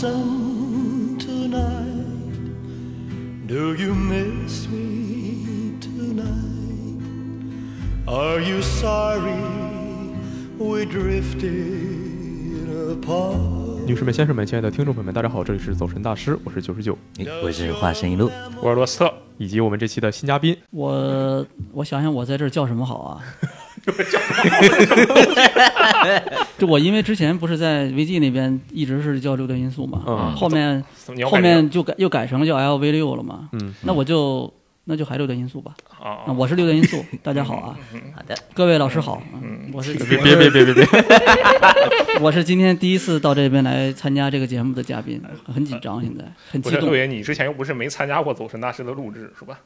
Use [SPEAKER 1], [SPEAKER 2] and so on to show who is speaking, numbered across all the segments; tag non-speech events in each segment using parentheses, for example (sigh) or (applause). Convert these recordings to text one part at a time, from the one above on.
[SPEAKER 1] lonesome tonight. Do you miss me tonight? Are you sorry we drifted apart?
[SPEAKER 2] 女士们、先生们、亲爱的听众朋友们，大家好，这里是走神大师，我是九十九，
[SPEAKER 3] 哎我是化身一路，
[SPEAKER 4] 我是罗斯特，
[SPEAKER 2] 以及我们这期的新嘉宾，
[SPEAKER 5] 我我想想，我在这儿叫什么好啊？就我因为之前不是在 VG 那边一直是叫六段音速嘛，
[SPEAKER 2] 嗯
[SPEAKER 5] 后面
[SPEAKER 4] 怎么你要
[SPEAKER 5] 后
[SPEAKER 4] 改名
[SPEAKER 5] 面就改又改成叫 LV 六了嘛，
[SPEAKER 2] 嗯，
[SPEAKER 5] 那我就那就还六段音速吧。
[SPEAKER 4] 啊
[SPEAKER 5] 那，我是六段音速，大家好啊，
[SPEAKER 3] 好的，
[SPEAKER 5] 各位老师好，嗯我是
[SPEAKER 2] 别别别别别别，
[SPEAKER 5] (laughs) 我是今天第一次到这边来参加这个节目的嘉宾，很紧张，现在很
[SPEAKER 4] 不
[SPEAKER 5] 激
[SPEAKER 4] 是
[SPEAKER 5] 动
[SPEAKER 4] 六。爷，你之前又不是没参加过走神大师的录制是吧？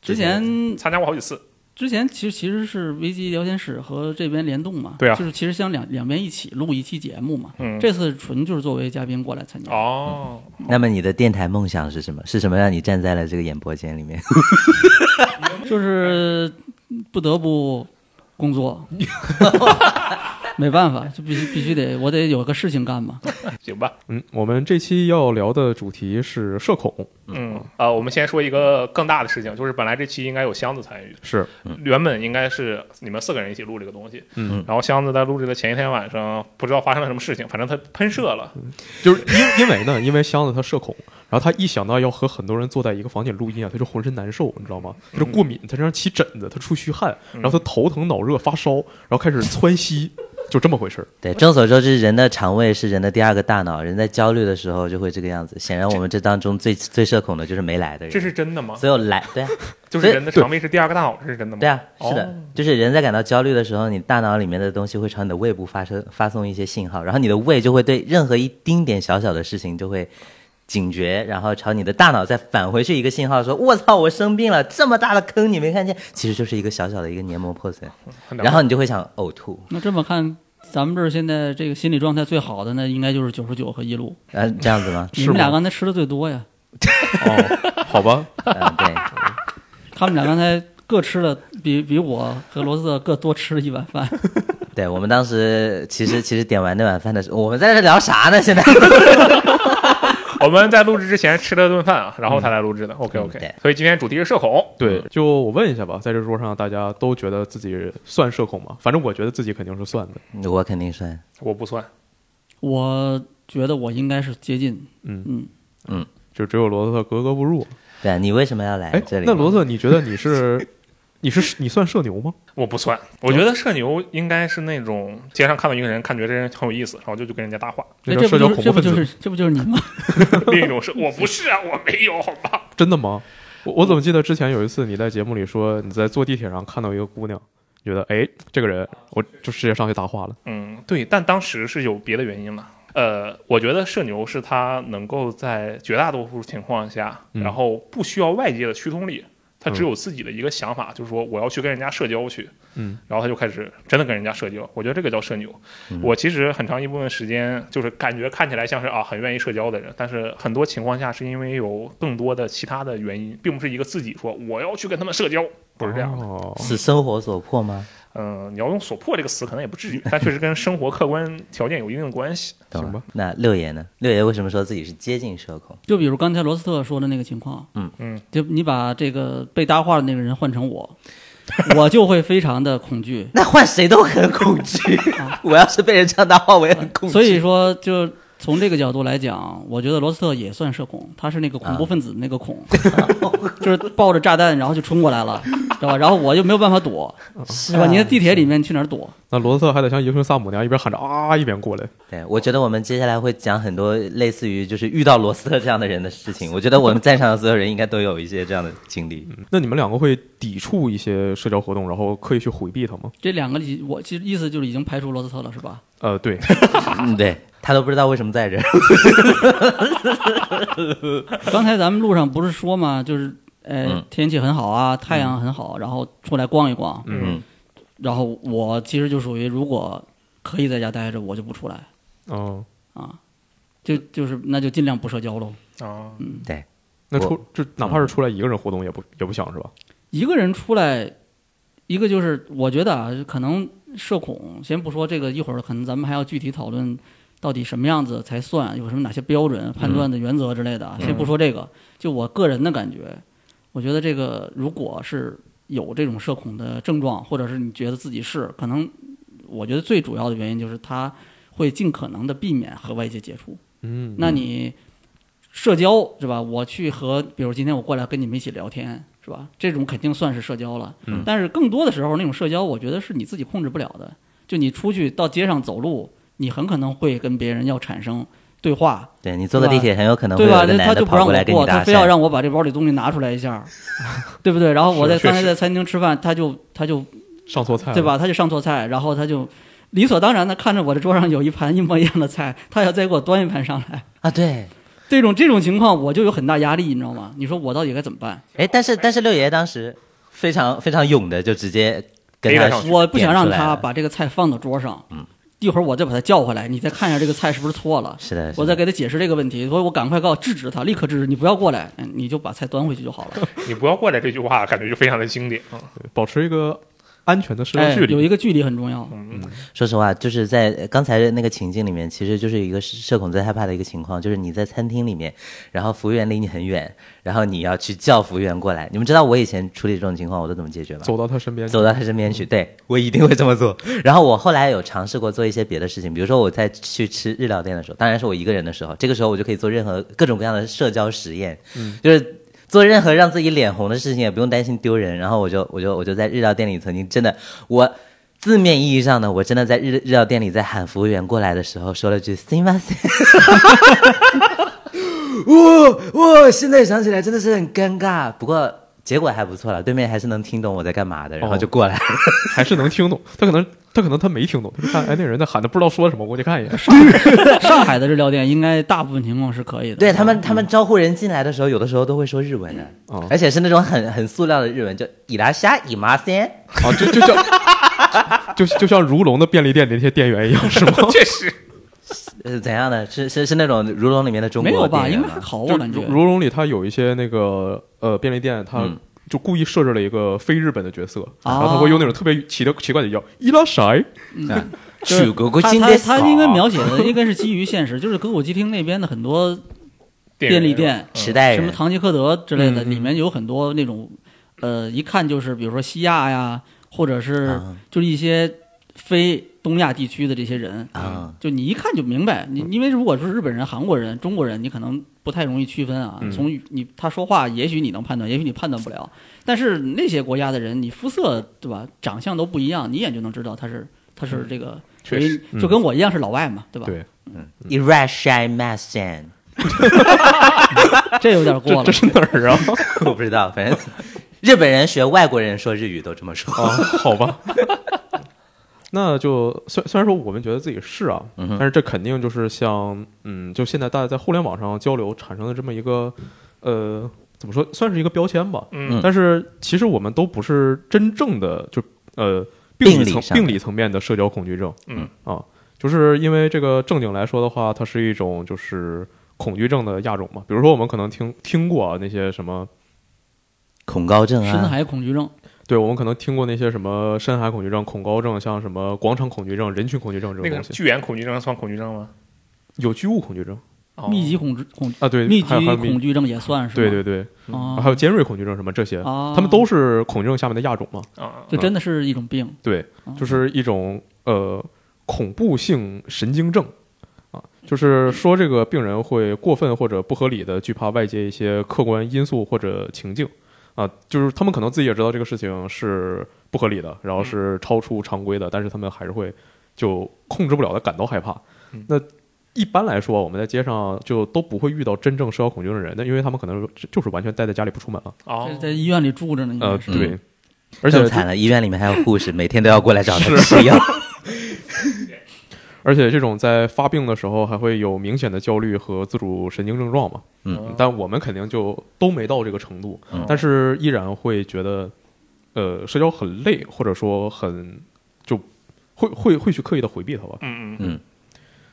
[SPEAKER 5] 之前
[SPEAKER 4] 参加过好几次，
[SPEAKER 5] 之前其实其实是危机聊天室和这边联动嘛，
[SPEAKER 4] 对啊
[SPEAKER 5] 就是其实想两两边一起录一期节目嘛，
[SPEAKER 4] 嗯
[SPEAKER 5] 这次纯就是作为嘉宾过来参加，
[SPEAKER 4] 哦，
[SPEAKER 3] 那么你的电台梦想是什么？是什么让你站在了这个演播间里面？ (laughs)
[SPEAKER 5] 就是不得不工作， (laughs) 没办法，就必须必须得我得有个事情干嘛，
[SPEAKER 4] 行吧，
[SPEAKER 2] 嗯，我们这期要聊的主题是社恐，
[SPEAKER 4] 嗯，啊，我们先说一个更大的事情，就是本来这期应该有箱子参与，
[SPEAKER 2] 是
[SPEAKER 4] 原本应该是你们四个人一起录这个东西，
[SPEAKER 2] 嗯，
[SPEAKER 4] 然后箱子在录制的前一天晚上，不知道发生了什么事情，反正他喷射了，
[SPEAKER 3] 嗯
[SPEAKER 2] 就是因因 (laughs) 为呢，因为箱子他社恐，然后他一想到要和很多人坐在一个房间录音啊，他就浑身难受，你知道吗？他就过敏，他身上起疹子，他出虚汗，然后他头疼脑热发烧，然后开始窜稀，就这么回事儿。
[SPEAKER 3] 对，众所周知，人的肠胃是人的第二个大脑，人在焦虑的时候就会这个样子。显然，我们这当中最最社恐的就是没来的人。
[SPEAKER 4] 这是真的吗？
[SPEAKER 3] 所有来对啊，
[SPEAKER 4] 就是人的肠胃是第二个大脑，这是真的吗？
[SPEAKER 3] 对啊，
[SPEAKER 4] 哦
[SPEAKER 3] 是的，就是人在感到焦虑的时候，你大脑里面的东西会朝你的胃部发生发送一些信号，然后你的胃就会对任何一丁点小小的事情就会警觉，然后朝你的大脑再返回去一个信号说，我操，我生病了，这么大的坑你没看见，其实就是一个小小的一个黏膜破损，
[SPEAKER 2] 嗯
[SPEAKER 4] 很难
[SPEAKER 3] 然后你就会想呕吐，
[SPEAKER 5] 那这么看。咱们这儿现在这个心理状态最好的呢，应该就是九十九和一路，？
[SPEAKER 3] 呃，这样子吗
[SPEAKER 5] 你们俩刚才吃的最多呀，
[SPEAKER 2] 哦，好吧，
[SPEAKER 3] 嗯、对，
[SPEAKER 5] 他们俩刚才各吃了比比我和罗斯特各多吃了一碗饭，
[SPEAKER 3] 对我们当时其实其实点完那碗饭的时候，我们在这聊啥呢？现在 (laughs)
[SPEAKER 4] 我们在录制之前吃了顿饭啊，然后才来录制的。OK
[SPEAKER 3] 嗯对
[SPEAKER 4] OK，所以今天主题是社恐。
[SPEAKER 2] (laughs)
[SPEAKER 4] 嗯
[SPEAKER 2] 对，就我问一下吧，在这桌上大家都觉得自己算社恐吗？反正我觉得自己肯定是算的。
[SPEAKER 3] 我肯定算，
[SPEAKER 4] 我不算，
[SPEAKER 5] 我觉得我应该是接近，
[SPEAKER 2] 嗯
[SPEAKER 5] 嗯，
[SPEAKER 2] 就只有罗斯特格格不入。
[SPEAKER 3] 对啊，你为什么要来
[SPEAKER 2] 哎
[SPEAKER 3] 这，里？
[SPEAKER 2] 那罗斯特，你觉得你是你是你算社牛吗？
[SPEAKER 4] 我不算。我觉得社牛应该是那种街上看到一个人，看觉得这人很有意思，然后就去跟人家搭话。 (laughs)
[SPEAKER 2] 那
[SPEAKER 5] 哎
[SPEAKER 2] 叫
[SPEAKER 5] 这
[SPEAKER 2] 社
[SPEAKER 5] 不
[SPEAKER 2] 交
[SPEAKER 5] 就是
[SPEAKER 2] 恐怖
[SPEAKER 5] 这不
[SPEAKER 2] 分
[SPEAKER 5] 就
[SPEAKER 2] 子？
[SPEAKER 5] 是这不就是你吗？
[SPEAKER 4] 另一种是我不是啊，我没有，好吧？
[SPEAKER 2] 真的吗？我我怎么记得之前有一次你在节目里说你在坐地铁上看到一个姑娘，觉得哎这个人我就直接上去搭话了。
[SPEAKER 4] 嗯，对，但当时是有别的原因嘛。呃，我觉得社牛是他能够在绝大多数情况下，
[SPEAKER 2] 嗯
[SPEAKER 4] 然后不需要外界的驱动力，他只有自己的一个想法，就是说我要去跟人家社交去。
[SPEAKER 2] 嗯，
[SPEAKER 4] 然后他就开始真的跟人家社交，我觉得这个叫社牛。
[SPEAKER 3] 嗯
[SPEAKER 4] 我其实很长一部分时间就是感觉看起来像是啊很愿意社交的人，但是很多情况下是因为有更多的其他的原因，并不是一个自己说我要去跟他们社交，不是这样的。
[SPEAKER 2] 哦，
[SPEAKER 3] 是生活所迫吗？
[SPEAKER 4] 嗯、你要用“所迫”这个词，可能也不至于， (laughs) 但确实跟生活客观条件有一定的关系。
[SPEAKER 3] 懂
[SPEAKER 2] 行
[SPEAKER 3] 了
[SPEAKER 2] 吧。
[SPEAKER 3] 那六爷呢？六爷为什么说自己是接近社恐？
[SPEAKER 5] 就比如刚才罗斯特说的那个情况，
[SPEAKER 3] 嗯
[SPEAKER 4] 嗯，
[SPEAKER 5] 就你把这个被搭话的那个人换成我，我就会非常的恐惧。
[SPEAKER 3] (laughs) 那换谁都很恐惧。 (laughs) 我要是被人这样搭话，我也很恐惧。
[SPEAKER 5] 所以说，就从这个角度来讲，我觉得罗斯特也算社恐，他是那个
[SPEAKER 2] 啊
[SPEAKER 5] 恐怖分子那个恐， (laughs) 就是抱着炸弹然后就冲过来了，知道吧？然后我就没有办法躲，
[SPEAKER 2] 嗯
[SPEAKER 3] 是
[SPEAKER 5] 对吧？你在地铁里面去哪儿躲？
[SPEAKER 2] 那罗斯特还得像英雄萨姆那样一边喊着啊一边过来。
[SPEAKER 3] 对，我觉得我们接下来会讲很多类似于就是遇到罗斯特这样的人的事
[SPEAKER 5] (laughs)
[SPEAKER 3] 情。我觉得我们在场的所有人应该都有一些这样的经历。
[SPEAKER 5] 嗯
[SPEAKER 2] 那你们两个会抵触一些社交活动，然后刻意去回避它吗？
[SPEAKER 5] 这两个里，我其实意思就是已经排除罗斯特了，是吧？
[SPEAKER 2] 呃， (laughs) 对，
[SPEAKER 5] 啊
[SPEAKER 3] 嗯，对他都不知道为什么在这
[SPEAKER 5] (laughs)
[SPEAKER 3] 儿。
[SPEAKER 5] 刚才咱们路上不是说嘛，就是呃
[SPEAKER 3] 嗯，
[SPEAKER 5] 天气很好啊，太阳很好，然后出来逛一逛，
[SPEAKER 3] 嗯，
[SPEAKER 5] 然后我其实就属于，如果可以在家待着，我就不出来
[SPEAKER 2] 哦，
[SPEAKER 5] 啊，就就是那就尽量不社交喽。
[SPEAKER 4] 啊、
[SPEAKER 3] 对，
[SPEAKER 2] 那
[SPEAKER 3] 我
[SPEAKER 2] 出就哪怕是出来一个人活动也不也不想是吧？
[SPEAKER 5] 一个人出来，一个就是我觉得啊，可能社恐，先不说这个，一会儿可能咱们还要具体讨论到底什么样子才算，有什么哪些标准、判断的原则之类的啊。先不说这个，就我个人的感觉，我觉得这个如果是有这种社恐的症状，或者是你觉得自己是，可能我觉得最主要的原因就是他会尽可能的避免和外界接触。
[SPEAKER 2] 嗯，
[SPEAKER 5] 那你社交是吧？我去和，比如今天我过来跟你们一起聊天是吧？这种肯定算是社交了。
[SPEAKER 2] 嗯
[SPEAKER 5] 但是更多的时候，那种社交我觉得是你自己控制不了的。就你出去到街上走路，你很可能会跟别人要产生对话，
[SPEAKER 3] 对你坐个地铁，很有可能会
[SPEAKER 5] 对
[SPEAKER 3] 有
[SPEAKER 5] 吧？
[SPEAKER 3] 个
[SPEAKER 5] 那
[SPEAKER 3] 男
[SPEAKER 5] 他
[SPEAKER 3] 的
[SPEAKER 5] 就不
[SPEAKER 3] 跑
[SPEAKER 5] 让
[SPEAKER 3] 过
[SPEAKER 5] 我
[SPEAKER 3] 来跟你
[SPEAKER 5] 过，他
[SPEAKER 3] 搭
[SPEAKER 5] 非要
[SPEAKER 3] 讪。
[SPEAKER 5] 让我把这包里东西拿出来
[SPEAKER 3] (laughs)
[SPEAKER 5] 一下，对不对？然后我在
[SPEAKER 4] 是确
[SPEAKER 5] 刚才
[SPEAKER 4] 实
[SPEAKER 5] 在餐厅吃饭，他就他就
[SPEAKER 2] 嗯上错菜
[SPEAKER 3] 嗯
[SPEAKER 2] 了
[SPEAKER 5] 对？吧？他就上错菜，然后他就理所当然的看着我的桌上有一盘一模一样的菜，他要再给我端一盘上来。
[SPEAKER 3] 啊，对，
[SPEAKER 5] 这种这种情况，我就有很大压力，你知道吗？你说我到底该怎么办？
[SPEAKER 3] 哎，但是但是六爷当时非常非常勇的，就直接跟
[SPEAKER 4] 逮
[SPEAKER 3] 他
[SPEAKER 4] 着上去
[SPEAKER 5] 我不想让
[SPEAKER 3] 点出来啊嗯
[SPEAKER 5] 他
[SPEAKER 3] 了
[SPEAKER 5] 把这个菜放到桌上，一会儿我再把他叫回来，你再看一下这个菜是不是错了。
[SPEAKER 3] 是的，是的
[SPEAKER 5] 我再给他解释这个问题，所以我赶快告制止他，立刻制止你不要过来，嗯你就把菜端回去就好
[SPEAKER 2] (laughs)
[SPEAKER 5] 了。
[SPEAKER 4] 你不要过来这句话，感觉就非常的经典
[SPEAKER 5] 嗯
[SPEAKER 4] 啊。
[SPEAKER 2] 保持一个安全的社
[SPEAKER 5] 哎
[SPEAKER 2] 交距，离。
[SPEAKER 5] 有一个距离很重要。
[SPEAKER 4] 嗯，
[SPEAKER 3] 说实话，就是在呃刚才那个情境里面，其实就是一个社社恐最害怕的一个情况，就是你在餐厅里面，然后服务员离你很远，然后你要去叫服务员过来。你们知道我以前处理这种情况我都怎么解决吗？
[SPEAKER 2] 走到他身边去，
[SPEAKER 3] 走到他身边去，对我一定会这么做。然后我后来有尝试过做一些别的事情，比如说我在去吃日料店的时候，当然是我一个人的时候，这个时候我就可以做任何各种各样的社交实验，就是做任何让自己脸红的事情，也不用担心丢人。然后我就我就我就在日料店里曾经真的我。字面意义上呢，我真的在日日料店里在喊服务员过来的时候，说了句 “see my”，哇哇！现在想起来真的是很尴尬，不过结果还不错了，对面还是能听懂我在干嘛的，然后就过来了。
[SPEAKER 5] 哦
[SPEAKER 2] 还是能听懂。他可能他可能他没听懂，他就看哎那人在喊他不知道说什么，我得看一眼。
[SPEAKER 5] (laughs) 上海的日料店应该大部分情况是可以的。
[SPEAKER 3] 对他们，他们招呼人进来的时候，有的时候都会说日文的，
[SPEAKER 2] 哦
[SPEAKER 3] 而且是那种很很塑料的日文，就伊拉虾伊麻先。
[SPEAKER 2] 啊，就就像 (laughs) 就就像如龙的便利店那些店员一样，是吗？
[SPEAKER 4] (laughs) 确实，
[SPEAKER 3] 呃，怎样的？是是是那种如龙里面的中国
[SPEAKER 5] 没有吧？
[SPEAKER 3] 店员
[SPEAKER 5] 应该
[SPEAKER 3] 吗
[SPEAKER 5] 还好，
[SPEAKER 2] 就
[SPEAKER 5] 我感觉
[SPEAKER 2] 如。如龙里它有一些那个呃便利店，它
[SPEAKER 3] 嗯
[SPEAKER 2] 就故意设置了一个非日本的角色，
[SPEAKER 5] 啊
[SPEAKER 2] 然后他会用那种特别奇的奇怪的叫伊拉谁，
[SPEAKER 3] 是狗狗
[SPEAKER 5] 他
[SPEAKER 3] 金
[SPEAKER 5] 他
[SPEAKER 3] 的
[SPEAKER 5] 他应该
[SPEAKER 3] (laughs)
[SPEAKER 5] 描写的应该是基于现实，就是歌舞伎町那边的很多便利店，
[SPEAKER 3] 时代
[SPEAKER 5] 什么
[SPEAKER 3] 人，
[SPEAKER 5] 堂吉诃德之类的，
[SPEAKER 2] 哎嗯嗯
[SPEAKER 5] 里面有很多那种，呃，一看就是比如说西亚呀，或者是
[SPEAKER 3] 啊
[SPEAKER 5] 就是一些非东亚地区的这些人，
[SPEAKER 3] 啊
[SPEAKER 5] 就你一看就明白，
[SPEAKER 2] 啊
[SPEAKER 5] 你因为如果是日本人、韩国人、中国人，你可能不太容易区分
[SPEAKER 2] 嗯
[SPEAKER 5] 啊。从语你他说话，也许你能判断，也许你判断不了。但是那些国家的人，你肤色对吧，长相都不一样，你一眼就能知道他是他
[SPEAKER 2] 嗯
[SPEAKER 5] 是这个，
[SPEAKER 4] 确实
[SPEAKER 5] 因为就跟我一样是老外嘛，对吧？
[SPEAKER 2] 对，
[SPEAKER 3] 伊拉虾伊麻先。
[SPEAKER 5] 这有点过
[SPEAKER 2] 这 (laughs)
[SPEAKER 5] 了
[SPEAKER 2] 这。是哪儿啊？
[SPEAKER 3] (laughs) 我不知道，反正 (laughs) 哦日本人学外国人说日语都这么说。
[SPEAKER 2] 啊，好吧。 (laughs) 那就虽虽然说我们觉得自己是啊，但是这肯定就是像嗯，就现在大家在互联网上交流产生的这么一个呃，怎么说，算是一个标签吧。
[SPEAKER 4] 嗯
[SPEAKER 2] 但是其实我们都不是真正的就呃
[SPEAKER 3] 病
[SPEAKER 2] 病理
[SPEAKER 3] 理
[SPEAKER 2] 层
[SPEAKER 3] 上的
[SPEAKER 2] 病理层面的社交恐惧症。
[SPEAKER 4] 嗯
[SPEAKER 2] 啊，就是因为这个正经来说的话，它是一种就是恐惧症的亚种嘛。比如说我们可能听听过啊那些什么
[SPEAKER 3] 恐高症
[SPEAKER 5] 深
[SPEAKER 3] 啊，
[SPEAKER 5] 海恐惧症，
[SPEAKER 2] 对，我们可能听过那些什么深海恐惧症、恐高症，像什么广场恐惧症、人群恐惧症这
[SPEAKER 4] 那
[SPEAKER 2] 种
[SPEAKER 4] 个
[SPEAKER 2] 东西，
[SPEAKER 4] 巨源恐惧症算恐惧症吗？
[SPEAKER 2] 有巨物恐惧症
[SPEAKER 4] 哦
[SPEAKER 5] 密集恐惧恐
[SPEAKER 2] 啊，对，
[SPEAKER 5] 密集
[SPEAKER 2] 还有还有
[SPEAKER 5] 恐惧症也算是
[SPEAKER 2] 对
[SPEAKER 5] 吗
[SPEAKER 2] 对对，
[SPEAKER 5] 哦
[SPEAKER 2] 还有尖锐恐惧症什么这些，
[SPEAKER 5] 哦
[SPEAKER 2] 他们都是恐惧症下面的亚种嘛。
[SPEAKER 4] 啊，
[SPEAKER 5] 就真的是一种病，
[SPEAKER 2] 对
[SPEAKER 5] 哦，
[SPEAKER 2] 就是一种呃恐怖性神经症啊，就是说这个病人会过分或者不合理的惧怕外界一些客观因素或者情境啊，就是他们可能自己也知道这个事情是不合理的，然后是超出常规的，但是他们还是会就控制不了的感到害怕
[SPEAKER 4] 嗯。
[SPEAKER 2] 那一般来说，我们在街上就都不会遇到真正社交恐惧症的人，那因为他们可能就是完全待在家里不出门了。
[SPEAKER 4] 哦
[SPEAKER 5] 在在医院里住着呢，应
[SPEAKER 2] 呃，
[SPEAKER 5] 该是。
[SPEAKER 2] 对
[SPEAKER 3] 嗯，
[SPEAKER 2] 而且
[SPEAKER 3] 更惨 (laughs) 了，医院里面还有护士，每天都要过来找他吃药。
[SPEAKER 2] 而且这种在发病的时候还会有明显的焦虑和自主神经症状嘛，
[SPEAKER 4] 嗯
[SPEAKER 2] 但我们肯定就都没到这个程度，
[SPEAKER 4] 嗯
[SPEAKER 2] 但是依然会觉得，呃，社交很累，或者说很就会会会去刻意的回避它吧。
[SPEAKER 4] 嗯嗯
[SPEAKER 3] 嗯，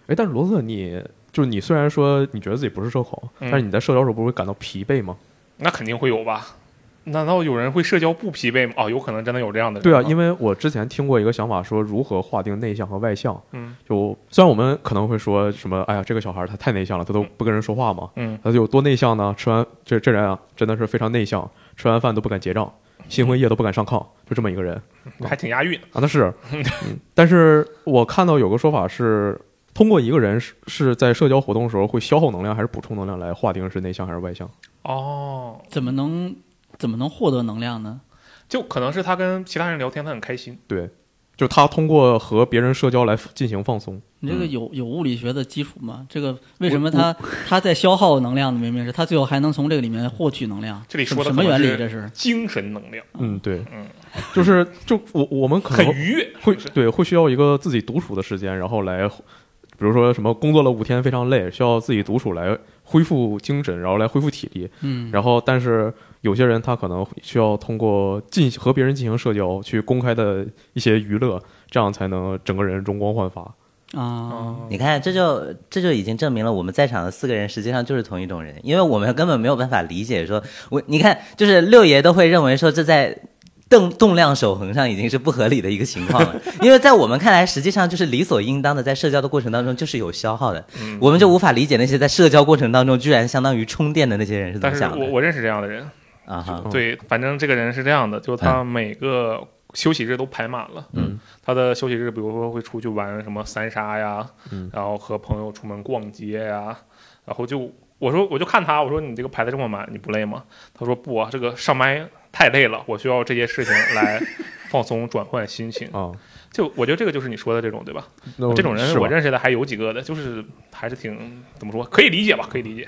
[SPEAKER 2] 哎，但是罗子你。就是你虽然说你觉得自己不是社恐，
[SPEAKER 4] 嗯
[SPEAKER 2] 但是你在社交时候不会感到疲惫吗？
[SPEAKER 4] 那肯定会有吧？难道有人会社交不疲惫吗？哦，有可能真的有这样的人。
[SPEAKER 2] 对啊，因
[SPEAKER 4] 为
[SPEAKER 2] 为我之前听过一个想法，说如何划定内向和外向。
[SPEAKER 4] 嗯
[SPEAKER 2] 就虽然我们可能会说什么，哎呀，这个小孩他太内向了，他都不跟人说话嘛，
[SPEAKER 4] 嗯，
[SPEAKER 2] 他有多内向呢？吃完这这人啊，真的是非常内向，吃完饭都不敢结账，新婚夜都不敢上炕，就这么一个人啊，
[SPEAKER 4] 还挺押韵的。
[SPEAKER 2] 那
[SPEAKER 4] (laughs)
[SPEAKER 2] 是。嗯但是我看到有个说法是，通过一个人是是在社交活动的时候会消耗能量还是补充能量来划定是内向还是外向。
[SPEAKER 4] 哦，
[SPEAKER 5] 怎么能怎么能获得能量呢？
[SPEAKER 4] 就可能是他跟其他人聊天，他很开心。
[SPEAKER 2] 对，就他通过和别人社交来进行放松。
[SPEAKER 5] 你这个有有物理学的基础吗？这个为什么他他在消耗能量呢？明明是他最后还能从这个里面获取能量，
[SPEAKER 4] 这里
[SPEAKER 5] 什
[SPEAKER 4] 说的
[SPEAKER 5] 什么
[SPEAKER 4] 可能
[SPEAKER 5] 原理？
[SPEAKER 4] 是
[SPEAKER 5] 这是
[SPEAKER 4] 精神能量
[SPEAKER 2] 嗯，对，
[SPEAKER 4] 嗯
[SPEAKER 2] 就是就我我们可
[SPEAKER 4] 很
[SPEAKER 2] 能
[SPEAKER 4] 愉悦，
[SPEAKER 2] 会
[SPEAKER 4] 是
[SPEAKER 2] 对会需要一个自己独处的时间，然后来，比如说什么工作了五天非常累，需要自己独处来恢复精神，然后来恢复体力。
[SPEAKER 5] 嗯，
[SPEAKER 2] 然后，但是有些人他可能需要通过进和别人进行社交，去公开的一些娱乐，这样才能整个人容光焕发。
[SPEAKER 4] 嗯
[SPEAKER 5] 啊，
[SPEAKER 4] 哦
[SPEAKER 3] 你看，这就这就已经证明了我们在场的四个人实际上就是同一种人，因为我们根本没有办法理解说，我你看，就是六爷都会认为说这在动动量守恒上已经是不合理的一个情况了， (laughs) 因为在我们看来，实际上就是理所应当的，在社交的过程当中就是有消耗的，
[SPEAKER 4] 嗯
[SPEAKER 3] 我们就无法理解那些在社交过程当中居然相当于充电的那些人是怎
[SPEAKER 4] 但
[SPEAKER 3] 么
[SPEAKER 4] 是
[SPEAKER 3] 想
[SPEAKER 4] 我
[SPEAKER 3] 的
[SPEAKER 4] 我认识这样的人，
[SPEAKER 3] 啊哈，
[SPEAKER 2] 嗯
[SPEAKER 4] 对，反正这个人是这样的，就他每个休息日都排满了，
[SPEAKER 2] 哎嗯，
[SPEAKER 4] 他的休息日比如说会出去玩什么三沙呀，
[SPEAKER 2] 嗯
[SPEAKER 4] 然后和朋友出门逛街呀，然后就我说我就看他，我说你这个排的这么满，你不累吗？他说不啊，这个上班太累了，我需要这些事情来放松转换心情。
[SPEAKER 2] (laughs) 啊，
[SPEAKER 4] 就我觉得这个就是你说的这种，对吧？
[SPEAKER 2] 那我
[SPEAKER 4] 这种人
[SPEAKER 2] 嗯是吧啊
[SPEAKER 4] 我认识的还有几个的，就是还是挺怎么说，可以理解吧，可以理解。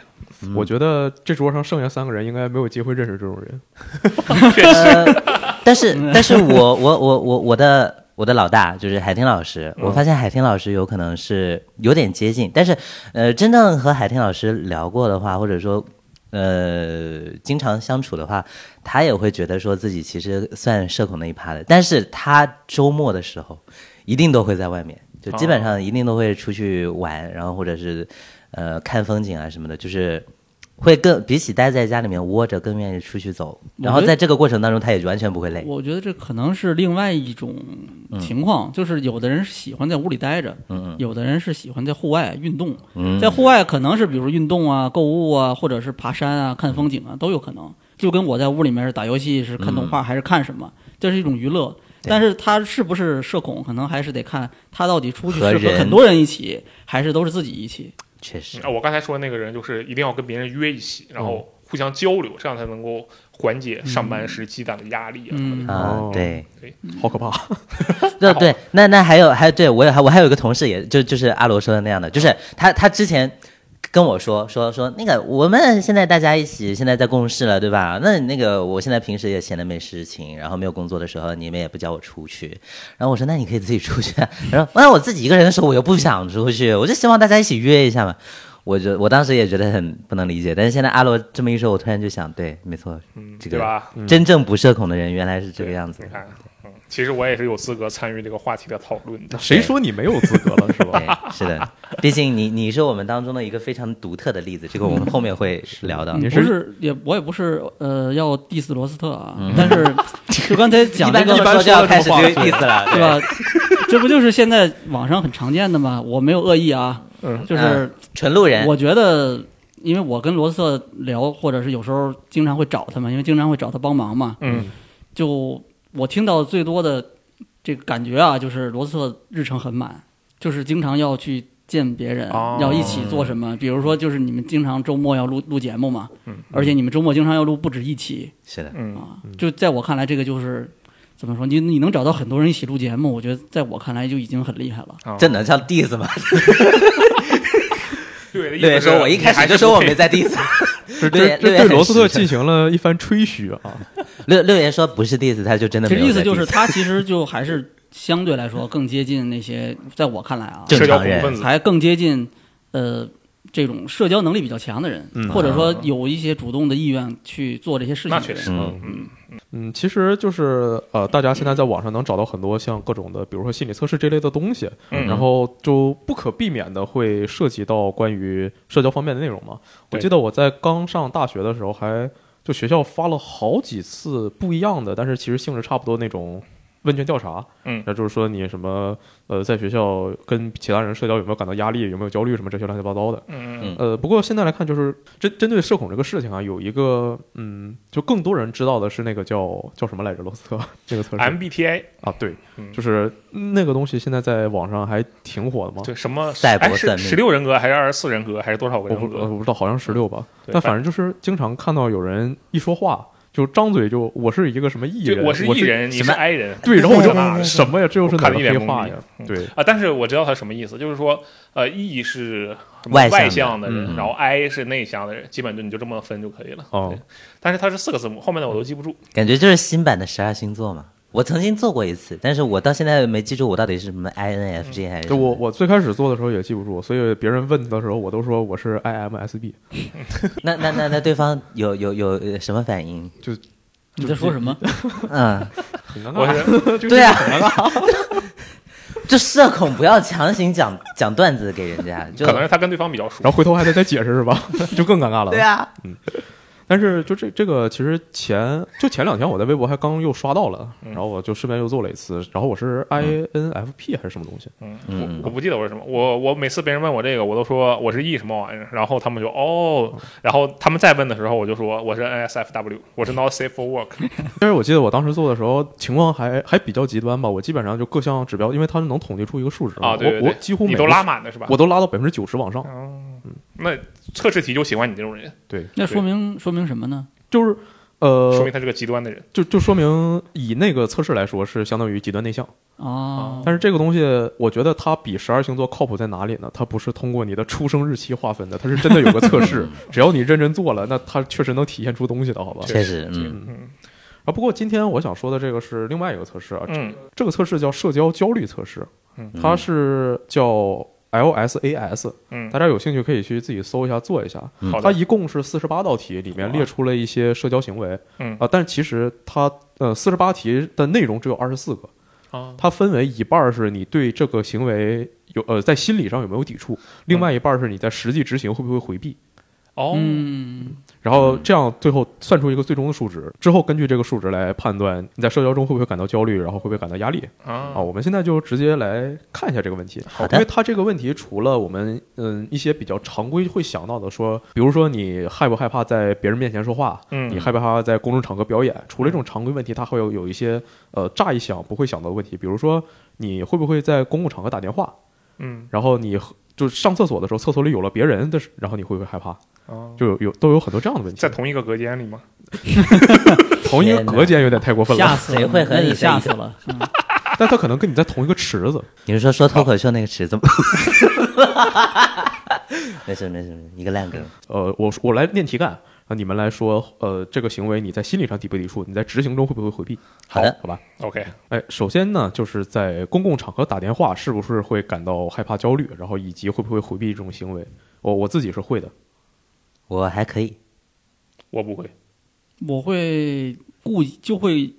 [SPEAKER 2] 我觉得这桌上剩下三个人应该没有机会认识这种人。
[SPEAKER 3] 呃， (laughs) 但是，
[SPEAKER 5] 嗯
[SPEAKER 3] 但是我我我我我的我的老大就是海天老师，
[SPEAKER 5] 嗯
[SPEAKER 3] 我发现海天老师有可能是有点接近，但是呃，真正和海天老师聊过的话，或者说。呃，经常相处的话，他也会觉得说自己其实算社恐那一趴的，但是他周末的时候一定都会在外面，就基
[SPEAKER 5] 哦
[SPEAKER 3] 本上一定都会出去玩，然后或者是呃看风景啊什么的，就是会更比起待在家里面窝着，更愿意出去走。
[SPEAKER 5] 我
[SPEAKER 3] 然后
[SPEAKER 5] 觉得
[SPEAKER 3] 在这个过程当中，他也完全不会累。
[SPEAKER 5] 我觉得这可能是另外一种
[SPEAKER 3] 嗯
[SPEAKER 5] 情况，就是有的人是喜欢在屋里待着，有的人是喜欢在户外运动，
[SPEAKER 3] 嗯
[SPEAKER 5] 在户外可能是比如运动啊、购物啊，或者是爬山啊、看风景啊都有可能。就跟我在屋里面是打游戏、是看动
[SPEAKER 3] 嗯
[SPEAKER 5] 画还是看什么，这是一种娱乐。但是他是不是社恐，可能还是得看他到底出去
[SPEAKER 3] 和
[SPEAKER 5] 是和
[SPEAKER 3] 人
[SPEAKER 5] 很多人一起，还是都是自己一起。
[SPEAKER 3] 确实
[SPEAKER 4] 啊，，我刚才说的那个人就是一定要跟别人约一起，然后互相交流，这样才能够缓解上班时积攒的压力啊什么的。
[SPEAKER 5] 嗯
[SPEAKER 3] 啊
[SPEAKER 2] 哦，
[SPEAKER 3] 对，
[SPEAKER 2] 好可怕！
[SPEAKER 3] 对对，那那还有还对我有还我还有一个同事也，就就是阿罗说的那样的，就是他他之前。跟我说说说那个，我们现在大家一起现在在共事了，对吧？那那个我现在平时也闲的没事情，然后没有工作的时候，你们也不叫我出去。然后我说那你可以自己出去啊。 (laughs) 然后那我自己一个人的时候，我又不想出去，我就希望大家一起约一下嘛。我觉我当时也觉得很不能理解，但是现在阿罗这么一说，我突然就想，对，没错，
[SPEAKER 4] 嗯，
[SPEAKER 3] 这
[SPEAKER 4] 对
[SPEAKER 3] 个
[SPEAKER 4] 吧？
[SPEAKER 3] 真正不社恐的人原来是这个
[SPEAKER 4] 对
[SPEAKER 3] 样子
[SPEAKER 4] 你
[SPEAKER 3] 的。
[SPEAKER 4] 看，嗯，其实我也是有资格参与这个话题的讨论的。
[SPEAKER 2] 谁说你没有资格了是吧？
[SPEAKER 3] 对，是的，毕竟你你是我们当中的一个非常独特的例子，这个我们后面会聊到。
[SPEAKER 5] 嗯
[SPEAKER 2] 你
[SPEAKER 5] 不
[SPEAKER 2] 是
[SPEAKER 5] 是也我也不是呃要 diss 罗斯特啊，
[SPEAKER 3] (laughs)
[SPEAKER 5] 但是就刚才讲这个
[SPEAKER 3] 嗯一般这么说就要开始这个意思了，
[SPEAKER 5] 对？吧？ (laughs) 这不就是现在网上很常见的吗？我没有恶意啊，
[SPEAKER 4] 嗯
[SPEAKER 5] 就是
[SPEAKER 3] 纯路人，
[SPEAKER 5] 我觉得，因为我跟罗斯特聊，或者是有时候经常会找他嘛，因为经常会找他帮忙嘛。
[SPEAKER 4] 嗯，
[SPEAKER 5] 就我听到最多的这个感觉啊，就是罗斯特日程很满，就是经常要去见别人，
[SPEAKER 4] 哦
[SPEAKER 5] 要一起做什么。比如说，就是你们经常周末要录录节目嘛，而且你们周末经常要录不止一期
[SPEAKER 3] 是的，
[SPEAKER 4] 嗯，
[SPEAKER 5] 啊。就在我看来，这个就是。怎么说？你你能找到很多人一起录节目，我觉得在我看来就已经很厉害了。
[SPEAKER 3] 这能叫 diss 吗？
[SPEAKER 4] 对的意
[SPEAKER 3] 六爷
[SPEAKER 4] 思是
[SPEAKER 3] 说，我一开
[SPEAKER 4] 你还
[SPEAKER 3] 始就是说我没
[SPEAKER 4] 不
[SPEAKER 3] 在 diss。
[SPEAKER 2] 这
[SPEAKER 3] 对
[SPEAKER 2] 这这
[SPEAKER 3] 对
[SPEAKER 2] 对
[SPEAKER 3] 很
[SPEAKER 2] 罗斯特
[SPEAKER 3] 实诚
[SPEAKER 2] 进行了一番吹嘘啊！
[SPEAKER 3] (laughs) 六六爷说不是 diss，他就真的
[SPEAKER 5] 其
[SPEAKER 3] 没
[SPEAKER 5] 实
[SPEAKER 3] 有
[SPEAKER 5] 意
[SPEAKER 3] 在
[SPEAKER 5] 思就是
[SPEAKER 3] diss
[SPEAKER 5] 他其实就还是相对来说更接近那些，在我看来啊，
[SPEAKER 3] 正
[SPEAKER 4] 社交
[SPEAKER 3] 常
[SPEAKER 4] 恐怖
[SPEAKER 3] 人
[SPEAKER 4] 分子，
[SPEAKER 5] 还更接近呃这种社交能力比较强的人，
[SPEAKER 3] 嗯
[SPEAKER 5] 或者
[SPEAKER 3] 啊
[SPEAKER 5] 说有一些主动的意愿去做这些事情
[SPEAKER 4] 那
[SPEAKER 5] 的
[SPEAKER 4] 确
[SPEAKER 5] 人
[SPEAKER 4] 实，
[SPEAKER 3] 嗯
[SPEAKER 4] 嗯，
[SPEAKER 2] 嗯，其实就是呃，大家现在在网上能找到很多像各种的，比如说心理测试这类的东西，
[SPEAKER 4] 嗯
[SPEAKER 2] 然后就不可避免的会涉及到关于社交方面的内容嘛。我
[SPEAKER 4] 对
[SPEAKER 2] 记得我在刚上大学的时候还就学校发了好几次不一样的，但是其实性质差不多那种问卷调查，
[SPEAKER 4] 嗯
[SPEAKER 2] 那就是说你什么呃，在学校跟其他人社交有没有感到压力，有没有焦虑什么这些乱七八糟的。
[SPEAKER 4] 嗯
[SPEAKER 3] 嗯
[SPEAKER 2] 呃，不过现在来看，就是针针对社恐这个事情啊，有一个嗯，就更多人知道的是那个叫叫什么来着，罗斯特 (laughs) 那个测试
[SPEAKER 4] ，MBTI
[SPEAKER 2] 啊，对，
[SPEAKER 4] 嗯
[SPEAKER 2] 就是那个东西现在在网上还挺火的嘛。
[SPEAKER 4] 对什么
[SPEAKER 3] 赛博算命
[SPEAKER 4] 十六人格还是二十四人格还是多少个
[SPEAKER 2] 我不呃
[SPEAKER 4] 人格？
[SPEAKER 2] 我不知道，好像十六吧，
[SPEAKER 4] 嗯对
[SPEAKER 2] 但反正就是经常看到有人一说话就张嘴就我是一个什么艺
[SPEAKER 4] 就
[SPEAKER 2] 人，
[SPEAKER 4] 我
[SPEAKER 2] 我
[SPEAKER 4] 是 E 人，你
[SPEAKER 3] 什
[SPEAKER 4] 是
[SPEAKER 3] 么
[SPEAKER 4] I 人
[SPEAKER 2] 对，然后我就
[SPEAKER 4] (laughs) 对对对对
[SPEAKER 2] 什么呀，这又是哪
[SPEAKER 4] 看
[SPEAKER 2] 个
[SPEAKER 4] 得一脸
[SPEAKER 2] 黑
[SPEAKER 4] 懵
[SPEAKER 2] 话
[SPEAKER 4] 逼
[SPEAKER 2] 呀
[SPEAKER 4] 嗯？
[SPEAKER 2] 对，
[SPEAKER 4] 啊，但是我知道他什么意思，就是说呃，E 是什
[SPEAKER 3] 外向的
[SPEAKER 4] 么外向的人，
[SPEAKER 2] 嗯
[SPEAKER 4] 然后 I 是内向的人，基本就你就这么分就可以了。
[SPEAKER 2] 哦
[SPEAKER 4] 对，但是它是四个字母，后面的我都记不住。
[SPEAKER 3] 感觉就是新版的十二星座嘛。我曾经做过一次，但是我到现在没记住我到底是什么 INFJ 还是什
[SPEAKER 2] 就
[SPEAKER 3] 么
[SPEAKER 2] 我我最开始做的时候也记不住，所以别人问的时候我都说我是 IMSB，
[SPEAKER 3] 那那那那对方有有有呃什么反应？
[SPEAKER 5] 你在说什么？
[SPEAKER 3] 嗯，
[SPEAKER 2] 很尴尬。
[SPEAKER 4] 我
[SPEAKER 2] (laughs)
[SPEAKER 4] 是
[SPEAKER 3] 对啊， (laughs) 就社恐不要强行讲讲段子给人家，就
[SPEAKER 4] 可能是他跟对方比较熟
[SPEAKER 2] 然后，回头还得再解释是吧？ (laughs) 就更尴尬了。嗯
[SPEAKER 3] 对啊，
[SPEAKER 2] 但是就这这个，其实前就前两天我在微博还刚又刷到了，
[SPEAKER 4] 嗯
[SPEAKER 2] 然后我就顺便又做了一次，然后我是 INFP 还是什么东西？
[SPEAKER 4] 嗯，
[SPEAKER 3] 嗯
[SPEAKER 4] 我我不记得我是什么，我我每次别人问我这个，我都说我是 E 什么玩意儿，然后他们就哦，然后他们再问的时候，我就说我是 NSFW，我是 Not Safe for Work，
[SPEAKER 2] 但是我记得我当时做的时候情况还还比较极端吧，我基本上就各项指标，因为它是能统计出一个数值嘛
[SPEAKER 4] 啊，对对
[SPEAKER 2] 我
[SPEAKER 4] 对，
[SPEAKER 2] 我几乎每
[SPEAKER 4] 你
[SPEAKER 2] 个
[SPEAKER 4] 都拉满的是吧？哦
[SPEAKER 2] 我都拉到百分之九十往上，
[SPEAKER 4] 那测试题就喜欢你这种人，
[SPEAKER 2] 对，
[SPEAKER 5] 那说明说明什么呢？
[SPEAKER 2] 就是
[SPEAKER 4] 说
[SPEAKER 2] 呃
[SPEAKER 4] 明，他是个极端的人。
[SPEAKER 2] 就就说明以那个测试来说是相当于极端内向，
[SPEAKER 5] 哦，
[SPEAKER 2] 但是这个东西我觉得它比十二星座靠谱在哪里呢？它不是通过你的出生日期划分的，它是真的有个测试，只要你认真做了，那它确实能体现出东西的，好吧？
[SPEAKER 3] 确实，嗯，
[SPEAKER 4] 嗯
[SPEAKER 2] 啊，不过今天我想说的这个是另外一个测试啊，
[SPEAKER 4] 嗯
[SPEAKER 2] 这个测试叫社交焦虑测试
[SPEAKER 4] 嗯，
[SPEAKER 2] 它是叫 LSAS，
[SPEAKER 4] 嗯
[SPEAKER 2] 大，家有兴趣可以去自己搜一下做一下。
[SPEAKER 4] 好
[SPEAKER 2] 它
[SPEAKER 4] 的，啊
[SPEAKER 2] 一共是四十八道题，里面列出了一些社交行为，
[SPEAKER 4] 嗯
[SPEAKER 2] 啊，但是其实它呃四十八题的内容只有二十四个，
[SPEAKER 4] 啊
[SPEAKER 2] 它分为一半儿是你对这个行为有呃在心理上有没有抵触，另外一半儿是你在实际执行会不会回避。
[SPEAKER 4] 哦，
[SPEAKER 5] 嗯，
[SPEAKER 2] 然后这样最后算出一个最终的数值，之后根据这个数值来判断你在社交中会不会感到焦虑，然后会不会感到压力啊。
[SPEAKER 4] 啊，
[SPEAKER 2] 我们现在就直接来看一下这个问题，
[SPEAKER 3] 好的
[SPEAKER 2] 因为它这个问题除了我们嗯一些比较常规会想到的说，比如说你害不害怕在别人面前说话，
[SPEAKER 4] 嗯
[SPEAKER 2] 你害不害怕在公众场合表演，除了这种常规问题，它会有有一些呃乍一想不会想到的问题，比如说你会不会在公共场合打电话，
[SPEAKER 4] 嗯
[SPEAKER 2] 然后你和就上厕所的时候，厕所里有了别人的时，然后你会不会害怕？
[SPEAKER 4] 啊，
[SPEAKER 2] 就有有都有很多这样的问题，
[SPEAKER 4] 在同一个隔间里吗？
[SPEAKER 2] 同一个
[SPEAKER 3] 天哪
[SPEAKER 2] 隔间有点太过分
[SPEAKER 5] 吓
[SPEAKER 2] 了，
[SPEAKER 5] 死了，
[SPEAKER 3] 谁会和
[SPEAKER 5] 那
[SPEAKER 3] 你
[SPEAKER 5] 得
[SPEAKER 3] 在
[SPEAKER 5] 吓
[SPEAKER 3] 一
[SPEAKER 5] 死
[SPEAKER 3] 起
[SPEAKER 5] 了？嗯
[SPEAKER 2] 但他可能跟你在同一个池子。
[SPEAKER 3] 你是说说脱口秀那个池子吗？ (laughs) 没事没事，没事，一个烂梗，
[SPEAKER 2] 呃，我我来念题干啊，你们来说，呃，这个行为你在心理上抵不抵触？你在执行中会不会回避？
[SPEAKER 3] 好的
[SPEAKER 2] 好吧。
[SPEAKER 4] OK，
[SPEAKER 2] 哎，首先呢，就是在公共场合打电话，是不是会感到害怕、焦虑，然后以及会不会回避这种行为？我我自己是会的，
[SPEAKER 3] 我还可以，
[SPEAKER 4] 我不会，
[SPEAKER 5] 我会顾忌，就会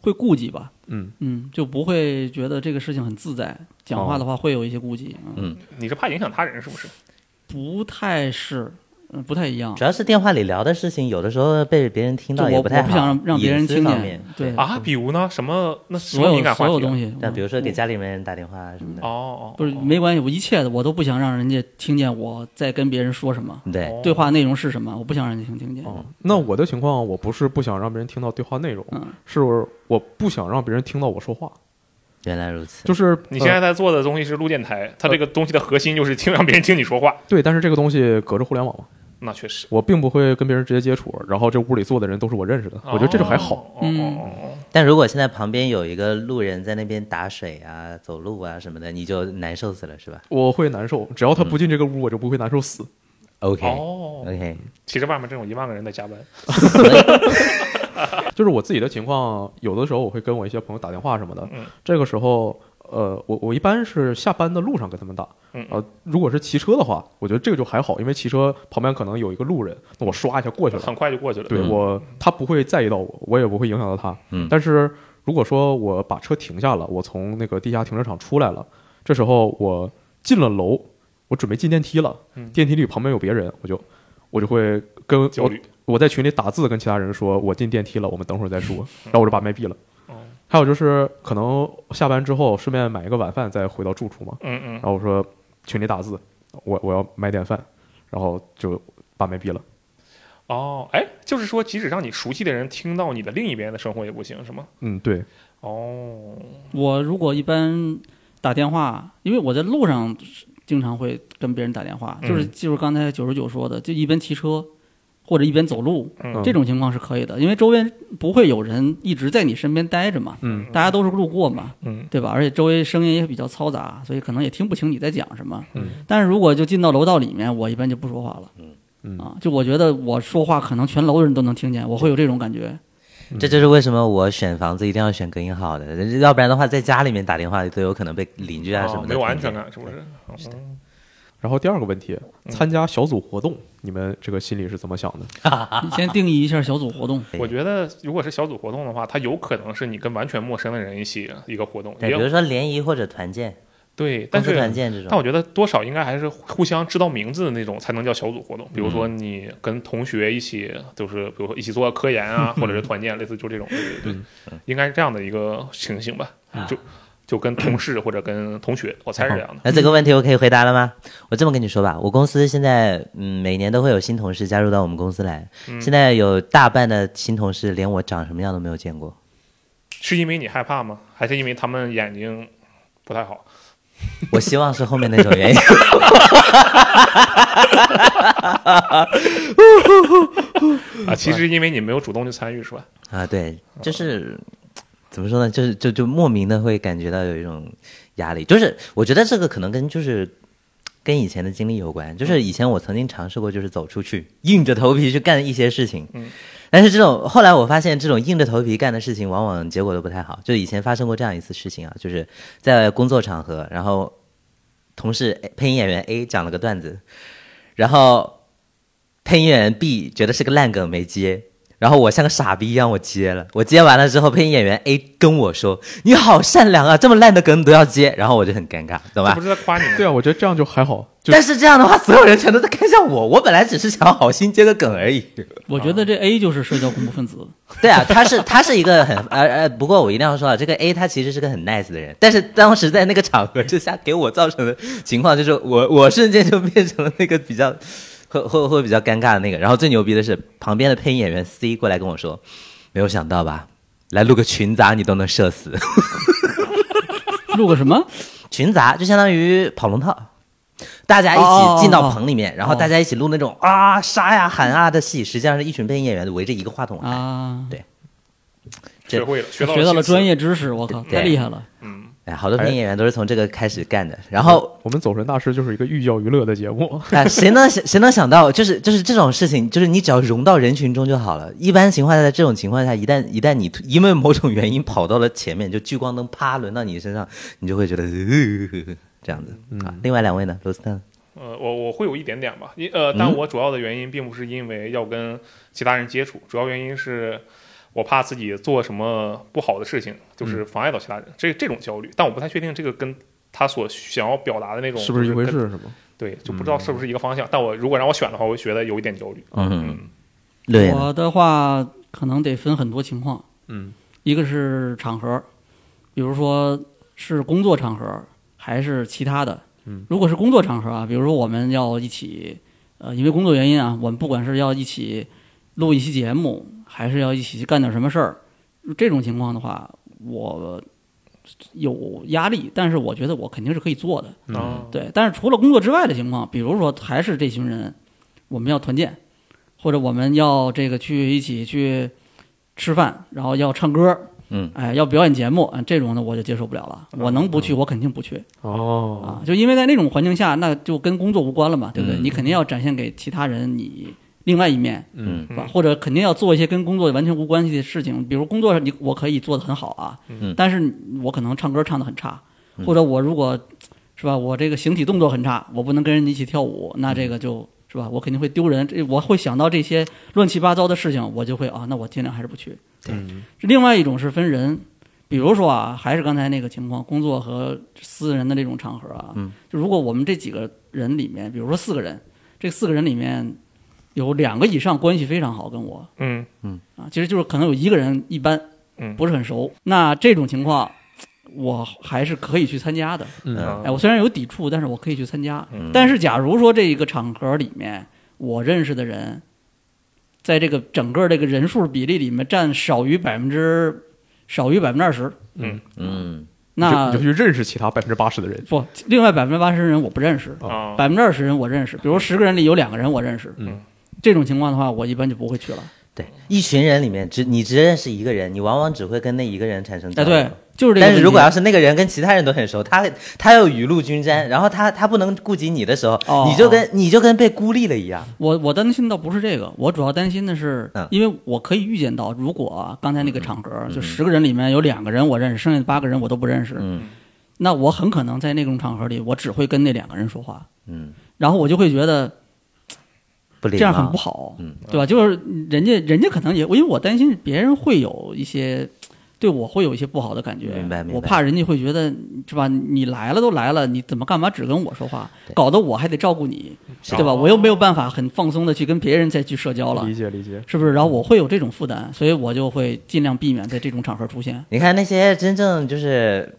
[SPEAKER 5] 会顾忌吧，
[SPEAKER 2] 嗯，
[SPEAKER 5] 嗯，就不会觉得这个事情很自在。讲话的话会有一些顾忌，嗯，
[SPEAKER 4] 你是怕影响他人是不是？
[SPEAKER 5] 不太是，嗯，不太一样
[SPEAKER 3] 主。要是电话里聊的事情，有的时候被别人听
[SPEAKER 5] 就
[SPEAKER 3] 到
[SPEAKER 5] 我
[SPEAKER 3] 也
[SPEAKER 5] 我
[SPEAKER 3] 太
[SPEAKER 5] 想
[SPEAKER 3] 好，
[SPEAKER 5] 让让别人
[SPEAKER 3] 隐私
[SPEAKER 5] 听
[SPEAKER 3] 方
[SPEAKER 5] 见
[SPEAKER 3] 面，，
[SPEAKER 5] 对，
[SPEAKER 4] 啊，比如呢，什么那什
[SPEAKER 5] 嗯所
[SPEAKER 4] 么
[SPEAKER 5] 有
[SPEAKER 4] 敏感话
[SPEAKER 5] 所
[SPEAKER 4] 题啊？
[SPEAKER 5] 有东西，
[SPEAKER 3] 但比如说给
[SPEAKER 5] 我
[SPEAKER 3] 家里面人打电话什么的，
[SPEAKER 4] 哦，哦
[SPEAKER 5] 不是没关系，我一切的我都不想让人家听见我在跟别人说什么，
[SPEAKER 3] 对，
[SPEAKER 4] 哦
[SPEAKER 5] 对话内容是什么，我不想让人家听听见。
[SPEAKER 3] 嗯
[SPEAKER 2] 哦，那我的情况，我不是不想让别人听到对话内容，
[SPEAKER 5] 嗯
[SPEAKER 2] 是我不想让别人听到我说话，
[SPEAKER 3] 原来如此，
[SPEAKER 2] 就是
[SPEAKER 4] 你
[SPEAKER 2] 呃
[SPEAKER 4] 现在在做的东西是录电台，它这个东西的核心就是听让别人听你说话，
[SPEAKER 2] 对，但是这个东西隔着互联网嘛，
[SPEAKER 4] 那确实。
[SPEAKER 2] 我并不会跟别人直接接触，然后这屋里坐的人都是我认识的，我觉得这种还好。
[SPEAKER 4] 哦。哦哦哦
[SPEAKER 3] 但如果现在旁边有一个路人在那边打水啊、走路啊什么的，你就难受死了，是吧
[SPEAKER 2] 我会难受，只
[SPEAKER 4] 嗯
[SPEAKER 2] 要他不进这个屋，我就不会难受死。
[SPEAKER 3] ？OK
[SPEAKER 4] 哦哦，
[SPEAKER 3] OK，
[SPEAKER 4] 其实外面正有一万个人在加班。
[SPEAKER 2] 就是我自己的情况，有的时候我会跟我一些朋友打电话什么的，
[SPEAKER 4] 嗯
[SPEAKER 2] 这个时候，呃，我我一般是下班的路上跟他们打，
[SPEAKER 4] 嗯
[SPEAKER 2] 呃，如果是骑车的话，我觉得这个就还好，因为骑车旁边可能有一个路人，那我刷一下过去了，
[SPEAKER 4] 很嗯快就过去了。
[SPEAKER 2] 对我他不会在意到我，我也不会影响到他。
[SPEAKER 3] 嗯
[SPEAKER 2] 但是如果说我把车停下了，我从那个地下停车场出来了，这时候我进了楼，我准备进电梯了，
[SPEAKER 4] 嗯
[SPEAKER 2] 电梯里旁边有别人，我就我就会跟
[SPEAKER 4] 焦
[SPEAKER 2] 我
[SPEAKER 4] 虑，
[SPEAKER 2] 我在群里打字跟其他人说，我进电梯了，我们等会儿再
[SPEAKER 4] (laughs)
[SPEAKER 2] 说，然后我就把麦闭了。
[SPEAKER 4] 哦
[SPEAKER 2] 还有就是可能下班之后顺便买一个晚饭再回到住处嘛，
[SPEAKER 4] 嗯嗯
[SPEAKER 2] 然后我说群里打字，我我要买点饭，然后就把麦闭了。
[SPEAKER 4] 哦，哎，就是说，即使让你熟悉的人听到你的另一边的生活也不行，是吗？
[SPEAKER 2] 嗯，对，
[SPEAKER 4] 哦，
[SPEAKER 5] 我如果一般打电话，因为我在路上经常会跟别人打电话，就是
[SPEAKER 4] 嗯
[SPEAKER 5] 就是刚才九十九说的，就一边骑车或者一边走路，
[SPEAKER 4] 嗯
[SPEAKER 5] 这种情况是可以的，因为周边不会有人一直在你身边待着嘛，
[SPEAKER 2] 嗯
[SPEAKER 5] 大家都是路过嘛，
[SPEAKER 4] 嗯
[SPEAKER 5] 对吧？而且周围声音也比较嘈杂，所以可能也听不清你在讲什么。
[SPEAKER 2] 嗯
[SPEAKER 5] 但是如果就进到楼道里面，我一般就不说话了。
[SPEAKER 2] 嗯
[SPEAKER 5] 啊，就我觉得我说话可能全楼的人都能听见，我会有这种感觉。
[SPEAKER 4] 嗯
[SPEAKER 3] 这就是为什么我选房子一定要选隔音好的，要不然的话，在家里面打电话都有可能被邻居啊什么
[SPEAKER 4] 哦
[SPEAKER 3] 的、
[SPEAKER 4] 没有安全。感，是不是？嗯
[SPEAKER 2] 然后第二个问题，参加小组活动，你们这个心里是怎么想的？
[SPEAKER 5] 你先定义一下小组活动，
[SPEAKER 4] 我觉得，如果是小组活动的话，它有可能是你跟完全陌生的人一起一个活动，
[SPEAKER 3] 对，
[SPEAKER 4] 也
[SPEAKER 3] 比如说联谊或者团建、
[SPEAKER 4] 对，哎但
[SPEAKER 3] 公司
[SPEAKER 4] 是
[SPEAKER 3] 团建这
[SPEAKER 4] 但
[SPEAKER 3] 种
[SPEAKER 4] 我，觉得多少应该还是互相知道名字的那种才能叫小组活动。比如说你跟同学一起，就是比如说一起做科研啊，或者是团建，类似就这种，对对对，应该是这样的一个情形吧。就就跟同事或者跟同学，我猜是这样的。
[SPEAKER 3] 那这个问题我可以回答了吗？我这么跟你说吧，我公司现在嗯每年都会有新同事加入到我们公司来，
[SPEAKER 4] 嗯
[SPEAKER 3] 现在有大半的新同事连我长什么样都没有见
[SPEAKER 4] (laughs)
[SPEAKER 3] 过。
[SPEAKER 4] 是因为你害怕吗？还是因为他们眼睛不太好？
[SPEAKER 3] 我希望是后面那种
[SPEAKER 4] (laughs)
[SPEAKER 3] 原因。
[SPEAKER 4] 啊，其实是因为你没有主动去参与，是吧？
[SPEAKER 3] 啊，对，就是怎么说呢，就是就就莫名的会感觉到有一种压力，就是我觉得这个可能跟就是跟以前的经历有关，就是以前我曾经尝试过，就是走出去，硬着头皮去干一些事情，
[SPEAKER 4] 嗯，
[SPEAKER 3] 但是这种后来我发现，这种硬着头皮干的事情，往往结果都不太好。就以前发生过这样一次事情啊，就是在工作场合，然后同事 A- 配音演员 A 讲了个段子，然后配音演员 B 觉得是个烂梗没接，然后我像个傻逼一样我接了，我接完了之后，配音演员 A 跟我说：“你好善良啊，这么烂的梗你都要接。”然后我就很尴尬，懂
[SPEAKER 4] 这
[SPEAKER 3] 吧
[SPEAKER 4] 不？是在夸你吗？
[SPEAKER 2] 对啊，我觉得这样就还好，就
[SPEAKER 3] 但是这样的话，所有人全都在看向我，我 (laughs) 本来只是想好心接个梗而已。
[SPEAKER 5] 我觉得这
[SPEAKER 2] 啊
[SPEAKER 5] A 就是社交恐怖分子。
[SPEAKER 3] (laughs) 对啊，他是他是一个很呃呃，不过我一定要说啊，这个 A 他其实是个很 nice 的人，但是当时在那个场合之下，给我造成的情况就是我我瞬间就变成了那个比较 (laughs) 会会会比较尴尬的那个。然后最牛逼的是，旁边的配音演员 C 过来跟我说，没有想到吧，来录个群杂你都能社死，
[SPEAKER 5] 录个什么？
[SPEAKER 3] 群杂就相当于跑龙套。大家一
[SPEAKER 5] 哦哦哦哦
[SPEAKER 3] 起进到棚里面，然后大家一起录那种啊杀呀喊啊的戏，实际上是一群配音演员围着一个话筒喊。
[SPEAKER 5] 啊，
[SPEAKER 4] 学会了，学到
[SPEAKER 5] 学到了
[SPEAKER 4] 新词
[SPEAKER 5] 专。业知识，我靠，
[SPEAKER 3] 对
[SPEAKER 5] 太厉害了！
[SPEAKER 4] 嗯，
[SPEAKER 3] 哎，好多配音演员都是从这个开始干的。然后
[SPEAKER 2] 我们走神大师就是一个寓教于乐的节目。
[SPEAKER 3] 哎，谁能想谁能想到，就是就是这种事情，就是你只要融到人群中就好了。一般情况下，在这种情况下，一旦一旦你突因为某种原因跑到了前面，就聚光灯啪轮到你身上，你就会觉得、呃、这样子、
[SPEAKER 5] 嗯
[SPEAKER 3] 啊。另外两位呢，罗斯特呢
[SPEAKER 4] 呃，我我会有一点点吧，因呃，
[SPEAKER 2] 嗯
[SPEAKER 4] 但我主要的原因并不是因为要跟其他人接触，主要原因是我怕自己做什么不好的事情，
[SPEAKER 2] 嗯
[SPEAKER 4] 就是妨碍到其他人，这这种焦虑。但我不太确定这个跟他所想要表达的那
[SPEAKER 2] (laughs)
[SPEAKER 4] 种
[SPEAKER 2] 是不是一回
[SPEAKER 4] 跟？
[SPEAKER 2] 事？是吗？
[SPEAKER 4] 对，就不知道是不是一个方向。但我如果让我选的话，我会觉得有一点焦虑。
[SPEAKER 3] 嗯，对，
[SPEAKER 5] 我的话可能得分很多情况，
[SPEAKER 2] 嗯，
[SPEAKER 5] 一个是场合，比如说是工作场合还是其他的。
[SPEAKER 2] 嗯，
[SPEAKER 5] 如果是工作场合啊，比如说我们要一起，呃，因为工作原因啊，我们不管是要一起录一期节目，还是要一起去干点什么事儿，这种情况的话，我有压力，但是我觉得我肯定是可以做的。
[SPEAKER 4] 啊，
[SPEAKER 5] 对，但是除了工作之外的情况，比如说还是这群人，我们要团建，或者我们要这个去一起去吃饭，然后要唱歌，
[SPEAKER 3] 嗯，
[SPEAKER 5] 哎，要表演节目，嗯，这种的我就接受不了了。我能不去，我肯定不去
[SPEAKER 2] 哦，
[SPEAKER 5] 啊，就因为在那种环境下，那就跟工作无关了嘛，对不对？
[SPEAKER 3] 嗯
[SPEAKER 5] 你肯定要展现给其他人你另外一面，
[SPEAKER 3] 嗯
[SPEAKER 5] 是吧
[SPEAKER 4] 嗯？
[SPEAKER 5] 或者肯定要做一些跟工作完全无关系的事情，比如工作上你我可以做得很好啊，
[SPEAKER 3] 嗯
[SPEAKER 5] 但是我可能唱歌唱得很差，或者我如果是吧，我这个形体动作很差，我不能跟人一起跳舞，那这个就是吧，我肯定会丢人，这我会想到这些乱七八糟的事情，我就会啊，那我尽量还是不去。
[SPEAKER 2] 嗯
[SPEAKER 5] 另外一种是分人，比如说啊，还是刚才那个情况，工作和私人的这种场合啊，
[SPEAKER 3] 嗯
[SPEAKER 5] 就如果我们这几个人里面，比如说四个人，这四个人里面有两个以上关系非常好跟我
[SPEAKER 4] 嗯
[SPEAKER 5] 啊，其实就是可能有一个人一般
[SPEAKER 4] 嗯，
[SPEAKER 5] 不是很熟，那这种情况我还是可以去参加的。
[SPEAKER 2] 嗯，
[SPEAKER 4] 啊
[SPEAKER 5] 哎，我虽然有抵触，但是我可以去参加。
[SPEAKER 4] 嗯
[SPEAKER 5] 但是假如说这一个场合里面，我认识的人，在这个整个这个人数比例里面占少于百分之少于百分之二十，
[SPEAKER 3] 嗯，
[SPEAKER 5] 那
[SPEAKER 2] 就就去认识其他百分之八十的人，
[SPEAKER 5] 不，另外百分之八十人我不认
[SPEAKER 2] 哦
[SPEAKER 5] 识，
[SPEAKER 4] 啊，
[SPEAKER 5] 百分之二十人我认识。比如十个人里有两个人我认识，
[SPEAKER 2] 嗯
[SPEAKER 5] 这种情况的话，我一般就不会去了。
[SPEAKER 3] 对，一群人里面只你只认识一个人，你往往只会跟那一个人产生交
[SPEAKER 5] 哎，
[SPEAKER 3] 流。
[SPEAKER 5] 对，就是这个问题。
[SPEAKER 3] 但是如果要是那个人跟其他人都很熟，他他又雨露均沾，然后他他不能顾及你的时候，
[SPEAKER 5] 哦
[SPEAKER 3] 你就跟你就跟被孤立了一样。
[SPEAKER 5] 我我担心倒不是这个，我主要担心的是
[SPEAKER 3] 嗯，
[SPEAKER 5] 因为我可以预见到，如果啊刚才那个场合，就十个人里面有两个人我认识，剩下的八个人我都不认识，
[SPEAKER 3] 嗯
[SPEAKER 5] 那我很可能在那种场合里，我只会跟那两个人说话，
[SPEAKER 3] 嗯，
[SPEAKER 5] 然后我就会觉得
[SPEAKER 3] 不礼
[SPEAKER 5] 这
[SPEAKER 3] 貌，
[SPEAKER 5] 样很不。好，
[SPEAKER 3] 嗯
[SPEAKER 5] 对吧？就是人家人家可能也，因为我担心别人会有一些。对我会有一些不好的感觉，
[SPEAKER 3] 明白明白
[SPEAKER 5] 我怕人家会觉得是吧？你来了都来了，你怎么干嘛只跟我说话，
[SPEAKER 3] 对
[SPEAKER 5] 搞得我还得照顾你，
[SPEAKER 4] 是
[SPEAKER 5] 对吧？我又没有办法很放松的去跟别人再去社交了，
[SPEAKER 2] 理解理解。
[SPEAKER 5] 是不是？然后我会有这种负担，所以我就会尽量避免在这种场合
[SPEAKER 3] (laughs)
[SPEAKER 5] 出现。
[SPEAKER 3] 你看那些真正就是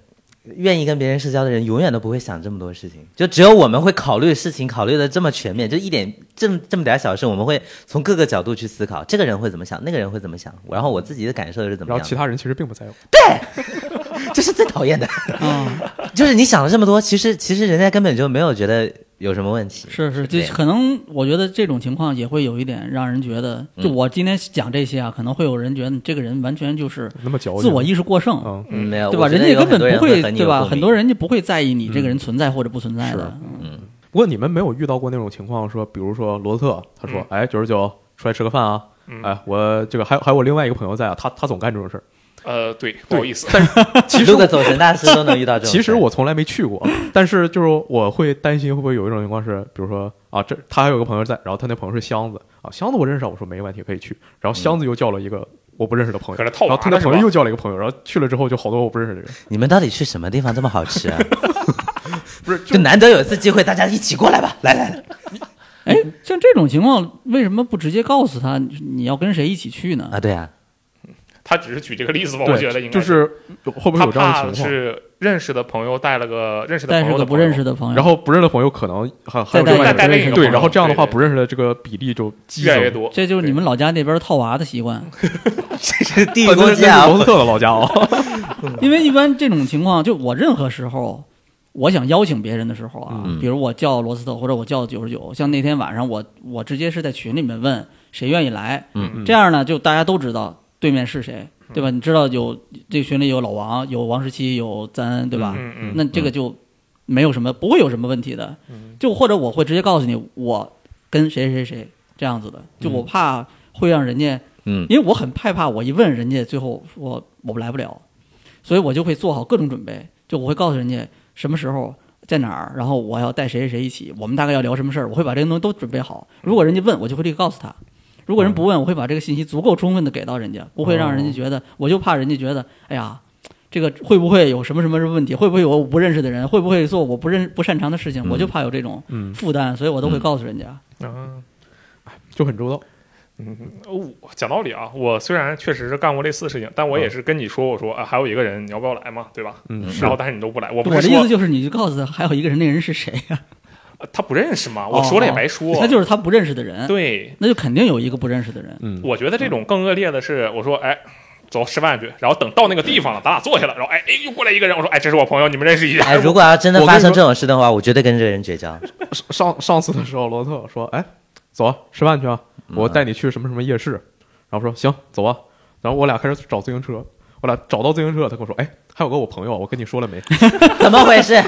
[SPEAKER 3] 愿意跟别人社交的人，永远都不会想这么多事情。就只有我们会考虑事情考虑的这么全面，就一点这么这么点小事，我们会从各个角度去思考，这个人会怎么想，那个人会怎么想，然后我自己的感受是怎么
[SPEAKER 2] 然后
[SPEAKER 3] 样
[SPEAKER 2] 其
[SPEAKER 3] 的，
[SPEAKER 2] 他人其实并不在乎，
[SPEAKER 3] 这是最讨厌的。
[SPEAKER 5] 啊，
[SPEAKER 3] 就是你想了这么多，其实其实人家根本就没有觉得有什么问题。
[SPEAKER 5] 是是，
[SPEAKER 3] 这
[SPEAKER 5] 就
[SPEAKER 3] 样
[SPEAKER 5] 可能我觉得这种情况也会有一点让人觉得，
[SPEAKER 3] 嗯
[SPEAKER 5] 就我今天讲这些啊，可能会有人觉得你这个人完全就是
[SPEAKER 2] 那么矫情。
[SPEAKER 5] 自我意识过剩，
[SPEAKER 2] 嗯，
[SPEAKER 3] 嗯，没有，
[SPEAKER 5] 对吧？
[SPEAKER 3] 我觉
[SPEAKER 5] 人
[SPEAKER 3] 得
[SPEAKER 5] 家也
[SPEAKER 3] 有
[SPEAKER 5] 根本
[SPEAKER 3] 很多
[SPEAKER 5] 不
[SPEAKER 3] 会
[SPEAKER 5] 会，
[SPEAKER 3] 和你
[SPEAKER 5] 对
[SPEAKER 3] 有
[SPEAKER 5] 吧？
[SPEAKER 3] 共
[SPEAKER 5] 很
[SPEAKER 3] 鸣嗯
[SPEAKER 5] 多人就不会在意你这个人存在或者不存在的。
[SPEAKER 2] 不过你们没有遇到过那种情况，说比如说罗特，他
[SPEAKER 4] 嗯
[SPEAKER 2] 说：“哎，九十九，出来吃个饭啊！”哎，我这个还有还有我另外一个朋友在啊，他他总干这种事儿。
[SPEAKER 4] 呃，对，不好意思，
[SPEAKER 2] 其实
[SPEAKER 3] 录个走神大师都能遇到这种事儿。
[SPEAKER 2] 其实我从来没去过，但是就是我会担心会不会有一种情况是，比如说啊，这他还有个朋友在，然后他那朋友是箱子啊，箱子我认识啊，我说没问题可以去，然后箱子又叫了一个我不认识的朋友，
[SPEAKER 4] 搁这套
[SPEAKER 2] 然
[SPEAKER 4] 娃
[SPEAKER 2] 后他那
[SPEAKER 4] 呢是
[SPEAKER 2] 朋友
[SPEAKER 4] 吧
[SPEAKER 2] 又叫了一个朋友，然后去了之后就好多我不认识的人，
[SPEAKER 3] 你们到底去什么地方这么好吃啊？
[SPEAKER 2] 不是
[SPEAKER 3] 就难得有一次机会，大家一起过来吧，来来来，
[SPEAKER 5] 哎，像这种情况，为什么不直接告诉他你要跟谁一起去呢？
[SPEAKER 4] 哎
[SPEAKER 3] 啊，对啊，
[SPEAKER 4] 他只是举这个例子吧，我觉得
[SPEAKER 2] 对，
[SPEAKER 4] 应
[SPEAKER 2] 就
[SPEAKER 4] 该
[SPEAKER 2] 是会不会
[SPEAKER 4] 他
[SPEAKER 2] 有这样
[SPEAKER 4] 怕
[SPEAKER 2] 的情况？
[SPEAKER 4] 是认识的朋友带了个认识的
[SPEAKER 5] 但
[SPEAKER 4] 朋
[SPEAKER 5] 是
[SPEAKER 4] 友
[SPEAKER 5] 个
[SPEAKER 4] 的
[SPEAKER 5] 不认识
[SPEAKER 4] 的，
[SPEAKER 5] 的朋友，
[SPEAKER 2] 然后不认识的朋友可能还还有
[SPEAKER 5] 再
[SPEAKER 2] 另外
[SPEAKER 5] 带一
[SPEAKER 2] 一
[SPEAKER 5] 个
[SPEAKER 2] 个
[SPEAKER 4] 带另一个
[SPEAKER 2] 对，
[SPEAKER 4] 朋
[SPEAKER 2] 然后
[SPEAKER 4] 友
[SPEAKER 2] 这样的话
[SPEAKER 4] 对
[SPEAKER 2] 不认识的这个比例就激
[SPEAKER 4] 越来越
[SPEAKER 2] 增。
[SPEAKER 4] 多，
[SPEAKER 5] 这就是你们老家那边套娃的习惯。
[SPEAKER 3] 这是地
[SPEAKER 2] 啊那
[SPEAKER 3] 狱攻
[SPEAKER 2] 是
[SPEAKER 3] 击
[SPEAKER 2] 那
[SPEAKER 3] 啊
[SPEAKER 2] 是！罗特的
[SPEAKER 4] (laughs)
[SPEAKER 2] 老家哦，
[SPEAKER 5] 因为一般这种情况，就我任何时候，我想邀请别人的时候啊，
[SPEAKER 3] 嗯
[SPEAKER 5] 比如我叫罗斯特或者我叫九十九，像那天晚上我我直接是在群里面问谁愿意来，
[SPEAKER 3] 嗯
[SPEAKER 5] 这样呢就大家都知道对面是谁，对吧？你知道有这群里有老王，有王十七，有赞恩，对吧？
[SPEAKER 4] 嗯嗯
[SPEAKER 5] 那这个就没有什么不会有什么问题的，就或者我会直接告诉你我跟谁谁谁这样子的，就我怕会让人家。
[SPEAKER 3] 嗯，
[SPEAKER 5] 因为我很害怕，我一问人家，最后说我来不了，所以我就会做好各种准备，就我会告诉人家什么时候在哪儿，然后我要带谁谁谁一起，我们大概要聊什么事儿，我会把这些东西都准备好。如果人家问，我就会立刻告诉他；如果人不问，我会把这个信息足够充分的给到人家，不会让
[SPEAKER 4] 哦
[SPEAKER 5] 人家觉得，我就怕人家觉得，哎呀。这个会不会有什么什么什么问题？会不会有我不认识的人？会不会做我不认不擅长的事情？我就怕有这种
[SPEAKER 2] 嗯
[SPEAKER 5] 负担，所以我都会告诉人家。
[SPEAKER 4] 啊
[SPEAKER 2] 就很周到。
[SPEAKER 4] 哦，讲道理啊，我虽然确实是干过类似的事情，但我
[SPEAKER 5] 嗯
[SPEAKER 4] 也是跟你说，我说啊，还有一个人，你要不要来嘛，对吧？
[SPEAKER 2] 嗯，
[SPEAKER 4] 然后但是你都不来，我不
[SPEAKER 5] 我
[SPEAKER 4] 是
[SPEAKER 5] 的意
[SPEAKER 4] 说
[SPEAKER 5] 思就是，你就告诉他还有一个人，那个人是谁呀、哦
[SPEAKER 4] 呃他不认识嘛，我说了也白说，
[SPEAKER 5] 那就是他不认识的人。
[SPEAKER 4] 对。
[SPEAKER 5] 那就肯定有一个不认识的人。
[SPEAKER 2] 嗯，
[SPEAKER 4] 我觉得这种更恶劣的是，我说哎，走吃饭去，然后等到那个地方了，咱俩坐下了，然后哎哎又过来一个人，我说哎这是我朋友，你们认识一下。
[SPEAKER 3] 哎，如果要真的
[SPEAKER 2] 我跟
[SPEAKER 3] 发
[SPEAKER 2] 你
[SPEAKER 3] 生
[SPEAKER 2] 说
[SPEAKER 3] 这种事的话，我绝对跟这个人绝交。
[SPEAKER 2] 上上次的时候，罗特说：“哎，走啊，吃饭去啊，我带你去什么什么夜市。然后说：“行，走啊。”然后我俩开始找自行车，我俩找到自行车，他跟我说：“哎，还有个我朋友啊，我跟你说了
[SPEAKER 4] (laughs)
[SPEAKER 2] 没？
[SPEAKER 3] 怎么回事？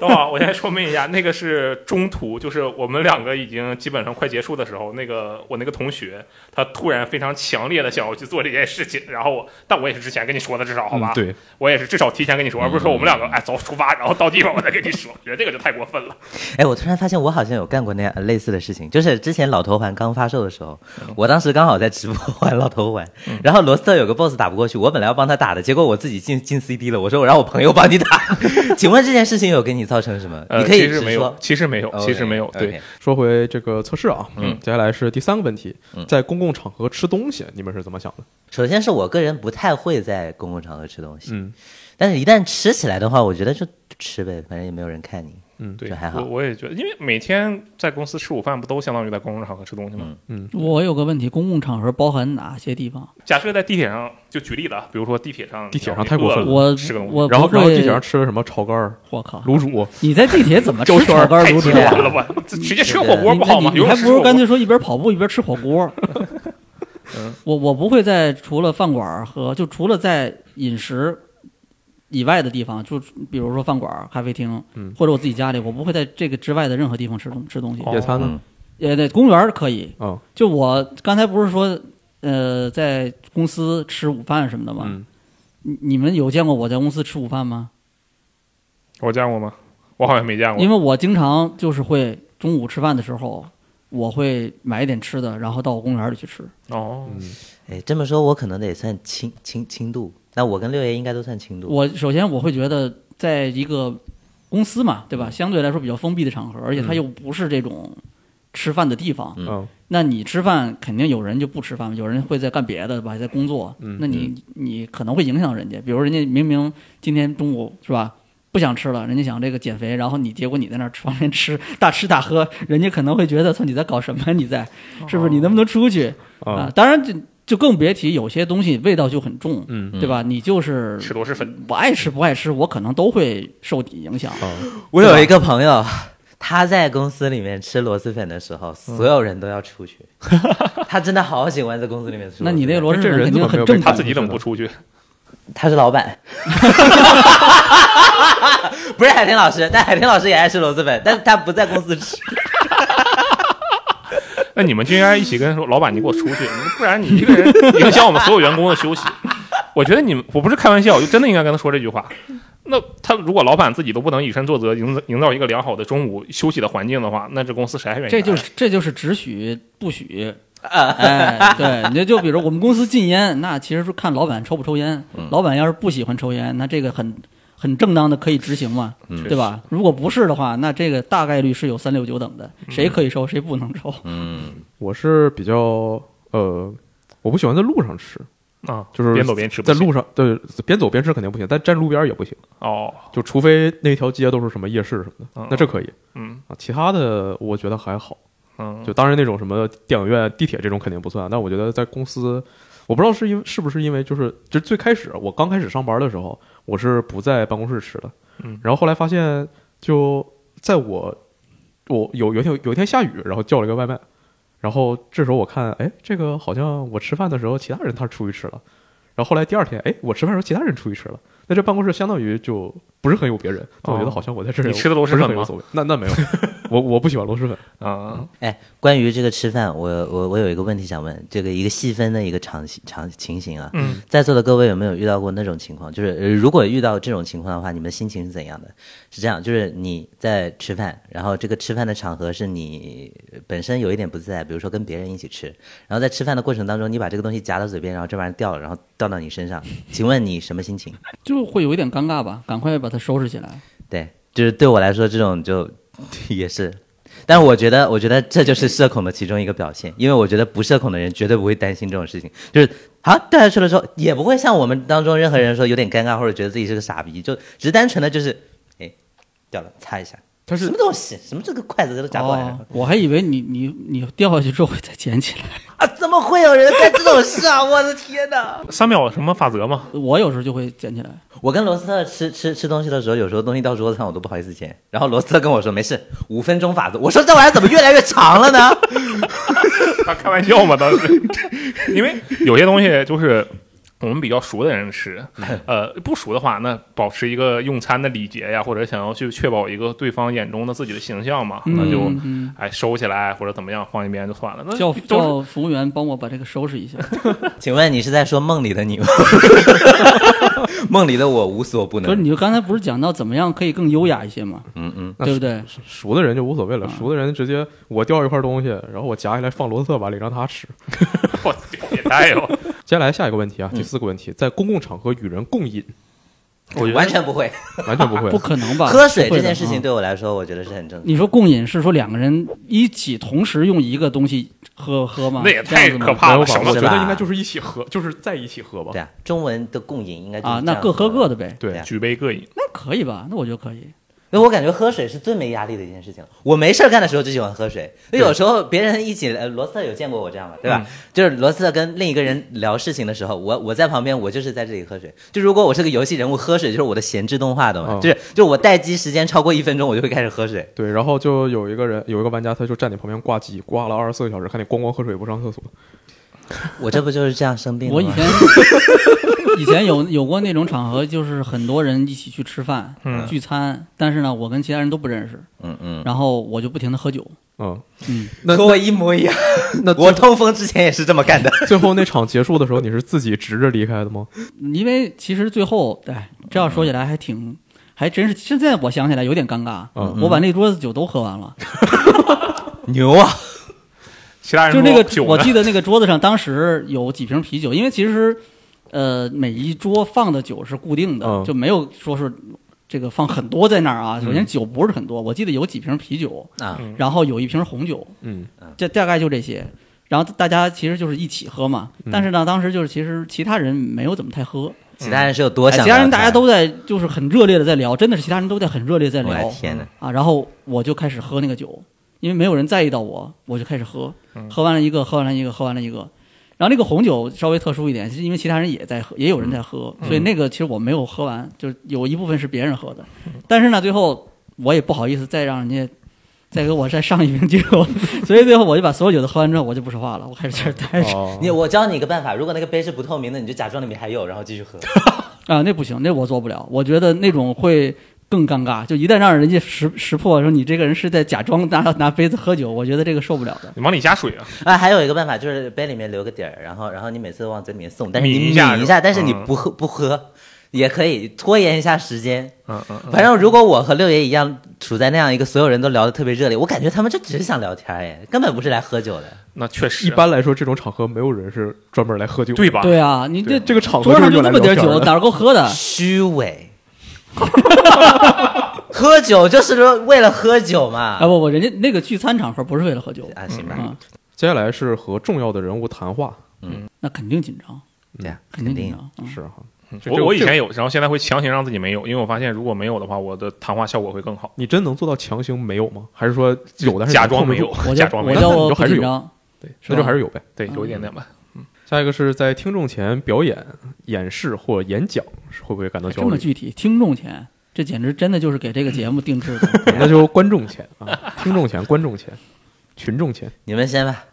[SPEAKER 4] 等会儿我先说明一下，那个是中途，就是我们两个已经基本上快结束的时候，那个我那个同学他突然非常强烈的想要去做这件事情，然后我，但我也是之前跟你说的，至少好吧，
[SPEAKER 2] 嗯对，
[SPEAKER 4] 我也是至少提前跟你说，而不是说我们两个哎走出发，然后到地方我再跟你说，觉得这个就太过分了。
[SPEAKER 3] 哎，我突然发现我好像有干过那样类似的事情，就是之前老头环刚发售的时候，
[SPEAKER 4] 嗯
[SPEAKER 3] 我当时刚
[SPEAKER 4] (laughs)
[SPEAKER 3] 好在直播玩老头环，然后罗斯特有个 boss 打不过去，我本来要帮他打的，结果我自己进进 CD 逼了，我说我让我朋友帮你
[SPEAKER 4] (laughs)
[SPEAKER 3] 打。请问这件事情有给你造成什么？
[SPEAKER 4] 呃，
[SPEAKER 3] 你可以
[SPEAKER 4] 其
[SPEAKER 3] 直
[SPEAKER 4] 实
[SPEAKER 3] 说。
[SPEAKER 4] 没有，其实没有，其实没有，对，
[SPEAKER 3] OK，OK，
[SPEAKER 2] 说回这个测试啊，
[SPEAKER 4] 嗯
[SPEAKER 2] 接下来是第三个问题
[SPEAKER 3] 嗯，
[SPEAKER 2] 在公共场合吃东西，你们是怎么想的？
[SPEAKER 3] 首先是我个人不太会在公共场合吃东西，
[SPEAKER 2] 嗯，
[SPEAKER 3] 但是一旦吃起来的话，我觉得就吃呗，反正也没有人看你。
[SPEAKER 4] 对
[SPEAKER 3] 这还，好
[SPEAKER 4] 我我也觉得，因为每天在公司吃午饭，不都相当于在公共场合吃东西吗？
[SPEAKER 5] 我有个问题，公共场合包含哪些地方？
[SPEAKER 4] 假设在地铁上，就举例子啊，比如说地铁上，
[SPEAKER 2] 地铁
[SPEAKER 4] 你
[SPEAKER 2] 上太过分了
[SPEAKER 5] 我
[SPEAKER 4] 吃个东西
[SPEAKER 5] 我
[SPEAKER 2] 然后
[SPEAKER 5] 不
[SPEAKER 2] 然后
[SPEAKER 5] 会
[SPEAKER 2] 地铁上吃了什么炒肝儿、
[SPEAKER 5] 我靠，
[SPEAKER 2] 卤煮，
[SPEAKER 4] 哦
[SPEAKER 5] 你在地铁怎么吃
[SPEAKER 4] (laughs)
[SPEAKER 2] 周圈
[SPEAKER 5] 炒
[SPEAKER 2] 儿
[SPEAKER 5] 肝
[SPEAKER 4] 太
[SPEAKER 5] 卤煮
[SPEAKER 4] 鸡
[SPEAKER 5] 啊？
[SPEAKER 4] 巴了吧？这直接吃个火锅不好吗？
[SPEAKER 5] 你
[SPEAKER 4] 有种
[SPEAKER 5] 你还
[SPEAKER 4] 吃
[SPEAKER 5] 不如
[SPEAKER 4] 火
[SPEAKER 5] 干
[SPEAKER 4] 锅。
[SPEAKER 5] 脆说一边跑步一边吃火
[SPEAKER 4] (laughs)
[SPEAKER 5] 锅。我我不会在除了饭馆儿和就除了在饮食以外的地方，就比如说饭馆儿、咖啡厅，
[SPEAKER 2] 嗯
[SPEAKER 5] 或者我自己家里，我不会在这个之外的任何地方吃东吃东西。
[SPEAKER 4] 哦
[SPEAKER 2] 野餐呢？
[SPEAKER 3] 嗯，
[SPEAKER 5] 呃，对，公园儿可以。
[SPEAKER 2] 嗯
[SPEAKER 5] 就我刚才不是说，呃，在公司吃午饭什么的吗？
[SPEAKER 2] 嗯，
[SPEAKER 5] 你你们有见过我在公司吃午饭吗？
[SPEAKER 4] 我见过吗？我好像没见过
[SPEAKER 5] 因。为我经常就是会中午吃饭的时候，我会买一点吃的，然后到我公园里去吃。
[SPEAKER 2] 嗯
[SPEAKER 4] 哦，
[SPEAKER 3] 哎，这么说我可能得算轻轻轻度，那我跟六爷应该都算轻度。
[SPEAKER 5] 我首先我会觉得，在一个公司嘛，对吧？相对来说比较封闭的场合，而且它又不是这种吃饭的地方，
[SPEAKER 3] 嗯
[SPEAKER 2] 嗯
[SPEAKER 5] 那你吃饭肯定有人就不吃饭，有人会在干别的，对吧？在工作，
[SPEAKER 2] 嗯
[SPEAKER 5] 那你你可能会影响人家。比如人家明明今天中午是吧？不想吃了，人家想这个减肥，然后你结果你在那儿吃方便吃大吃大喝，人家可能会觉得操你在搞什么呀？
[SPEAKER 2] (laughs)
[SPEAKER 5] 你在是不是？你能不能出去啊
[SPEAKER 2] 啊？
[SPEAKER 5] 当然就就更别提有些东西味道就很重，
[SPEAKER 2] 嗯
[SPEAKER 5] 对吧？你就是
[SPEAKER 4] 吃螺蛳粉，
[SPEAKER 5] 我爱吃不爱吃，我可能都会受影响。
[SPEAKER 2] 啊
[SPEAKER 3] 我有一个朋友，他在公司里面吃螺蛳粉的时候，所有人都要出 (laughs) 去。他真的好喜欢在公司里面吃螺蛳粉。
[SPEAKER 5] 那你那个螺蛳
[SPEAKER 2] 这
[SPEAKER 5] 粉
[SPEAKER 2] 人
[SPEAKER 5] 肯
[SPEAKER 2] 怎
[SPEAKER 5] 定
[SPEAKER 2] 么没
[SPEAKER 5] 很
[SPEAKER 2] 有被
[SPEAKER 5] 正
[SPEAKER 4] 他
[SPEAKER 5] 常
[SPEAKER 4] 自己怎么不出去？ (laughs)
[SPEAKER 3] 他是老 (laughs) 板，不是海天老师，但海天老师也爱吃螺蛳粉，但是他不在公司吃。
[SPEAKER 4] 那你们就应该一起跟说，老板，你给我出去，不然你一个人影响我们所有员工的休息。 (laughs) 我觉得你们，我不是开玩笑，我就真的应该跟他说这句话。那他如果老板自己都不能以身作则，营造营造一个良好的中午休息的环境的话，那这公司谁还愿意干？啊
[SPEAKER 5] 这
[SPEAKER 3] 哎
[SPEAKER 5] 就是这就是只许
[SPEAKER 3] (laughs)
[SPEAKER 5] 不许。
[SPEAKER 3] 啊
[SPEAKER 5] 哎，对，你就比如我们公司禁烟，那其实是看老板抽不抽烟。
[SPEAKER 3] 嗯
[SPEAKER 5] 老板要是不喜欢抽烟，那这个很很正当的可以执行嘛，
[SPEAKER 4] 嗯
[SPEAKER 5] 对吧？如果不是的话，那这个大概率是有三六九等的，
[SPEAKER 3] 嗯
[SPEAKER 5] 谁可以抽，谁不能抽。
[SPEAKER 2] 我是比较呃，我不喜欢在路上吃，
[SPEAKER 4] 啊，
[SPEAKER 2] 就是
[SPEAKER 4] 边走边吃不
[SPEAKER 2] 在
[SPEAKER 4] 行，
[SPEAKER 2] 路上对边走边吃肯定不行，但站路边也不行，
[SPEAKER 4] 哦，
[SPEAKER 2] 就除非那条街都是什么夜市什么的
[SPEAKER 4] 嗯，
[SPEAKER 2] 那这可以
[SPEAKER 4] 嗯
[SPEAKER 2] 啊。其他的我觉得还好，
[SPEAKER 4] 嗯，
[SPEAKER 2] 就当然那种什么电影院、地铁这种肯定不算，但我觉得在公司，我不知道是因为是不是因为就是就是最开始我刚开始上班的时候，我是不在办公室吃的，
[SPEAKER 4] 嗯
[SPEAKER 2] 然后后来发现就在我我有有一天有一天下雨，然后叫了一个外卖，然后这时候我看哎这个好像我吃饭的时候其他人他出去吃了，然后后来第二天哎我吃饭的时候其他人出去吃了。那这办公室相当于就不是很有别人，但我觉得
[SPEAKER 4] 哦
[SPEAKER 2] 好像我在这
[SPEAKER 4] 你
[SPEAKER 2] 里
[SPEAKER 4] 吃的螺蛳
[SPEAKER 2] 不是
[SPEAKER 4] 粉
[SPEAKER 2] 很有
[SPEAKER 4] 吗
[SPEAKER 2] 所谓。那那没有，我我不喜欢螺
[SPEAKER 4] (laughs)
[SPEAKER 2] 蛳粉。
[SPEAKER 4] 啊，
[SPEAKER 3] 哎，关于这个吃饭，我我我有一个问题想问，这个一个细分的一个场场情形啊，
[SPEAKER 4] 嗯，
[SPEAKER 3] 在座的各位有没有遇到过那种情况？就是、呃如果遇到这种情况的话，你们心情是怎样的？是这样，就是你在吃饭，然后这个吃饭的场合是你本身有一点不自在，比如说跟别人一起吃，然后在吃饭的过程当中，你把这个东西夹到嘴边，然后这玩意儿掉了，然后掉到你身上，请问你什么心情？
[SPEAKER 5] 就会有一点尴尬吧，赶快把它收拾起来。
[SPEAKER 3] 对，就是对我来说，这种就 (laughs) 也是。但是我觉得，我觉得这就是社恐的其中一个表现，因为我觉得不社恐的人绝对不会担心这种事情，就是啊掉下去了之后，也不会像我们当中任何人说有点尴尬或者觉得自己是个傻逼，就只是单纯的就是，哎，掉了，擦一下，
[SPEAKER 2] 但是
[SPEAKER 3] 什么东西，什么这个筷子给它夹过来了、
[SPEAKER 5] 哦，我还以为你你你掉下去之后会再捡起来。
[SPEAKER 3] 啊？怎么会有人干这种事啊？我的天哪！ (laughs)
[SPEAKER 4] 三秒什么法则嘛？
[SPEAKER 5] 我有时候就会捡起来。
[SPEAKER 3] 我跟罗斯特吃吃吃东西的时候，有时候东西到桌子上我都不好意思捡，然后罗斯特跟我说没事，五分钟法则，我说这玩意儿怎么越来越长了呢？
[SPEAKER 4] 他开玩笑嘛，当 (laughs) 时，因为有些东西就是我们比较熟的人吃，呃，不熟的话，那保持一个用餐的礼节呀，或者想要去确保一个对方眼中的自己的形象嘛，那就、
[SPEAKER 5] 嗯嗯
[SPEAKER 4] 哎收起来或者怎么样放一边就算
[SPEAKER 3] 呃
[SPEAKER 4] 了。那都
[SPEAKER 5] 叫
[SPEAKER 4] 是
[SPEAKER 5] 叫服务员帮我把这个收拾
[SPEAKER 3] (laughs)
[SPEAKER 5] 一下。
[SPEAKER 3] 请问你是在说梦里的
[SPEAKER 5] (laughs)
[SPEAKER 3] 你吗？梦里的我无所不
[SPEAKER 5] 不是，
[SPEAKER 3] 能。
[SPEAKER 5] 你就刚才不是讲到怎么样可以更优雅一些嘛，
[SPEAKER 3] 嗯嗯，
[SPEAKER 2] 那
[SPEAKER 5] 对不对？
[SPEAKER 2] 熟的人就无所谓了，
[SPEAKER 5] 啊
[SPEAKER 2] 熟的人直接我掉一块东西，然后我夹起来放罗特碗里让他吃。
[SPEAKER 4] 我也太有
[SPEAKER 5] (laughs)
[SPEAKER 2] 接下来下一个问题啊，
[SPEAKER 3] 嗯
[SPEAKER 2] 第四个问题，在公共场合与人共饮，
[SPEAKER 4] 我觉得
[SPEAKER 3] 完全不会。
[SPEAKER 2] 完全不会
[SPEAKER 5] (laughs) 不。可能吧？
[SPEAKER 3] 喝水
[SPEAKER 5] 不会
[SPEAKER 3] 这
[SPEAKER 5] 的
[SPEAKER 3] 件事情
[SPEAKER 5] 啊
[SPEAKER 3] 对我来说，我觉得是很正常。
[SPEAKER 5] 你说共饮是说两个人一起同时用一个东西喝喝吗？
[SPEAKER 4] 那也
[SPEAKER 5] 这样
[SPEAKER 4] 太
[SPEAKER 5] 子吗
[SPEAKER 4] 可怕
[SPEAKER 2] 没有
[SPEAKER 4] 了，
[SPEAKER 2] 吧
[SPEAKER 4] 什
[SPEAKER 2] 我
[SPEAKER 4] 么
[SPEAKER 2] 觉
[SPEAKER 3] 是吧
[SPEAKER 2] 得应该就是一起喝，就是在一起喝吧。
[SPEAKER 3] 对啊，中文的共饮应该就是
[SPEAKER 5] 啊！
[SPEAKER 3] 这
[SPEAKER 5] 那
[SPEAKER 3] 样
[SPEAKER 5] 各喝
[SPEAKER 3] 的
[SPEAKER 5] 各的呗，
[SPEAKER 2] 对
[SPEAKER 3] 对啊
[SPEAKER 4] 举杯各饮。
[SPEAKER 5] 那可以吧？那我觉得可以。
[SPEAKER 3] 那我感觉喝水是最没压力的一件事情了。我没事儿干的时候就喜欢喝水。那有时候别人一起，呃，罗斯特有见过我这样吧，对
[SPEAKER 5] 嗯
[SPEAKER 3] 吧？就是罗斯特跟另一个人聊事情的时候，我我在旁边，我就是在这里喝水。就如果我是个游戏人物，喝水就是我的闲置动画的
[SPEAKER 5] 哦
[SPEAKER 3] 嘛，
[SPEAKER 2] 嗯
[SPEAKER 3] 就是就是我待机时间超过一分钟，我就会开始喝水。
[SPEAKER 2] 对，然后就有一个人，有一个玩家，他就站你旁边挂机，挂了二十四个小时，看你咣咣喝水不上厕所。
[SPEAKER 3] 我这不就是这样生病的
[SPEAKER 5] 我以
[SPEAKER 3] 吗？
[SPEAKER 5] 前 (laughs) 以前有有过那种场合，就是很多人一起去吃饭、
[SPEAKER 4] 嗯
[SPEAKER 5] 聚餐，但是呢，我跟其他人都不认识，
[SPEAKER 3] 嗯嗯，
[SPEAKER 5] 然后我就不停的喝酒。
[SPEAKER 2] 嗯，
[SPEAKER 5] 嗯，
[SPEAKER 2] 那
[SPEAKER 3] 和我一模一样。
[SPEAKER 2] 那
[SPEAKER 3] 我痛风之前也是这么干的。
[SPEAKER 2] 最后那场结束的时候，你是自己直着离开的吗？
[SPEAKER 5] 因为其实最后，哎，这要说起来还挺，还真是。现在我想起来有点尴尬，
[SPEAKER 2] 嗯
[SPEAKER 5] 我把那桌子酒都喝完了，
[SPEAKER 3] 牛啊！
[SPEAKER 4] 其他人
[SPEAKER 5] 就那
[SPEAKER 4] 说
[SPEAKER 5] 个
[SPEAKER 4] 酒
[SPEAKER 5] 我
[SPEAKER 4] 呢
[SPEAKER 5] 记得那个桌子上当时有几瓶啤酒，因为其实，呃，每一桌放的酒是固定的，
[SPEAKER 2] 嗯
[SPEAKER 5] 就没有说是这个放很多在那儿啊。首先酒不是很多，我记得有几瓶啤酒，
[SPEAKER 3] 啊，
[SPEAKER 4] 嗯
[SPEAKER 5] 然后有一瓶红酒，
[SPEAKER 2] 嗯，
[SPEAKER 5] 这大概就这些。然后大家其实就是一起喝嘛，但是呢，当时就是其实其他人没有怎么太喝，
[SPEAKER 3] 其他人是有多
[SPEAKER 5] 哎
[SPEAKER 3] 想？
[SPEAKER 5] 其他人大家都在就是很热烈的在聊，真的是其他人都在很热烈地在
[SPEAKER 3] 我的
[SPEAKER 5] 聊
[SPEAKER 3] 哎天哪！
[SPEAKER 5] 啊。然后我就开始喝那个酒，因为没有人在意到我，我就开始喝，喝完了一个，喝完了一个，喝完了一个。然后那个红酒稍微特殊一点，是因为其他人也在喝，也有人在喝，所以那个其实我没有喝完，就是有一部分是别人喝的。但是呢，最后我也不好意思再让人家再给我再上一瓶酒， (laughs) 所以最后我就把所有酒都喝完之后，我就不说话了，我开始在这儿待着。
[SPEAKER 2] 哦，
[SPEAKER 3] 你我教你一个办法，如果那个杯是不透明的，你就假装里面还有，然后继续喝。
[SPEAKER 5] 啊，那不行，那我做不了。我觉得那种会更尴尬，就一旦让人家识识破说你这个人是在假装拿拿杯子喝酒，我觉得这个受不了的。
[SPEAKER 4] 你往里加水啊，
[SPEAKER 3] 啊，还有一个办法就是杯里面留个底儿，然后然后你每次都往嘴里面送，但是你抿
[SPEAKER 4] 抿一下
[SPEAKER 3] 一
[SPEAKER 4] 是
[SPEAKER 3] 下，
[SPEAKER 4] 吧
[SPEAKER 3] 但是你
[SPEAKER 4] 嗯
[SPEAKER 3] 不喝不喝也可以拖延一下时间。
[SPEAKER 4] 嗯嗯嗯，
[SPEAKER 3] 反正如果我和六爷一样处在那样一个所有人都聊得特别热烈，我感觉他们就只是想聊天哎，根本不是来喝酒的。
[SPEAKER 4] 那确实啊
[SPEAKER 2] 一般来说这种场合没有人是专门来喝酒的，
[SPEAKER 4] 对吧？
[SPEAKER 5] 对啊，你这
[SPEAKER 4] 对
[SPEAKER 2] 这个场合
[SPEAKER 5] 桌
[SPEAKER 2] 就
[SPEAKER 5] 上
[SPEAKER 2] 是
[SPEAKER 5] 就
[SPEAKER 2] 用
[SPEAKER 5] 那
[SPEAKER 2] 来
[SPEAKER 5] 么
[SPEAKER 2] 聊
[SPEAKER 5] 点
[SPEAKER 2] 天
[SPEAKER 5] 酒，
[SPEAKER 2] 的。
[SPEAKER 5] 哪儿够喝的？
[SPEAKER 3] 虚伪，喝酒就是说为了喝酒嘛。
[SPEAKER 5] (laughs) 啊不不，人家那个聚餐场合不是为了喝酒
[SPEAKER 3] 啊，行吧，
[SPEAKER 5] 啊，
[SPEAKER 2] 接下来是和重要的人物谈话，
[SPEAKER 5] 那肯定紧张，
[SPEAKER 3] 对呀，
[SPEAKER 5] 肯
[SPEAKER 3] 肯
[SPEAKER 5] 紧
[SPEAKER 3] 定。
[SPEAKER 5] 张。嗯
[SPEAKER 2] 是哈。这
[SPEAKER 4] 我
[SPEAKER 2] 个
[SPEAKER 4] 我以
[SPEAKER 2] 这个
[SPEAKER 4] 前有，然后现在会强行让自己没有，因为我发现如果没有的话，我的谈话效果会更好。
[SPEAKER 2] 你真能做到强行没有吗？还是说有的还是
[SPEAKER 4] 假装
[SPEAKER 2] 控制
[SPEAKER 4] 没
[SPEAKER 2] 住
[SPEAKER 4] 有？，
[SPEAKER 5] 我
[SPEAKER 4] 假
[SPEAKER 5] 叫
[SPEAKER 4] 装没有，
[SPEAKER 5] 我叫
[SPEAKER 2] 那就
[SPEAKER 5] 我不
[SPEAKER 2] 还是
[SPEAKER 5] 紧
[SPEAKER 2] 有
[SPEAKER 5] 张，
[SPEAKER 4] 对，
[SPEAKER 5] 是
[SPEAKER 2] 那就
[SPEAKER 5] 吧
[SPEAKER 2] 还是有呗。
[SPEAKER 4] 对，有一点点吧。
[SPEAKER 2] 下一个是在听众前表演、演示或演讲，是会不会感到
[SPEAKER 5] 这
[SPEAKER 2] 焦
[SPEAKER 5] 么
[SPEAKER 2] 虑？
[SPEAKER 5] 具体，听众前，这简直真的就是给这个节目定制的。
[SPEAKER 2] 那就观众前啊， (laughs) 听众前、观众前、群众前。
[SPEAKER 3] 你们先吧。